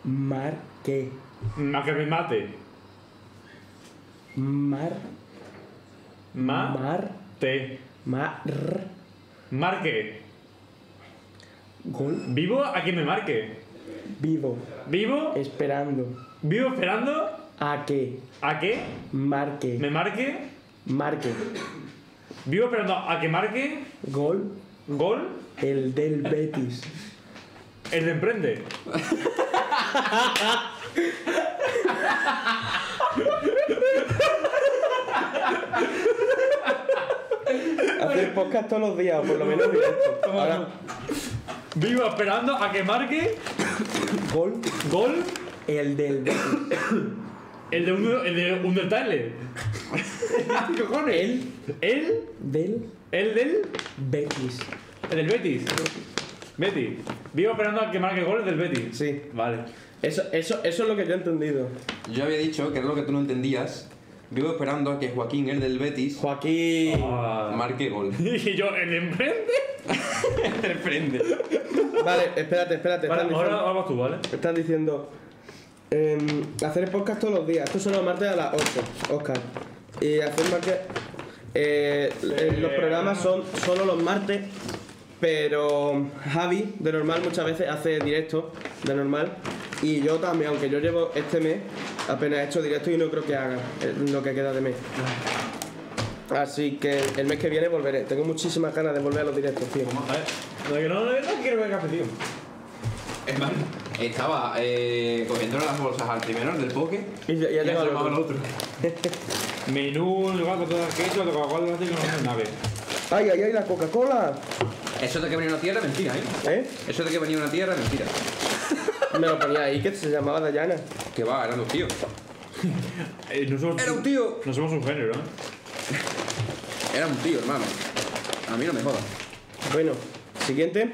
[SPEAKER 2] Marque.
[SPEAKER 4] A que me mate.
[SPEAKER 2] Mar.
[SPEAKER 4] Ma.
[SPEAKER 2] Mar.
[SPEAKER 4] Te.
[SPEAKER 2] Mar.
[SPEAKER 4] Marque.
[SPEAKER 2] Gol.
[SPEAKER 4] Vivo a que me marque.
[SPEAKER 2] Vivo.
[SPEAKER 4] Vivo.
[SPEAKER 2] Esperando.
[SPEAKER 4] Vivo esperando
[SPEAKER 2] A que
[SPEAKER 4] a que
[SPEAKER 2] marque.
[SPEAKER 4] me marque.
[SPEAKER 2] Marque.
[SPEAKER 4] Vivo esperando a que marque.
[SPEAKER 2] Gol.
[SPEAKER 4] Gol.
[SPEAKER 2] El del Betis.
[SPEAKER 4] El de emprende.
[SPEAKER 2] Hacer podcast todos los días, o por lo menos directo. Ahora,
[SPEAKER 4] Vivo esperando a que marque.
[SPEAKER 2] gol.
[SPEAKER 4] Gol.
[SPEAKER 2] El del Betis.
[SPEAKER 4] El de un, el de Undertale.
[SPEAKER 2] El
[SPEAKER 4] El.
[SPEAKER 2] del
[SPEAKER 4] El del.
[SPEAKER 2] Betis.
[SPEAKER 4] El del Betis. Betty. Vivo esperando a que marque goles del Betty.
[SPEAKER 2] Sí.
[SPEAKER 4] Vale.
[SPEAKER 2] Eso, eso, eso es lo que yo he entendido.
[SPEAKER 5] Yo había dicho que era lo que tú no entendías. Vivo esperando a que Joaquín, el del Betis,
[SPEAKER 2] Joaquín.
[SPEAKER 5] marque gol.
[SPEAKER 4] Y yo, ¿el enfrente?
[SPEAKER 5] Te prende.
[SPEAKER 2] Vale, espérate, espérate.
[SPEAKER 4] Vale,
[SPEAKER 2] están diciendo-
[SPEAKER 4] ahora vamos tú, ¿vale?
[SPEAKER 2] Estás diciendo em, hacer podcast todos los días. Esto son los martes a las 8, Oscar. Y hacer martes. eh, eh, los programas son solo los martes, pero Javi de normal muchas veces hace directo de normal. Y yo también, aunque yo llevo este mes, apenas he hecho directo y no creo que haga eh, lo que queda de mes. Así que el mes que viene volveré. Tengo muchísimas ganas de volver a los directos, tío.
[SPEAKER 4] A ver. No, que no, no, no quiero ver café, tío.
[SPEAKER 5] Es más, estaba eh, cogiendo las bolsas al primero, el del poke,
[SPEAKER 2] Y ya, ya
[SPEAKER 5] y
[SPEAKER 2] tengo
[SPEAKER 5] ha
[SPEAKER 2] al
[SPEAKER 5] llamado al
[SPEAKER 2] otro.
[SPEAKER 5] otro.
[SPEAKER 4] Menú, un lugar con todo el queso, de Coca-Cola, de aceite, con una nave.
[SPEAKER 2] ¡Ay, ay, ay, la Coca-Cola!
[SPEAKER 5] Eso de que venía una tierra, mentira, ¿eh?
[SPEAKER 2] ¿Eh?
[SPEAKER 5] Eso de que venía una tierra, mentira.
[SPEAKER 2] Me lo ponía ahí, que se llamaba Dayana.
[SPEAKER 5] Que va, eran dos tíos.
[SPEAKER 4] Eh, no somos,
[SPEAKER 5] Era un tío.
[SPEAKER 4] No somos un género, ¿eh?
[SPEAKER 5] Era un tío, hermano. A mí no me jodas.
[SPEAKER 2] Bueno, siguiente.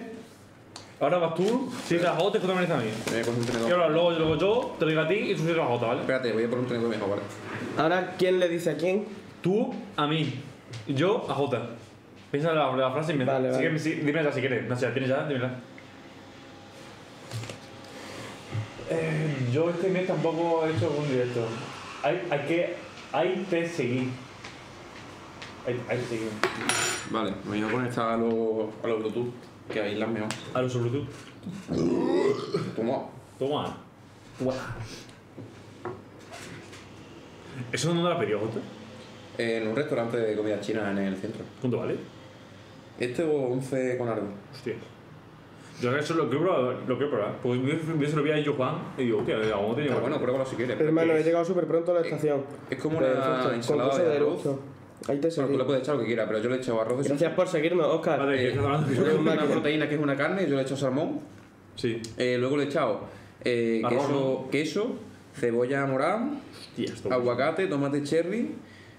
[SPEAKER 4] Ahora vas tú, si la J, te también a mí.
[SPEAKER 5] Me voy a coger un
[SPEAKER 4] Y
[SPEAKER 5] tenedor.
[SPEAKER 4] ahora luego, luego yo, te lo digo a ti y tú cierras la J, ¿vale?
[SPEAKER 5] Espérate, voy a poner un tenedor mejor, ¿vale?
[SPEAKER 2] Ahora, ¿quién le dice a quién?
[SPEAKER 4] Tú a mí, yo a J. Piensa la, la frase y me
[SPEAKER 2] Vale,
[SPEAKER 4] sí,
[SPEAKER 2] vale.
[SPEAKER 4] que- sí, dímela ya si quieres. No, si la tienes ya, dímela. Eh, yo este mes tampoco he hecho algún directo. Hay, hay que. Hay que seguir. Hay, hay que seguir.
[SPEAKER 5] Vale, me voy a conectar a los a los Bluetooth, que ahí las mejor.
[SPEAKER 4] A los Bluetooth.
[SPEAKER 5] Toma.
[SPEAKER 4] Toma. ¿Eso no la pidió J?
[SPEAKER 5] En un restaurante de comida china en el centro.
[SPEAKER 4] ¿Cuánto vale?
[SPEAKER 5] Este o 11 con algo.
[SPEAKER 4] Hostia. Yo eso lo quiero probar, lo quiero probar. Porque yo, yo se lo vi a yo Juan y digo, hostia, aún no tenía
[SPEAKER 5] Pero bueno, pruébalo si quieres.
[SPEAKER 2] Hermano,
[SPEAKER 5] porque
[SPEAKER 2] he llegado súper pronto a la estación.
[SPEAKER 5] Es Eh, como
[SPEAKER 2] Perfecto.
[SPEAKER 5] una ensalada
[SPEAKER 2] Concurso
[SPEAKER 5] de
[SPEAKER 2] del
[SPEAKER 5] arroz.
[SPEAKER 2] ocho. Ahí te
[SPEAKER 5] Bueno, tú
[SPEAKER 2] seguí.
[SPEAKER 5] le puedes echar lo que quieras, pero yo le he echado arroz de
[SPEAKER 2] Gracias
[SPEAKER 5] soja.
[SPEAKER 2] por seguirnos, Oscar.
[SPEAKER 4] Vale, que estás hablando
[SPEAKER 5] Yo le he echado una proteína que es una carne, yo le he echado salmón.
[SPEAKER 4] Sí.
[SPEAKER 5] Eh, luego le he echado eh,
[SPEAKER 4] Arroz,
[SPEAKER 5] queso, queso, cebolla morada,
[SPEAKER 4] Hostia, esto.
[SPEAKER 5] aguacate, tomate cherry,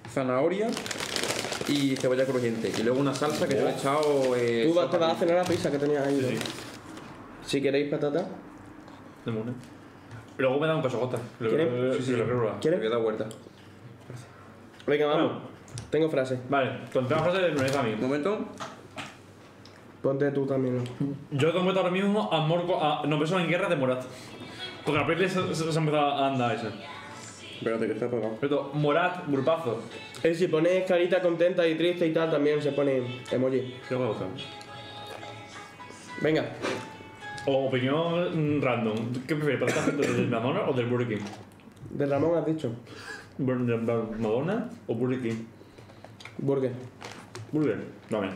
[SPEAKER 5] zanahoria y cebolla crujiente. Y luego una salsa que yo le he echado. eh,
[SPEAKER 2] Tú vas-
[SPEAKER 5] sopa.
[SPEAKER 2] te vas a cenar la pizza que tenías ahí.
[SPEAKER 4] Sí,
[SPEAKER 2] ¿no?
[SPEAKER 4] sí.
[SPEAKER 2] Si queréis patata.
[SPEAKER 4] Dame una. Luego me da un caso J. Lo,
[SPEAKER 2] ¿Quieres?
[SPEAKER 4] lo- sí, sí, lo quiero probar.
[SPEAKER 5] Le
[SPEAKER 2] ¿Quieres?
[SPEAKER 5] voy a dar vuelta.
[SPEAKER 2] Venga, vamos.
[SPEAKER 4] Bueno.
[SPEAKER 2] Tengo frase.
[SPEAKER 4] Vale, contamos frase de Nunes a mí.
[SPEAKER 5] Un momento.
[SPEAKER 2] Ponte tú también.
[SPEAKER 4] Yo tengo ahora mismo a Morco. A, no pensaba en guerra de Morat. Porque la peli se, se, se ha empezado a andar esa.
[SPEAKER 5] Espérate que está apagado.
[SPEAKER 4] Pero Morat, grupazo.
[SPEAKER 2] Eh, si pones carita contenta y triste y tal, también se pone emoji.
[SPEAKER 4] Yo voy a votar.
[SPEAKER 2] Venga.
[SPEAKER 4] O opinión mm, random. ¿Qué prefieres? ¿Para estar del Madonna o del Burger King?
[SPEAKER 2] De Ramón has dicho.
[SPEAKER 4] Bur- de- de- ¿Madonna o Burger King?
[SPEAKER 2] Burger.
[SPEAKER 4] Burger. Dame.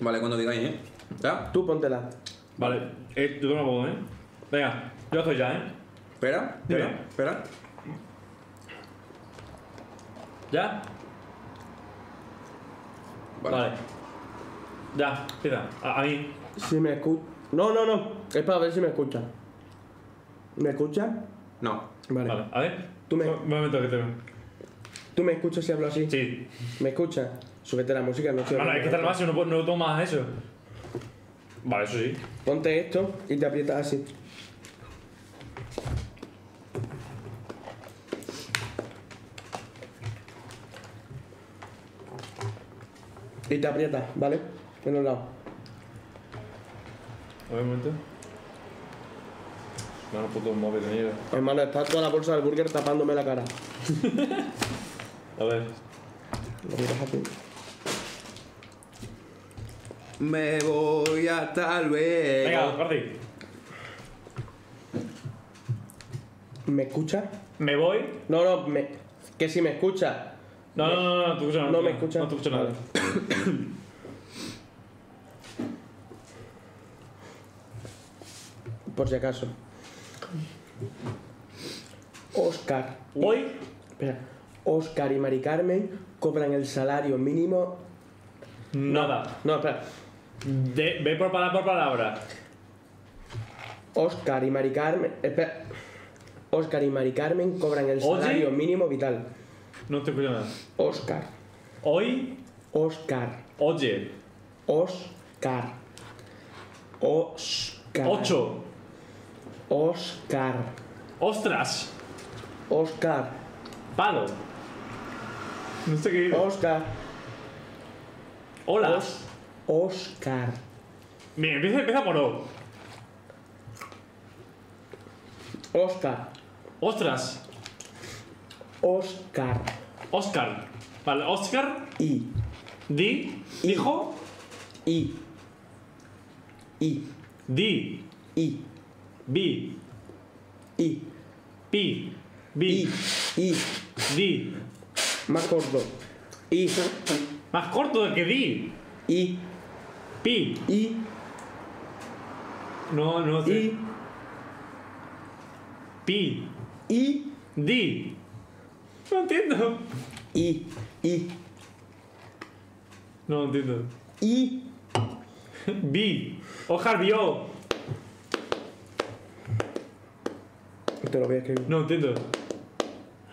[SPEAKER 5] Vale, cuando digáis, ¿eh? ¿Ya?
[SPEAKER 2] Tú póntela.
[SPEAKER 4] Vale, eh, yo tengo una boda, ¿eh? Venga, yo estoy ya, ¿eh?
[SPEAKER 5] Espera,
[SPEAKER 4] Dime.
[SPEAKER 5] espera, espera.
[SPEAKER 4] ¿Ya? Vale.
[SPEAKER 5] Vale.
[SPEAKER 4] Ya, empieza. A, a mí.
[SPEAKER 2] Si me escucha. No, no, no. Es para ver si me escucha. ¿Me escucha?
[SPEAKER 5] No.
[SPEAKER 2] Vale.
[SPEAKER 4] Vale, a ver.
[SPEAKER 2] Tú me-
[SPEAKER 4] Un momento que te veo.
[SPEAKER 2] ¿Tú me escuchas si hablo así?
[SPEAKER 4] Sí.
[SPEAKER 2] ¿Me escuchas? Súbete la música, no estoy
[SPEAKER 4] Bueno, es que está el base, no, puedo- no tomo más eso. Vale, eso sí.
[SPEAKER 2] Ponte esto y te aprietas así. Y te aprietas, ¿vale? En un lado.
[SPEAKER 4] A ver, un momento. Mano, puto móvil de mierda.
[SPEAKER 2] Hermano, está toda la bolsa del burger tapándome la cara.
[SPEAKER 4] A ver.
[SPEAKER 2] Lo miras así.
[SPEAKER 5] Me voy hasta
[SPEAKER 2] Eh,
[SPEAKER 5] luego.
[SPEAKER 4] Venga, Corti.
[SPEAKER 2] ¿Me escuchas?
[SPEAKER 4] ¿Me voy?
[SPEAKER 2] No, no, me... que si me escuchas.
[SPEAKER 4] No, no, no, no, tú escuchas nada.
[SPEAKER 2] No
[SPEAKER 4] tú
[SPEAKER 2] me
[SPEAKER 4] nada.
[SPEAKER 2] escuchas.
[SPEAKER 4] No te escucho nada.
[SPEAKER 2] Vale. Por si acaso. Oscar.
[SPEAKER 4] Voy.
[SPEAKER 2] Espera. Oscar y Mari Carmen cobran el salario mínimo.
[SPEAKER 4] Nada.
[SPEAKER 2] No, espera.
[SPEAKER 4] De, ve por palabra por palabra.
[SPEAKER 2] Oscar y Mari Carmen. Espera. Oscar y Mari Carmen cobran el
[SPEAKER 4] Oye.
[SPEAKER 2] salario mínimo vital.
[SPEAKER 4] No te escucho nada.
[SPEAKER 2] Oscar.
[SPEAKER 4] Hoy,
[SPEAKER 2] Oscar.
[SPEAKER 4] oye.
[SPEAKER 2] Oscar. Oscar.
[SPEAKER 4] Ocho.
[SPEAKER 2] Oscar.
[SPEAKER 4] Ostras.
[SPEAKER 2] Oscar.
[SPEAKER 4] Palo. No sé qué.
[SPEAKER 2] Oscar.
[SPEAKER 4] Hola.
[SPEAKER 2] Oscar.
[SPEAKER 4] Bien, empieza, empieza por O.
[SPEAKER 2] Oscar.
[SPEAKER 4] Ostras.
[SPEAKER 2] Oscar.
[SPEAKER 4] Oscar. Vale, Oscar.
[SPEAKER 2] I.
[SPEAKER 4] Di. Dijo.
[SPEAKER 2] I. I.
[SPEAKER 4] Di.
[SPEAKER 2] I.
[SPEAKER 4] Bi.
[SPEAKER 2] I.
[SPEAKER 4] Pi. Bi.
[SPEAKER 2] I.
[SPEAKER 4] Di.
[SPEAKER 2] Más corto. I.
[SPEAKER 4] Más corto de que di.
[SPEAKER 2] I.
[SPEAKER 4] Pi.
[SPEAKER 2] I.
[SPEAKER 4] No, no sé.
[SPEAKER 2] I.
[SPEAKER 4] Pi.
[SPEAKER 2] I.
[SPEAKER 4] Di. No entiendo.
[SPEAKER 2] I. I.
[SPEAKER 4] No entiendo.
[SPEAKER 2] I.
[SPEAKER 4] Bi. Ojar vio.
[SPEAKER 2] Te lo voy a escribir.
[SPEAKER 4] No entiendo.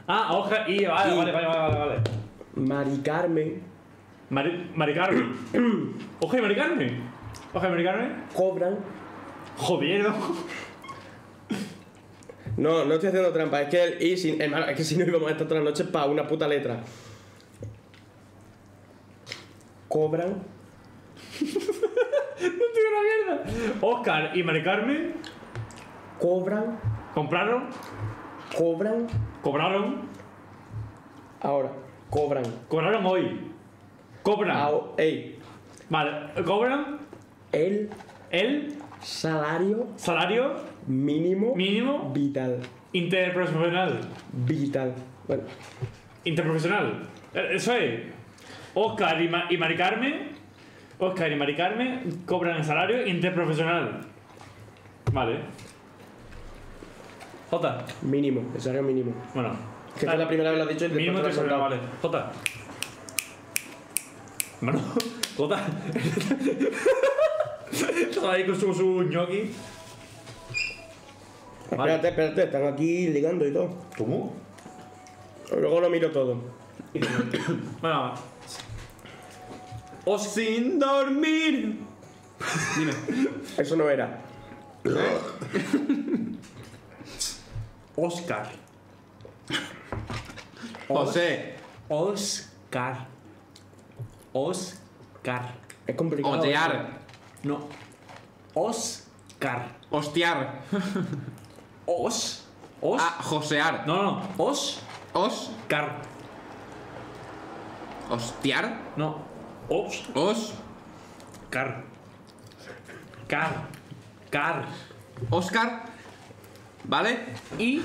[SPEAKER 4] Ah, hoja y vale,
[SPEAKER 2] Y.
[SPEAKER 4] vale, vale, vale, vale.
[SPEAKER 2] Mari Carmen.
[SPEAKER 4] Mari, Mari Carmen. Oja y Mari Carmen. Oja y Mari Carmen.
[SPEAKER 2] Cobran.
[SPEAKER 4] Joder, ¿no?
[SPEAKER 2] No, no estoy haciendo trampa. Es que el I. sin- hermano, es que si no íbamos a estar toda la noche para una puta letra. Cobran.
[SPEAKER 4] una mierda. Oscar y Mari Carmen
[SPEAKER 2] Cobran.
[SPEAKER 4] compraron,
[SPEAKER 2] Cobran.
[SPEAKER 4] cobraron,
[SPEAKER 2] Ahora. Cobran.
[SPEAKER 4] cobraron hoy. Cobran.
[SPEAKER 2] Ao- ey.
[SPEAKER 4] Vale, cobran
[SPEAKER 2] El
[SPEAKER 4] el
[SPEAKER 2] salario
[SPEAKER 4] salario
[SPEAKER 2] mínimo
[SPEAKER 4] mínimo
[SPEAKER 2] vital.
[SPEAKER 4] interprofesional.
[SPEAKER 2] Vital. Bueno.
[SPEAKER 4] Interprofesional. Eh, Eso es. Oscar y, Ma- y Mari Carmen. Oscar y Mari Carmen cobran el salario interprofesional. Vale. Jota.
[SPEAKER 2] Mínimo. El salario mínimo.
[SPEAKER 4] Bueno.
[SPEAKER 2] Que esta es la primera vez lo has dicho y después
[SPEAKER 4] Mínimo
[SPEAKER 2] te lo has
[SPEAKER 4] interprofesional,
[SPEAKER 2] contado.
[SPEAKER 4] vale. Jota. Mano. Jota. Estaba ahí con su, su ñoqui. Vale.
[SPEAKER 2] Espérate, espérate, están aquí ligando y todo.
[SPEAKER 4] ¿Cómo?
[SPEAKER 2] Luego lo miro todo.
[SPEAKER 4] Bueno. O sin dormir.
[SPEAKER 2] Eso no era.
[SPEAKER 4] Oscar.
[SPEAKER 5] José.
[SPEAKER 4] Oscar. Oscar.
[SPEAKER 2] Es complicado.
[SPEAKER 5] Otear.
[SPEAKER 4] No. Oscar.
[SPEAKER 5] Hostiar.
[SPEAKER 4] Os. Os.
[SPEAKER 5] Ah, josear.
[SPEAKER 4] No, no. Os.
[SPEAKER 5] Os.
[SPEAKER 4] Car.
[SPEAKER 5] Hostiar.
[SPEAKER 4] No. Os.
[SPEAKER 5] Os.
[SPEAKER 4] Car. Car. Car.
[SPEAKER 5] Oscar. ¿Vale?
[SPEAKER 4] Y.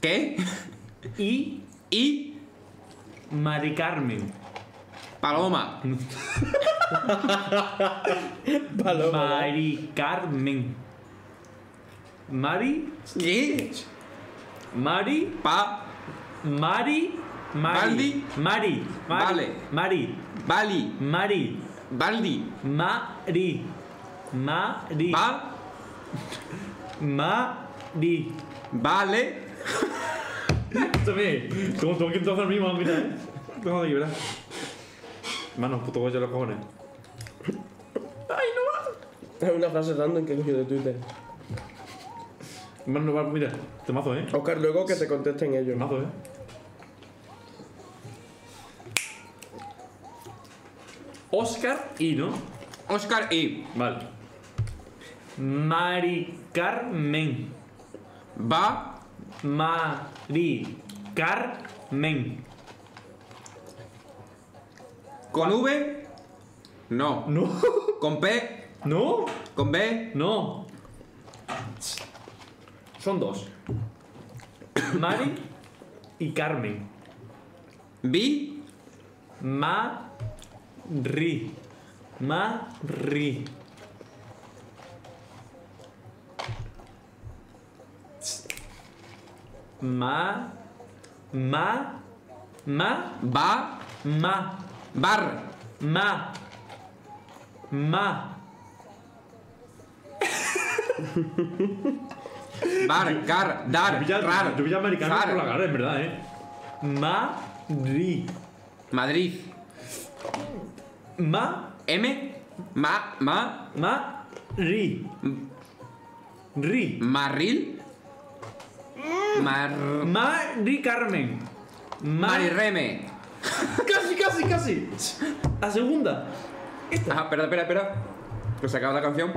[SPEAKER 5] ¿Qué?
[SPEAKER 4] Y.
[SPEAKER 5] Y.
[SPEAKER 4] Mari Carmen.
[SPEAKER 5] Paloma.
[SPEAKER 2] Paloma.
[SPEAKER 4] Mari Carmen. Mari.
[SPEAKER 5] ¿Qué?
[SPEAKER 4] Mari.
[SPEAKER 5] Pa.
[SPEAKER 4] Mari. Mari.
[SPEAKER 5] Baldi.
[SPEAKER 4] Mari. Mari.
[SPEAKER 5] Vale.
[SPEAKER 4] Mari.
[SPEAKER 5] Bali.
[SPEAKER 4] Mari.
[SPEAKER 5] Baldi.
[SPEAKER 4] Mari. Mari.
[SPEAKER 5] Pa.
[SPEAKER 4] Mari.
[SPEAKER 5] Vale.
[SPEAKER 4] Escúchame. Como tengo que entonces mismo, mira. Tengo que verás. Mano, puto coche de los cojones.
[SPEAKER 2] Es una frase random que he cogido de Twitter.
[SPEAKER 4] Mano, va, mira. Te mazo, eh.
[SPEAKER 2] Oscar, luego que te contesten
[SPEAKER 4] Te
[SPEAKER 2] ellos.
[SPEAKER 4] mazo, eh. Oscar y no.
[SPEAKER 5] Oscar y.
[SPEAKER 4] Vale. Mari Carmen.
[SPEAKER 5] Va.
[SPEAKER 4] Mari Carmen.
[SPEAKER 5] Con V. No.
[SPEAKER 4] No.
[SPEAKER 5] Con P.
[SPEAKER 4] No.
[SPEAKER 5] Con B.
[SPEAKER 4] No.
[SPEAKER 5] Son dos.
[SPEAKER 4] Mari y Carmen.
[SPEAKER 5] Bi.
[SPEAKER 4] Mari. Mari. Ma. Ma. Ma.
[SPEAKER 5] Ba.
[SPEAKER 4] Ma.
[SPEAKER 5] Bar.
[SPEAKER 4] Ma. Ma.
[SPEAKER 5] Bar. Car. Dar.
[SPEAKER 4] Lluvia,
[SPEAKER 5] Rar.
[SPEAKER 4] lluvia americana
[SPEAKER 5] Zar.
[SPEAKER 4] por la cara, en verdad, ¿eh? Madrid.
[SPEAKER 5] Madrid.
[SPEAKER 4] Ma.
[SPEAKER 5] M. Ma, ma,
[SPEAKER 4] ma, ri. Ri.
[SPEAKER 5] Marril. Mar.
[SPEAKER 4] Ma, ri, Carmen. Ma-
[SPEAKER 5] Marirreme.
[SPEAKER 4] Casi, casi, casi. La segunda.
[SPEAKER 5] Ah, espera, espera, espera. Que se acaba la canción.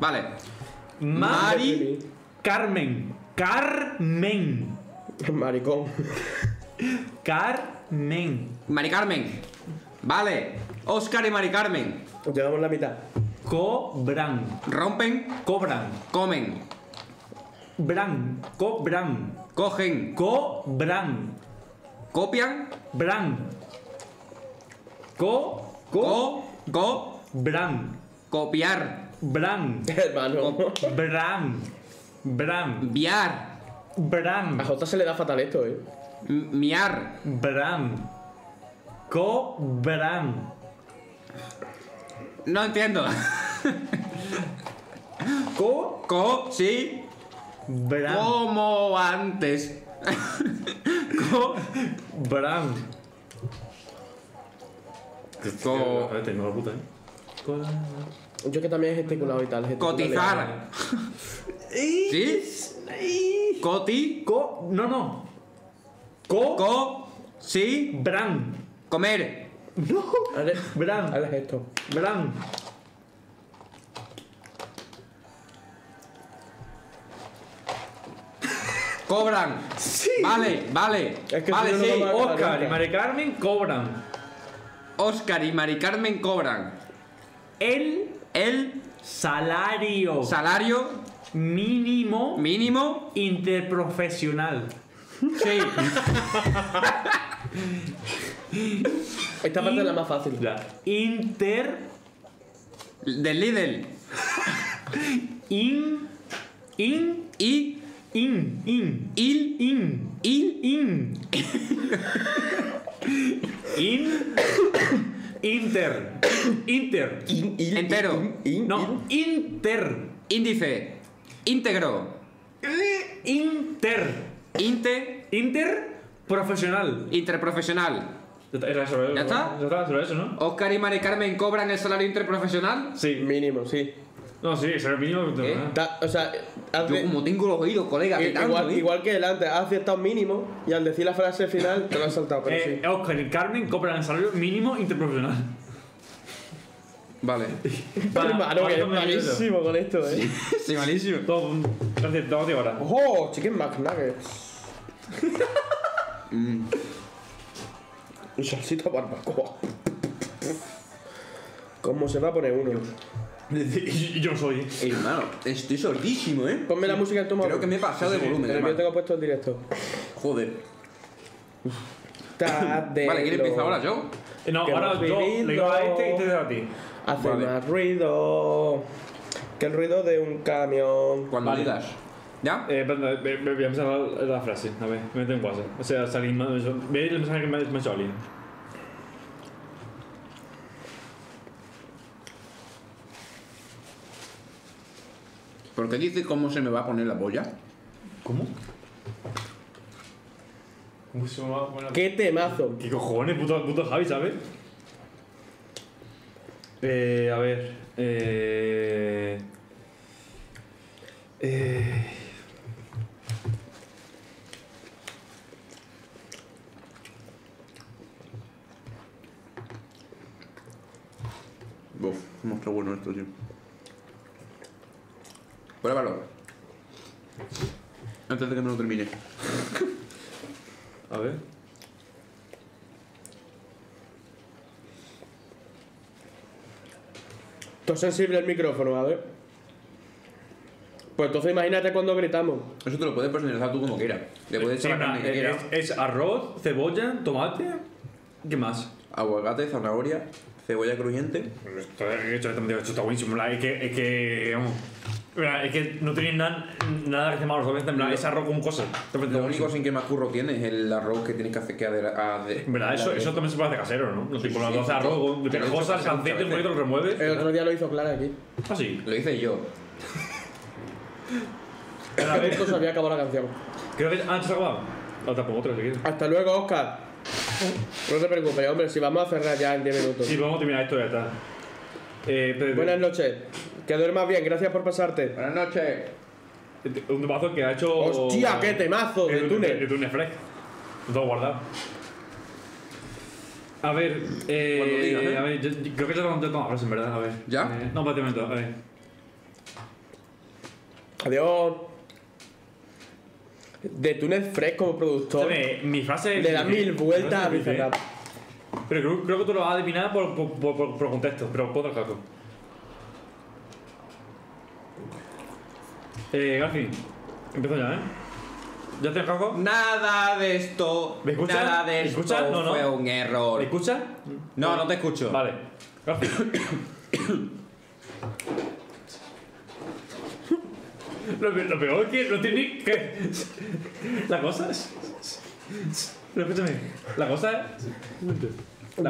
[SPEAKER 5] Vale.
[SPEAKER 4] Ma-
[SPEAKER 5] Mari.
[SPEAKER 4] Carmen. Carmen.
[SPEAKER 2] Maricón.
[SPEAKER 4] Carmen.
[SPEAKER 5] Mari Carmen. Vale. Oscar y Mari Carmen.
[SPEAKER 2] Llevamos la mitad.
[SPEAKER 4] Cobran.
[SPEAKER 5] Rompen.
[SPEAKER 4] Cobran.
[SPEAKER 5] Comen.
[SPEAKER 4] Bran. Cobran.
[SPEAKER 5] Cogen.
[SPEAKER 4] Cobran.
[SPEAKER 5] Copian.
[SPEAKER 4] Bran. Co.
[SPEAKER 5] Co. Go.
[SPEAKER 4] Bran.
[SPEAKER 5] Copiar.
[SPEAKER 4] Bran.
[SPEAKER 2] Hermano.
[SPEAKER 4] Bran. Bran.
[SPEAKER 5] Viar.
[SPEAKER 2] A
[SPEAKER 4] Bran.
[SPEAKER 2] Jota se le da fatal esto, eh.
[SPEAKER 5] m- Miar.
[SPEAKER 4] Bran. Cobran.
[SPEAKER 5] No entiendo.
[SPEAKER 4] Co.
[SPEAKER 5] Co. Sí.
[SPEAKER 4] Bran.
[SPEAKER 5] Como antes. Co.
[SPEAKER 4] Bran.
[SPEAKER 5] Co.
[SPEAKER 4] tengo la puta, eh.
[SPEAKER 2] Yo que también he gesticulado y tal. gesticulado.
[SPEAKER 5] Cotizar. ¿Sí? Coti.
[SPEAKER 4] Co. No, no. Co.
[SPEAKER 5] Co. Sí.
[SPEAKER 4] Bran.
[SPEAKER 5] Comer.
[SPEAKER 4] No.
[SPEAKER 2] Hazle-
[SPEAKER 4] Bran.
[SPEAKER 2] Hazle esto.
[SPEAKER 4] Bran.
[SPEAKER 5] Cobran.
[SPEAKER 4] Sí.
[SPEAKER 5] Vale, vale.
[SPEAKER 2] Es que
[SPEAKER 5] vale,
[SPEAKER 2] si no, no me
[SPEAKER 5] sí.
[SPEAKER 2] va a acabar
[SPEAKER 4] Oscar y
[SPEAKER 2] nunca.
[SPEAKER 4] Mari Carmen cobran.
[SPEAKER 5] Oscar y Mari Carmen cobran
[SPEAKER 4] El
[SPEAKER 5] el
[SPEAKER 4] salario
[SPEAKER 5] salario
[SPEAKER 4] mínimo
[SPEAKER 5] mínimo.
[SPEAKER 4] interprofesional.
[SPEAKER 5] Sí.
[SPEAKER 2] Esta parte es la más fácil.
[SPEAKER 4] Inter.
[SPEAKER 5] Del Lidl.
[SPEAKER 4] In. In.
[SPEAKER 5] Y.
[SPEAKER 4] In. In.
[SPEAKER 5] Il.
[SPEAKER 4] In.
[SPEAKER 5] Il.
[SPEAKER 4] In. In. Inter. Inter.
[SPEAKER 5] Entero.
[SPEAKER 4] No, inter.
[SPEAKER 5] Índice. Íntegro.
[SPEAKER 4] Inter.
[SPEAKER 5] Inte.
[SPEAKER 4] Inter. Profesional.
[SPEAKER 5] Interprofesional.
[SPEAKER 4] Era sobre
[SPEAKER 5] ¿Ya está?
[SPEAKER 4] Ya está sobre eso, ¿no?
[SPEAKER 5] Oscar y Mari Carmen cobran el salario interprofesional.
[SPEAKER 4] Sí.
[SPEAKER 2] Mínimo, sí.
[SPEAKER 4] No, sí, será el mínimo que te
[SPEAKER 5] ¿Eh?
[SPEAKER 4] ¿verdad?
[SPEAKER 2] Da- o sea, hazle-
[SPEAKER 5] Yo como tengo los oídos, colega. que
[SPEAKER 2] i-
[SPEAKER 5] tanto,
[SPEAKER 2] igual,
[SPEAKER 5] ¿eh?
[SPEAKER 2] igual que el antes, has aceptado mínimo y al decir la frase final te lo has saltado, pero
[SPEAKER 4] Eh,
[SPEAKER 2] sí.
[SPEAKER 4] Oscar y Carmen cobran el salario mínimo interprofesional.
[SPEAKER 5] Vale.
[SPEAKER 4] para-
[SPEAKER 2] Hermano,
[SPEAKER 4] para
[SPEAKER 2] que eres
[SPEAKER 4] comer eso.
[SPEAKER 2] malísimo con esto, eh.
[SPEAKER 5] sí, malísimo.
[SPEAKER 4] Todo, gracias, todo de ahora.
[SPEAKER 2] ¡Oh! Chicken McNuggets.
[SPEAKER 5] Mm.
[SPEAKER 2] Y salsita barbacoa. ¿Cómo se va a poner uno?
[SPEAKER 4] Y yo soy.
[SPEAKER 5] Hermano, estoy sordísimo, ¿eh?
[SPEAKER 2] Ponme la música en tu móvil.
[SPEAKER 5] Creo que me he pasado de volumen,
[SPEAKER 2] Pero yo
[SPEAKER 5] hermano.
[SPEAKER 2] tengo puesto el directo.
[SPEAKER 5] Joder.
[SPEAKER 2] Tadelo.
[SPEAKER 5] Vale, ¿quién empieza ahora? ¿Yo?
[SPEAKER 4] Eh, No,
[SPEAKER 2] Que
[SPEAKER 4] ahora
[SPEAKER 2] lo
[SPEAKER 4] yo
[SPEAKER 2] pido.
[SPEAKER 4] le digo a este y te digo a ti.
[SPEAKER 2] Hace
[SPEAKER 5] Vale.
[SPEAKER 2] más ruido que el ruido de un camión.
[SPEAKER 5] Cuando
[SPEAKER 4] Vale.
[SPEAKER 5] digas. ¿Ya?
[SPEAKER 4] Eh, perdón, ve- ve- voy a empezar la, la frase. A ver, me meto en WhatsApp. O sea, salí más. Ve el mensaje que me ha me ha hecho alguien.
[SPEAKER 5] ¿Por qué dice cómo se me va a poner la polla?
[SPEAKER 4] ¿Cómo? ¿Cómo se llama? Bueno,
[SPEAKER 2] ¡Qué temazo!
[SPEAKER 4] ¿Qué cojones, puto, puto Javi, sabes? Eh, a ver. Eh. Eh.
[SPEAKER 5] Uf, cómo está bueno esto, tío. Pruébalo. Antes de que me lo termine.
[SPEAKER 4] A ver.
[SPEAKER 2] Esto es sensible el micrófono, a ver. Pues entonces imagínate cuando gritamos.
[SPEAKER 5] Eso te lo puedes personalizar tú como quieras. Le puedes echar la
[SPEAKER 4] Venga,
[SPEAKER 5] carne que
[SPEAKER 4] es,
[SPEAKER 5] quieras.
[SPEAKER 4] eh, es arroz, cebolla, tomate. ¿Qué más?
[SPEAKER 5] Aguacate, zanahoria, cebolla crujiente.
[SPEAKER 4] este Esto, está buenísimo. Es que. Es que, es que no tenéis nada que hacer malo, solamente es arroz con cosas.
[SPEAKER 5] Lo único sin que más curro tienes es el arroz que tienes que hacer que adher- adhe-
[SPEAKER 4] ¿Verdad? Eso, eso también se puede hacer casero, ¿no? No sé, con las dos arroz, con
[SPEAKER 5] Pero eso
[SPEAKER 4] cosas,
[SPEAKER 5] pasa muchas
[SPEAKER 4] aceite,
[SPEAKER 5] veces.
[SPEAKER 4] un
[SPEAKER 5] Eh.
[SPEAKER 4] poquito lo remueves. Ah,
[SPEAKER 2] El otro día lo hizo Clara aquí.
[SPEAKER 4] Así.
[SPEAKER 5] Lo hice yo.
[SPEAKER 4] A ver,
[SPEAKER 2] Esto se había acabado la canción.
[SPEAKER 4] creo que. Ah, se ha acabado. O tampoco otra, si quieres.
[SPEAKER 2] Hasta luego, Oscar. No te preocupes, hombre, si vamos a cerrar ya en 10 minutos.
[SPEAKER 4] Sí, vamos a terminar esto ya está. Eh, pero-
[SPEAKER 2] Buenas noches. Que duermas bien, gracias por pasarte. Buenas noches.
[SPEAKER 4] Un temazo que ha hecho.
[SPEAKER 2] ¡Hostia, qué temazo! De
[SPEAKER 4] El-
[SPEAKER 2] túnel.
[SPEAKER 4] De Túnel Fresh. Lo tengo guardado. A ver,
[SPEAKER 10] Cuando
[SPEAKER 4] eh,
[SPEAKER 10] digas, ¿eh?
[SPEAKER 4] a ver, yo, yo creo que ya tengo todas las en verdad, a ver.
[SPEAKER 10] ¿Ya?
[SPEAKER 4] Eh, no, espérate un momento, a ver.
[SPEAKER 2] Adiós. De Túnez Fresh como productor.
[SPEAKER 4] Escúchame, mi frase
[SPEAKER 2] Le da
[SPEAKER 4] difícil.
[SPEAKER 2] mil vueltas a
[SPEAKER 4] Mi frase es
[SPEAKER 2] Bizarrap.
[SPEAKER 4] difícil. Pero creo, creo que tú lo vas a adivinar por, por, por, por- por contexto, pero ponte el casco. Eh, Garfi, empiezo ya, ¿eh? ¿Ya te casco?
[SPEAKER 5] Nada de esto.
[SPEAKER 4] ¿Me escuchas?
[SPEAKER 5] Nada de
[SPEAKER 4] ¿Me
[SPEAKER 5] esto
[SPEAKER 4] escuchas? No, no.
[SPEAKER 5] fue un error.
[SPEAKER 4] ¿Me escuchas?
[SPEAKER 5] No, no te escucho.
[SPEAKER 4] Vale. Garfi. Lo, pe- lo peor es que no tiene ni que... La cosa es... Pero escúchame, la cosa es... La cosa-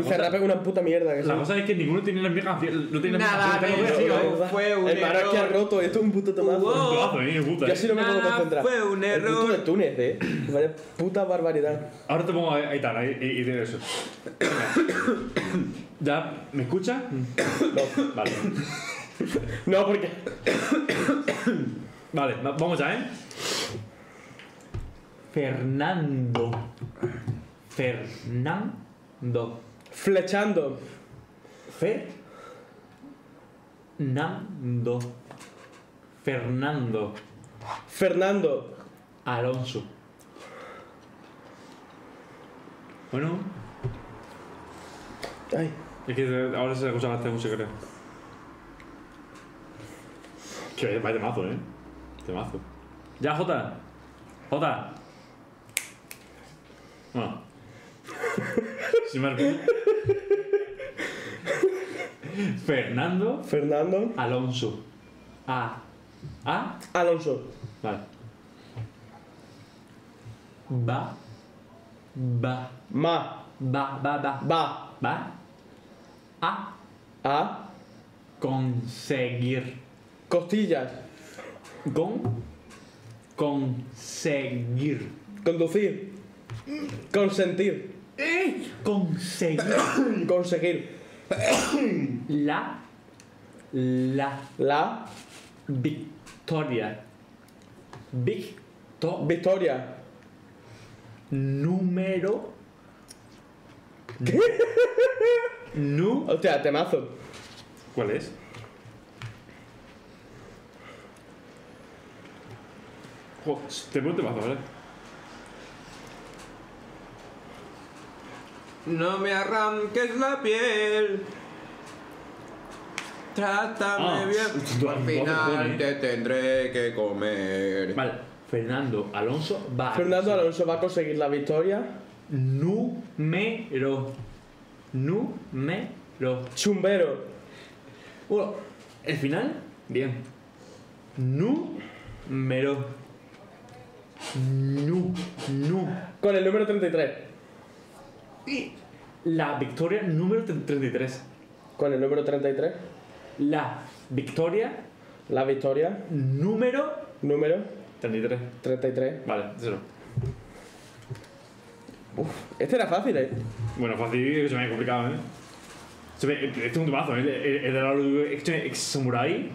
[SPEAKER 2] Bizarrap es una puta mierda. Que
[SPEAKER 4] La
[SPEAKER 2] sí.
[SPEAKER 4] cosa es que ninguno tiene la misma canción. No tiene la misma
[SPEAKER 5] Nada
[SPEAKER 4] canción.
[SPEAKER 5] de
[SPEAKER 4] tengo que-
[SPEAKER 5] esto fue un
[SPEAKER 2] El barra que ha
[SPEAKER 5] error.
[SPEAKER 2] roto, esto es un puto tomazo.
[SPEAKER 4] Un pedazo, eh, puta,
[SPEAKER 2] Yo
[SPEAKER 4] eh.
[SPEAKER 2] así no me puedo
[SPEAKER 5] Nada,
[SPEAKER 2] concentrar.
[SPEAKER 5] fue un
[SPEAKER 2] El
[SPEAKER 5] error.
[SPEAKER 2] puto de Túnez, eh. Vaya puta barbaridad.
[SPEAKER 4] Ahora te pongo a a Aitana y, y, y de eso. ¿Ya me escuchas?
[SPEAKER 2] Mm. No,
[SPEAKER 4] Vale.
[SPEAKER 2] no porque.
[SPEAKER 4] Vale, va- vamos ya, ¿eh? Fernando. Fernando.
[SPEAKER 2] Flechando.
[SPEAKER 4] Fernando. Fernando.
[SPEAKER 2] Fernando.
[SPEAKER 4] Alonso. Bueno,
[SPEAKER 2] Ay.
[SPEAKER 4] es que eh, ahora se escucha bastante música, creo. Que vaya temazo, eh. Temazo. Ya, Jota. Jota. Bueno. Sin más. Fernando
[SPEAKER 2] Fernando.
[SPEAKER 4] Alonso. A. A.
[SPEAKER 2] Alonso.
[SPEAKER 4] Vale. Va. Va.
[SPEAKER 2] Ma.
[SPEAKER 4] Va, va, va.
[SPEAKER 2] Va.
[SPEAKER 4] Va. A
[SPEAKER 2] A.
[SPEAKER 4] conseguir.
[SPEAKER 2] Costillas.
[SPEAKER 4] Con. Conseguir.
[SPEAKER 2] Conducir. Consentir.
[SPEAKER 4] Conseguir.
[SPEAKER 2] Conseguir.
[SPEAKER 4] La. La
[SPEAKER 2] La.
[SPEAKER 4] victoria. Victo.
[SPEAKER 2] Victoria.
[SPEAKER 4] Número. Nu.
[SPEAKER 2] Hostia, temazo.
[SPEAKER 4] ¿Cuál es? Jo, te pregunto más, ¿verdad?
[SPEAKER 5] No me arranques la piel. Trátame
[SPEAKER 4] Ah,
[SPEAKER 5] bien.
[SPEAKER 4] tú-
[SPEAKER 5] Al
[SPEAKER 4] tú-
[SPEAKER 5] final
[SPEAKER 4] tú-
[SPEAKER 5] te tendré que comer.
[SPEAKER 4] Vale. Fernando Alonso va.
[SPEAKER 2] Fernando Alonso va a conseguir la victoria.
[SPEAKER 4] Número. Número.
[SPEAKER 2] Chumbero.
[SPEAKER 4] Bueno, el final. Bien. Número. Nu. Nu.
[SPEAKER 2] Con el número 33.
[SPEAKER 4] Y la victoria número 33.
[SPEAKER 2] Con el número 33.
[SPEAKER 4] La victoria
[SPEAKER 2] La victoria.
[SPEAKER 4] número
[SPEAKER 2] Número
[SPEAKER 4] 33.
[SPEAKER 2] 33.
[SPEAKER 4] Vale, eso.
[SPEAKER 2] Este era fácil, eh.
[SPEAKER 4] Bueno, fácil, se me ha complicado, ¿eh? Se me- este es un tomazo, ¿eh? El, el- el de la Lulu- este es Samurai.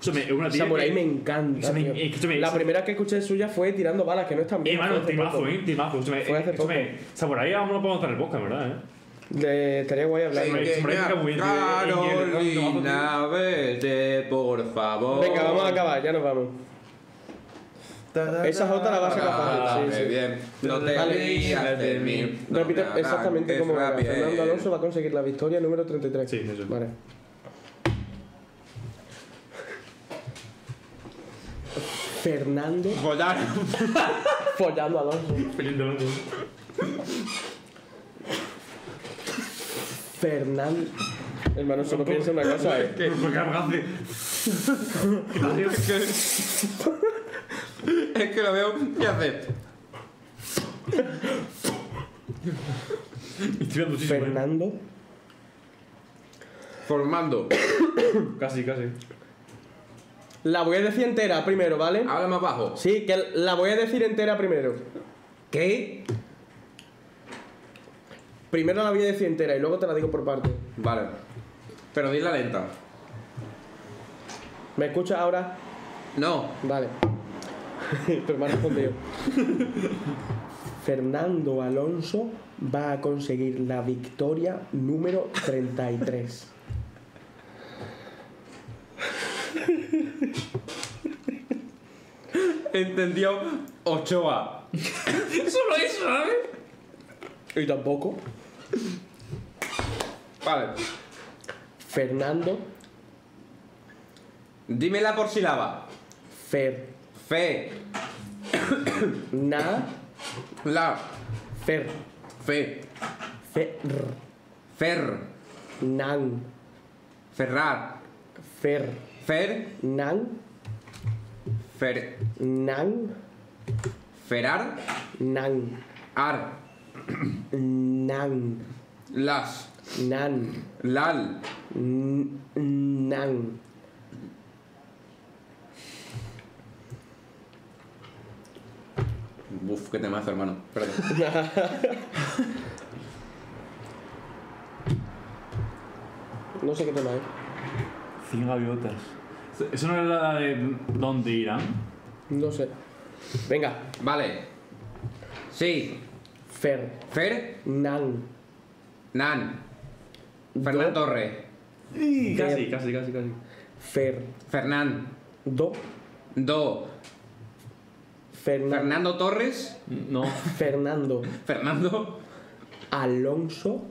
[SPEAKER 4] Se me- es una tía
[SPEAKER 2] Samurai
[SPEAKER 4] que-
[SPEAKER 2] eh, me encanta.
[SPEAKER 4] Escúchame,
[SPEAKER 2] tío.
[SPEAKER 4] escúchame,
[SPEAKER 2] La
[SPEAKER 4] escúchame.
[SPEAKER 2] primera que escuché suya fue tirando balas, que no es tan
[SPEAKER 4] Eh,
[SPEAKER 2] bien.
[SPEAKER 4] hermano, timazo, ¿eh? Timazo. Se me-
[SPEAKER 2] Fue hace
[SPEAKER 4] escúchame, Samurai aún no lo podemos hacer en el podcast, ¿verdad? ¿eh?
[SPEAKER 2] De, estaría guay hablar.
[SPEAKER 4] Sí.
[SPEAKER 5] Pequeña
[SPEAKER 4] hombre, fica muy bien, tío.
[SPEAKER 5] Carolina, vete, por favor.
[SPEAKER 2] Venga, vamos a acabar, ya nos vamos. Esa jota la vas a acabar.
[SPEAKER 5] Trátame
[SPEAKER 2] Sí, sí.
[SPEAKER 5] bien, no te
[SPEAKER 2] Vale.
[SPEAKER 5] rías de mí. no
[SPEAKER 2] Repite
[SPEAKER 5] me
[SPEAKER 2] exactamente
[SPEAKER 5] arranques
[SPEAKER 2] cómo
[SPEAKER 5] la
[SPEAKER 2] va.
[SPEAKER 5] piel.
[SPEAKER 2] Fernando Alonso va a conseguir la victoria número 33.
[SPEAKER 4] Sí, eso.
[SPEAKER 2] Vale. Fernando
[SPEAKER 5] Follar.
[SPEAKER 2] follando a Alonso.
[SPEAKER 4] Feliz de Alonso.
[SPEAKER 2] Fernando. Hermano, solo piensa una cosa, eh.
[SPEAKER 4] ¿Por qué hace? ¿Qué tal, tío?
[SPEAKER 5] Es que lo veo y hace.
[SPEAKER 4] Me Estoy viendo muchísimo. ¿eh?
[SPEAKER 2] Fernando.
[SPEAKER 5] Formando.
[SPEAKER 4] Casi, casi.
[SPEAKER 2] La voy a decir entera primero, ¿vale?
[SPEAKER 4] Ah.
[SPEAKER 5] Habla más bajo.
[SPEAKER 2] Sí, que la voy a decir entera primero.
[SPEAKER 5] ¿Qué?
[SPEAKER 2] Primero la voy a decir entera y luego te la digo por parte.
[SPEAKER 5] Vale. Pero dila lenta.
[SPEAKER 2] ¿Me escuchas ahora?
[SPEAKER 5] No.
[SPEAKER 2] Vale. Pero me ha respondido. Fernando Alonso va a conseguir la victoria número 33.
[SPEAKER 5] Entendió Ochoa.
[SPEAKER 4] Solo eso, ¿eh? ¿sabes?
[SPEAKER 2] Y tampoco.
[SPEAKER 5] Vale.
[SPEAKER 2] Fernando
[SPEAKER 5] Dímela por sílaba.
[SPEAKER 2] Fer
[SPEAKER 5] Fe.
[SPEAKER 2] Na
[SPEAKER 5] La.
[SPEAKER 2] Fer
[SPEAKER 5] Fe.
[SPEAKER 2] Fer
[SPEAKER 5] Fer.
[SPEAKER 2] Nan
[SPEAKER 5] Ferrar.
[SPEAKER 2] Fer
[SPEAKER 5] Fer.
[SPEAKER 2] Nan
[SPEAKER 5] Fer.
[SPEAKER 2] Nan
[SPEAKER 5] Ferar.
[SPEAKER 2] Nan
[SPEAKER 5] Ar.
[SPEAKER 2] Nan
[SPEAKER 5] Las.
[SPEAKER 2] Nan
[SPEAKER 5] Lal.
[SPEAKER 2] N- Nan
[SPEAKER 5] Uf, qué temazo, hermano. Espérate.
[SPEAKER 2] No sé qué tema ¿eh? es.
[SPEAKER 4] 100 gaviotas. Eso no es la de dónde irán.
[SPEAKER 2] No sé. Venga.
[SPEAKER 5] Vale. Sí.
[SPEAKER 2] Fer
[SPEAKER 5] Fer.
[SPEAKER 2] Nan
[SPEAKER 5] Nan. Fernán
[SPEAKER 2] Do-
[SPEAKER 5] Torre.
[SPEAKER 4] Casi, casi, casi, casi.
[SPEAKER 2] Fer
[SPEAKER 5] Fernán.
[SPEAKER 2] Do
[SPEAKER 5] Do.
[SPEAKER 2] Fernan-
[SPEAKER 5] Fernando Torres.
[SPEAKER 4] No.
[SPEAKER 2] Fernando
[SPEAKER 5] Fernando.
[SPEAKER 2] Alonso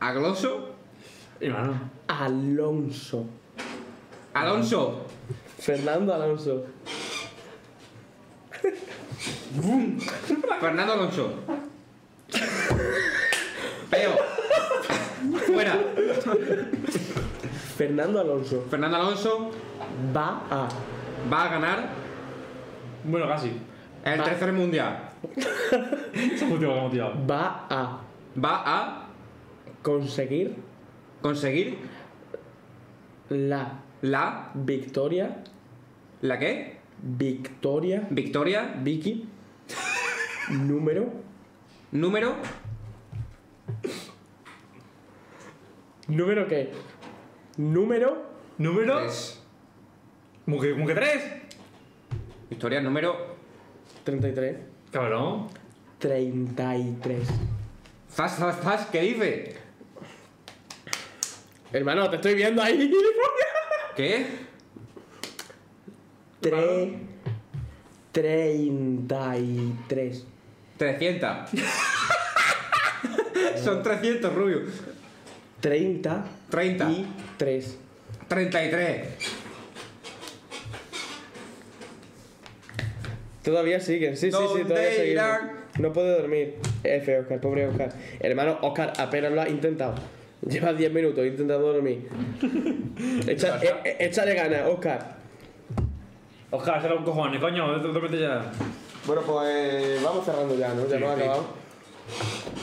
[SPEAKER 5] Agloso.
[SPEAKER 4] Hermano.
[SPEAKER 2] Alonso
[SPEAKER 5] Alonso.
[SPEAKER 2] Fernando Alonso
[SPEAKER 5] Fernando Alonso. Peo. Fuera.
[SPEAKER 2] Fernando Alonso
[SPEAKER 5] Fernando Alonso
[SPEAKER 2] va a
[SPEAKER 5] va a ganar
[SPEAKER 4] Bueno, casi.
[SPEAKER 5] el tercer mundial.
[SPEAKER 4] Esa es la última que hemos tirado.
[SPEAKER 2] va a
[SPEAKER 5] Va a
[SPEAKER 2] conseguir
[SPEAKER 5] conseguir
[SPEAKER 2] la
[SPEAKER 5] la.
[SPEAKER 2] victoria
[SPEAKER 5] ¿La qué?
[SPEAKER 2] victoria
[SPEAKER 5] Victoria
[SPEAKER 2] Vicky número
[SPEAKER 5] número
[SPEAKER 2] número qué número
[SPEAKER 4] ¿Número?
[SPEAKER 5] 3.
[SPEAKER 4] ¿Cómo que, cómo que tres?
[SPEAKER 5] Victoria número
[SPEAKER 2] 33
[SPEAKER 4] Cabrón.
[SPEAKER 2] 33
[SPEAKER 5] Zas, zas, zas, ¿qué dice?
[SPEAKER 2] hermano te estoy viendo ahí
[SPEAKER 5] ¿Qué?
[SPEAKER 2] Tre- 33
[SPEAKER 5] 300. Son 300, Rubio.
[SPEAKER 2] 30
[SPEAKER 5] 30.
[SPEAKER 2] y 3
[SPEAKER 5] 33.
[SPEAKER 2] Todavía siguen, sí, sí, sí,
[SPEAKER 5] ¿Dónde
[SPEAKER 2] todavía siguen.
[SPEAKER 5] irán?
[SPEAKER 2] No puede dormir. F, Oscar, pobre Oscar. Hermano, Oscar apenas lo ha intentado. Lleva 10 minutos intentando dormir. Echa- e- e- Échale ganas, Oscar.
[SPEAKER 4] Oscar, será un cojones, coño. Vete ya.
[SPEAKER 2] Bueno, pues vamos cerrando ya, ¿no? Ya hemos acabado.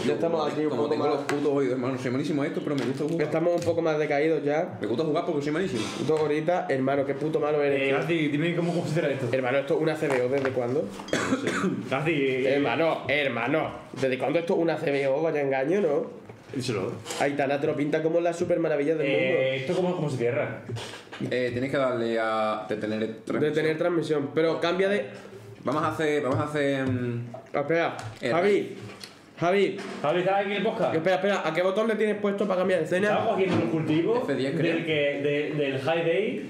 [SPEAKER 2] Ya estamos aquí un
[SPEAKER 5] Como
[SPEAKER 2] poco
[SPEAKER 5] tengo los
[SPEAKER 2] más.
[SPEAKER 5] putos oídos, hermano. Soy malísimo a esto, pero me gusta jugar.
[SPEAKER 2] Estamos un poco más decaídos ya.
[SPEAKER 5] Me gusta jugar porque soy malísimo.
[SPEAKER 2] Dos horitas, hermano, qué puto malo eres.
[SPEAKER 4] Eh,
[SPEAKER 2] tío.
[SPEAKER 4] Gasti, dime cómo considera esto.
[SPEAKER 2] Hermano, esto es una CBO, ¿desde cuándo?
[SPEAKER 4] Gasti, eh,
[SPEAKER 2] Hermano, hermano, ¿desde cuándo esto es una CBO? Vaya engaño, ¿no?
[SPEAKER 4] díselo.
[SPEAKER 2] Aitana te lo pinta como la super maravilla del
[SPEAKER 4] Eh, ¿Esto cómo, cómo se cierra?
[SPEAKER 5] Eh, tienes que darle a detener
[SPEAKER 2] mundo. De tener transmisión, pero cambia de. Ah,
[SPEAKER 5] Vamos a hacer. Vamos a hacer. mm,
[SPEAKER 2] Espera,
[SPEAKER 5] Eh, Ah.
[SPEAKER 2] Javi, Javi,
[SPEAKER 4] Javi, ¿estás aquí en el podcast?
[SPEAKER 2] espera, espera, ¿a qué botón le tienes puesto para cambiar de escena?
[SPEAKER 4] Estaba cogiendo el cultivo
[SPEAKER 5] F10 creo.
[SPEAKER 4] del, que, de- del High Day.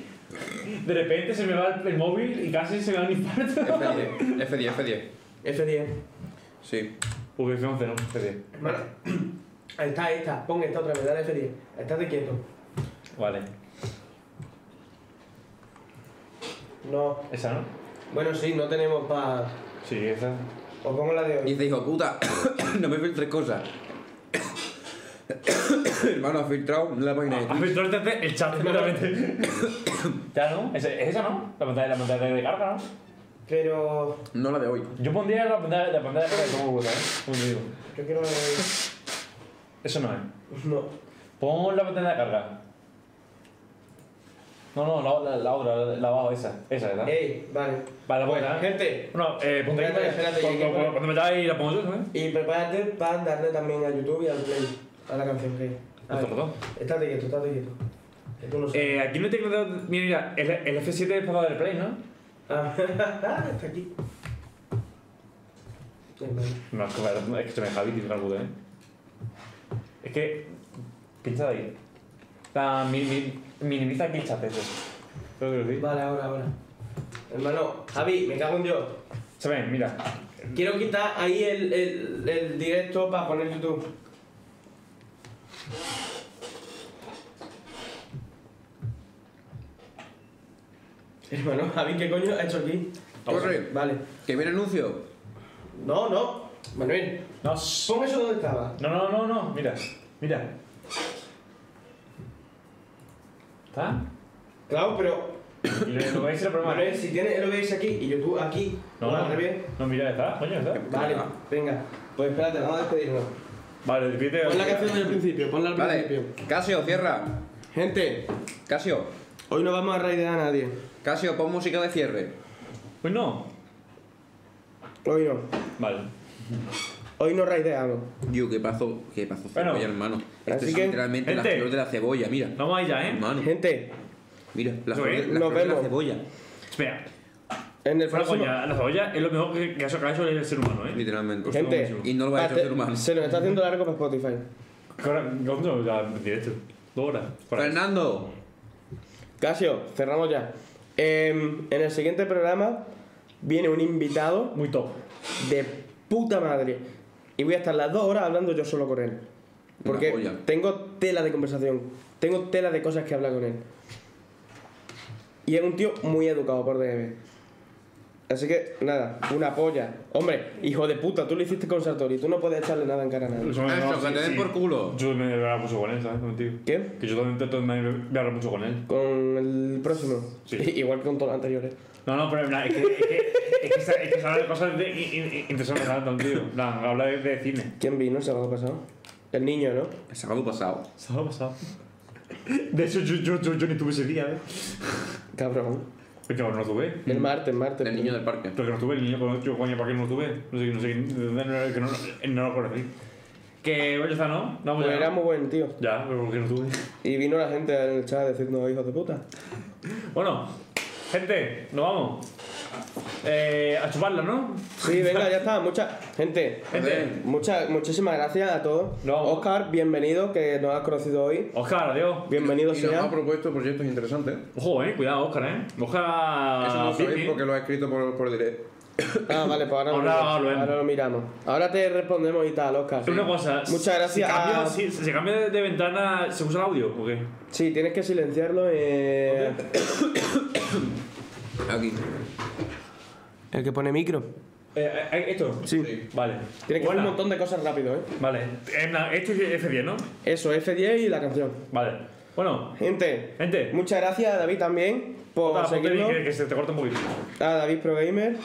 [SPEAKER 4] De repente se me va el, el móvil y casi se me da un infarto.
[SPEAKER 5] F10, F10, F10.
[SPEAKER 2] F10.
[SPEAKER 5] Sí.
[SPEAKER 4] Uy, F11, no, F10.
[SPEAKER 2] Hermano, ahí está, ahí está, pon esta otra vez, dale F10. Estate quieto.
[SPEAKER 4] Vale.
[SPEAKER 2] No,
[SPEAKER 4] ¿Esa no?
[SPEAKER 2] bueno, sí, no tenemos para.
[SPEAKER 4] Sí, esa.
[SPEAKER 2] Os pongo la de
[SPEAKER 5] Y dice, hijo puta, no me filtres cosas. Hermano, ha filtrado la página de
[SPEAKER 4] Has
[SPEAKER 5] Twitch.
[SPEAKER 4] visto el TC? el chat completamente. ya no, ¿Es, es esa no, la pantalla, la pantalla de carga, ¿no?
[SPEAKER 2] Pero.
[SPEAKER 5] No la de hoy.
[SPEAKER 4] Yo pondría la pantalla, la pantalla de carga como Google, ¿eh? Como te digo.
[SPEAKER 2] Yo quiero.
[SPEAKER 4] Eso no es.
[SPEAKER 2] No.
[SPEAKER 4] Pon la pantalla de carga. No, no, la, la, la otra, la, la abajo, esa. Esa, ¿verdad?
[SPEAKER 2] Ey, vale.
[SPEAKER 4] Vale, pues, ¿verdad?
[SPEAKER 2] gente.
[SPEAKER 4] No, eh, ponte
[SPEAKER 2] Espérate, espérate,
[SPEAKER 4] cuando,
[SPEAKER 2] que-
[SPEAKER 4] cuando, cuando me metáis la pongo yo, ¿sabes?
[SPEAKER 2] Y prepárate para darle también a YouTube y al play. A la canción que. A ver,
[SPEAKER 4] Otro botón.
[SPEAKER 2] Estate quieto, estate quieto. Que tú no sabes.
[SPEAKER 4] Eh, aquí no tengo nada. Mira, mira, el, el F7 es para del Play, ¿no?
[SPEAKER 2] Ah, está aquí. Bien, vale.
[SPEAKER 4] No, es que, claro, es que se me deja Viti, algo, ¿eh? Es que. Pincha de ahí. O sea, mi- mi- minimiza aquí el chat ese. Creo que lo vi.
[SPEAKER 2] Vale, ahora, ahora. Hermano, Javi, me cago en Dios.
[SPEAKER 4] Se ve, mira.
[SPEAKER 2] Quiero quitar ahí el, el, el directo para poner YouTube. Hermano, Javi, ¿qué coño ha hecho aquí?
[SPEAKER 5] Corre.
[SPEAKER 2] Vale.
[SPEAKER 5] Que viene anuncio.
[SPEAKER 2] No, no. Manuel.
[SPEAKER 4] No.
[SPEAKER 2] Pon eso donde estaba.
[SPEAKER 4] No, no, no, no, mira. Mira. ¿Está?
[SPEAKER 2] Claro, pero.
[SPEAKER 4] Y lo- lo veis el problema. ¿eh?
[SPEAKER 2] Manuel, si tienes el OBS aquí y YouTube aquí.
[SPEAKER 4] No,
[SPEAKER 2] o al
[SPEAKER 4] no,
[SPEAKER 2] revés.
[SPEAKER 4] no, mira, está, coño, está.
[SPEAKER 2] Vale, venga. Pues espérate, vamos a despedirnos.
[SPEAKER 4] Vale, despídete.
[SPEAKER 2] Pon la canción del principio, ponla al
[SPEAKER 5] Vale.
[SPEAKER 2] principio.
[SPEAKER 5] Casio, cierra.
[SPEAKER 2] Gente.
[SPEAKER 5] Casio.
[SPEAKER 2] Hoy no vamos a raidear a nadie.
[SPEAKER 5] Casio, pon música de cierre.
[SPEAKER 4] Pues no.
[SPEAKER 2] Hoy no.
[SPEAKER 4] Vale.
[SPEAKER 2] Hoy no raideamos.
[SPEAKER 5] Yo, qué paso, qué paso
[SPEAKER 4] Bueno,
[SPEAKER 5] cebolla, hermano. Esto
[SPEAKER 2] así
[SPEAKER 5] es
[SPEAKER 2] que,
[SPEAKER 5] literalmente la
[SPEAKER 4] gente.
[SPEAKER 5] flor de la cebolla, mira.
[SPEAKER 4] Vamos allá, ¿eh?
[SPEAKER 5] Hermano,
[SPEAKER 2] Gente,
[SPEAKER 5] mira, la
[SPEAKER 4] Eso
[SPEAKER 5] flor, de,
[SPEAKER 4] es,
[SPEAKER 2] nos
[SPEAKER 5] la, flor de la
[SPEAKER 2] vemos.
[SPEAKER 5] cebolla.
[SPEAKER 4] Espera.
[SPEAKER 2] en el
[SPEAKER 4] La
[SPEAKER 2] próximo.
[SPEAKER 4] cebolla, la cebolla es lo mejor que, que ha sacado el ser humano, ¿eh?
[SPEAKER 5] Literalmente.
[SPEAKER 2] Gente.
[SPEAKER 4] Muchísimo.
[SPEAKER 5] Y no lo va a hacer
[SPEAKER 2] Pate-
[SPEAKER 5] ser humano.
[SPEAKER 2] Se nos está haciendo largo para Spotify.
[SPEAKER 4] Ahora, ¿Cuánto? Ya, en directo. Dos horas. Por ahí.
[SPEAKER 5] Fernando.
[SPEAKER 2] Casio, cerramos ya. Em, en el siguiente programa viene un invitado
[SPEAKER 4] Muy top.
[SPEAKER 2] de puta madre. Y voy a estar las dos horas hablando yo solo con él. Porque
[SPEAKER 5] polla.
[SPEAKER 2] tengo tela de conversación. Tengo tela de cosas que hablar con él. Y es un tío muy educado por DM. Así que, nada, una polla. Hombre, hijo de puta, tú lo hiciste con Sartori. Tú no puedes echarle nada en cara a nadie.
[SPEAKER 4] Eso,
[SPEAKER 5] Eso, que te den por culo.
[SPEAKER 4] Yo me voy a hablar mucho con él, ¿sabes? Contigo.
[SPEAKER 2] ¿Qué?
[SPEAKER 4] Que yo también intento me voy a hablar mucho con él.
[SPEAKER 2] Con el próximo.
[SPEAKER 4] Sí.
[SPEAKER 2] Igual que con todos los anteriores.
[SPEAKER 4] No, no, pero en plan, es que, es que, es que, sa- es que se habla de cosas de, i- i- interesantes, ¿sabes? Contigo. En plan, habla de, de cine.
[SPEAKER 2] ¿Quién vino el sábado pasado? El niño, ¿no?
[SPEAKER 5] El sábado pasado.
[SPEAKER 4] Se ha pasado. De hecho, yo, yo, yo, yo ni tuve ese día, ¿eh?
[SPEAKER 2] Cabrón.
[SPEAKER 4] Porque no tuve.
[SPEAKER 2] El martes, martes.
[SPEAKER 5] El niño del parque.
[SPEAKER 4] Pero que no tuve, el niño con yo, coño, ¿para qué no tuve? No sé, no sé, de dónde no, era- que no, no lo conocí. Que, bueno, ya está, ¿no? No,
[SPEAKER 2] Pues
[SPEAKER 4] ya.
[SPEAKER 2] era muy buen tío.
[SPEAKER 4] Ya, pero ¿por qué no tuve?
[SPEAKER 2] Y vino la gente en el chat a decirnos hijos de puta.
[SPEAKER 4] Bueno, gente, nos vamos. Eh, a chuparla, ¿no?
[SPEAKER 2] Sí, venga, ya está. Mucha gente.
[SPEAKER 4] Gente,
[SPEAKER 2] Mucha, muchísimas gracias a todos.
[SPEAKER 4] No.
[SPEAKER 2] Oscar, bienvenido, que nos has conocido hoy.
[SPEAKER 4] Oscar, adiós.
[SPEAKER 2] Bienvenido
[SPEAKER 5] Y nos ha
[SPEAKER 2] sea.
[SPEAKER 5] propuesto proyectos interesantes.
[SPEAKER 4] Ojo, eh, cuidado, Oscar, eh. Oscar.
[SPEAKER 5] Eso no lo sabéis
[SPEAKER 4] Pipi.
[SPEAKER 5] porque lo ha escrito por, por directo.
[SPEAKER 2] Ah, vale, pues ahora, lo
[SPEAKER 4] Ahora
[SPEAKER 2] miramos,
[SPEAKER 4] lo vemos.
[SPEAKER 2] ahora lo miramos. Ahora te respondemos y tal, Oscar.
[SPEAKER 4] Una cosa.
[SPEAKER 2] Muchas gracias.
[SPEAKER 4] Si cambia,
[SPEAKER 2] a-
[SPEAKER 4] si- si se cambia de, de ventana, ¿se usa el audio o qué? Eh,
[SPEAKER 2] Sí, tienes que silenciarlo. eh,
[SPEAKER 5] Aquí.
[SPEAKER 2] El que pone micro.
[SPEAKER 4] Eh, eh, ¿Esto?
[SPEAKER 2] Sí.
[SPEAKER 4] Vale.
[SPEAKER 2] Tienes que hacer un
[SPEAKER 4] bueno,
[SPEAKER 2] montón de cosas rápido, ¿eh?
[SPEAKER 4] Vale. En plan, Este es F10, ¿no?
[SPEAKER 2] Eso, F10 y la canción.
[SPEAKER 4] Vale. Bueno,
[SPEAKER 2] Gente,
[SPEAKER 4] gente.
[SPEAKER 2] muchas gracias a David también por
[SPEAKER 4] Jota, ponte bien,
[SPEAKER 2] seguirnos.
[SPEAKER 4] que, que se te corta un poquito.
[SPEAKER 2] A David ProGamer.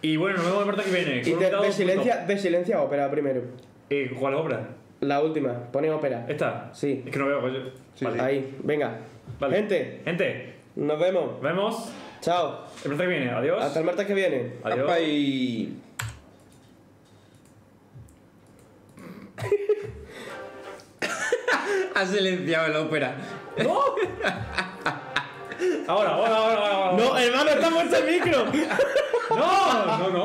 [SPEAKER 4] Y bueno, nos vemos el martes que viene.
[SPEAKER 2] Y
[SPEAKER 4] con un
[SPEAKER 2] de,
[SPEAKER 4] invitado
[SPEAKER 2] de
[SPEAKER 4] muy
[SPEAKER 2] silencia, de silencia ópera primero.
[SPEAKER 4] top. Eh, ¿Cuál obra?
[SPEAKER 2] La última, pone ópera.
[SPEAKER 4] ¿Esta?
[SPEAKER 2] Sí.
[SPEAKER 4] Es que no veo, coño. vale.
[SPEAKER 2] Ahí, venga.
[SPEAKER 4] Vale.
[SPEAKER 2] Gente,
[SPEAKER 4] Gente,
[SPEAKER 2] nos vemos.
[SPEAKER 4] nos vemos
[SPEAKER 2] Chao.
[SPEAKER 4] el martes que viene. Adiós.
[SPEAKER 2] Hasta el martes que viene.
[SPEAKER 4] Adiós.
[SPEAKER 5] Apa y- ha silenciado la ópera.
[SPEAKER 4] Ahora, ahora, ahora, ahora. ahora.
[SPEAKER 2] hermano, está muerto el micro.
[SPEAKER 4] no, no, no.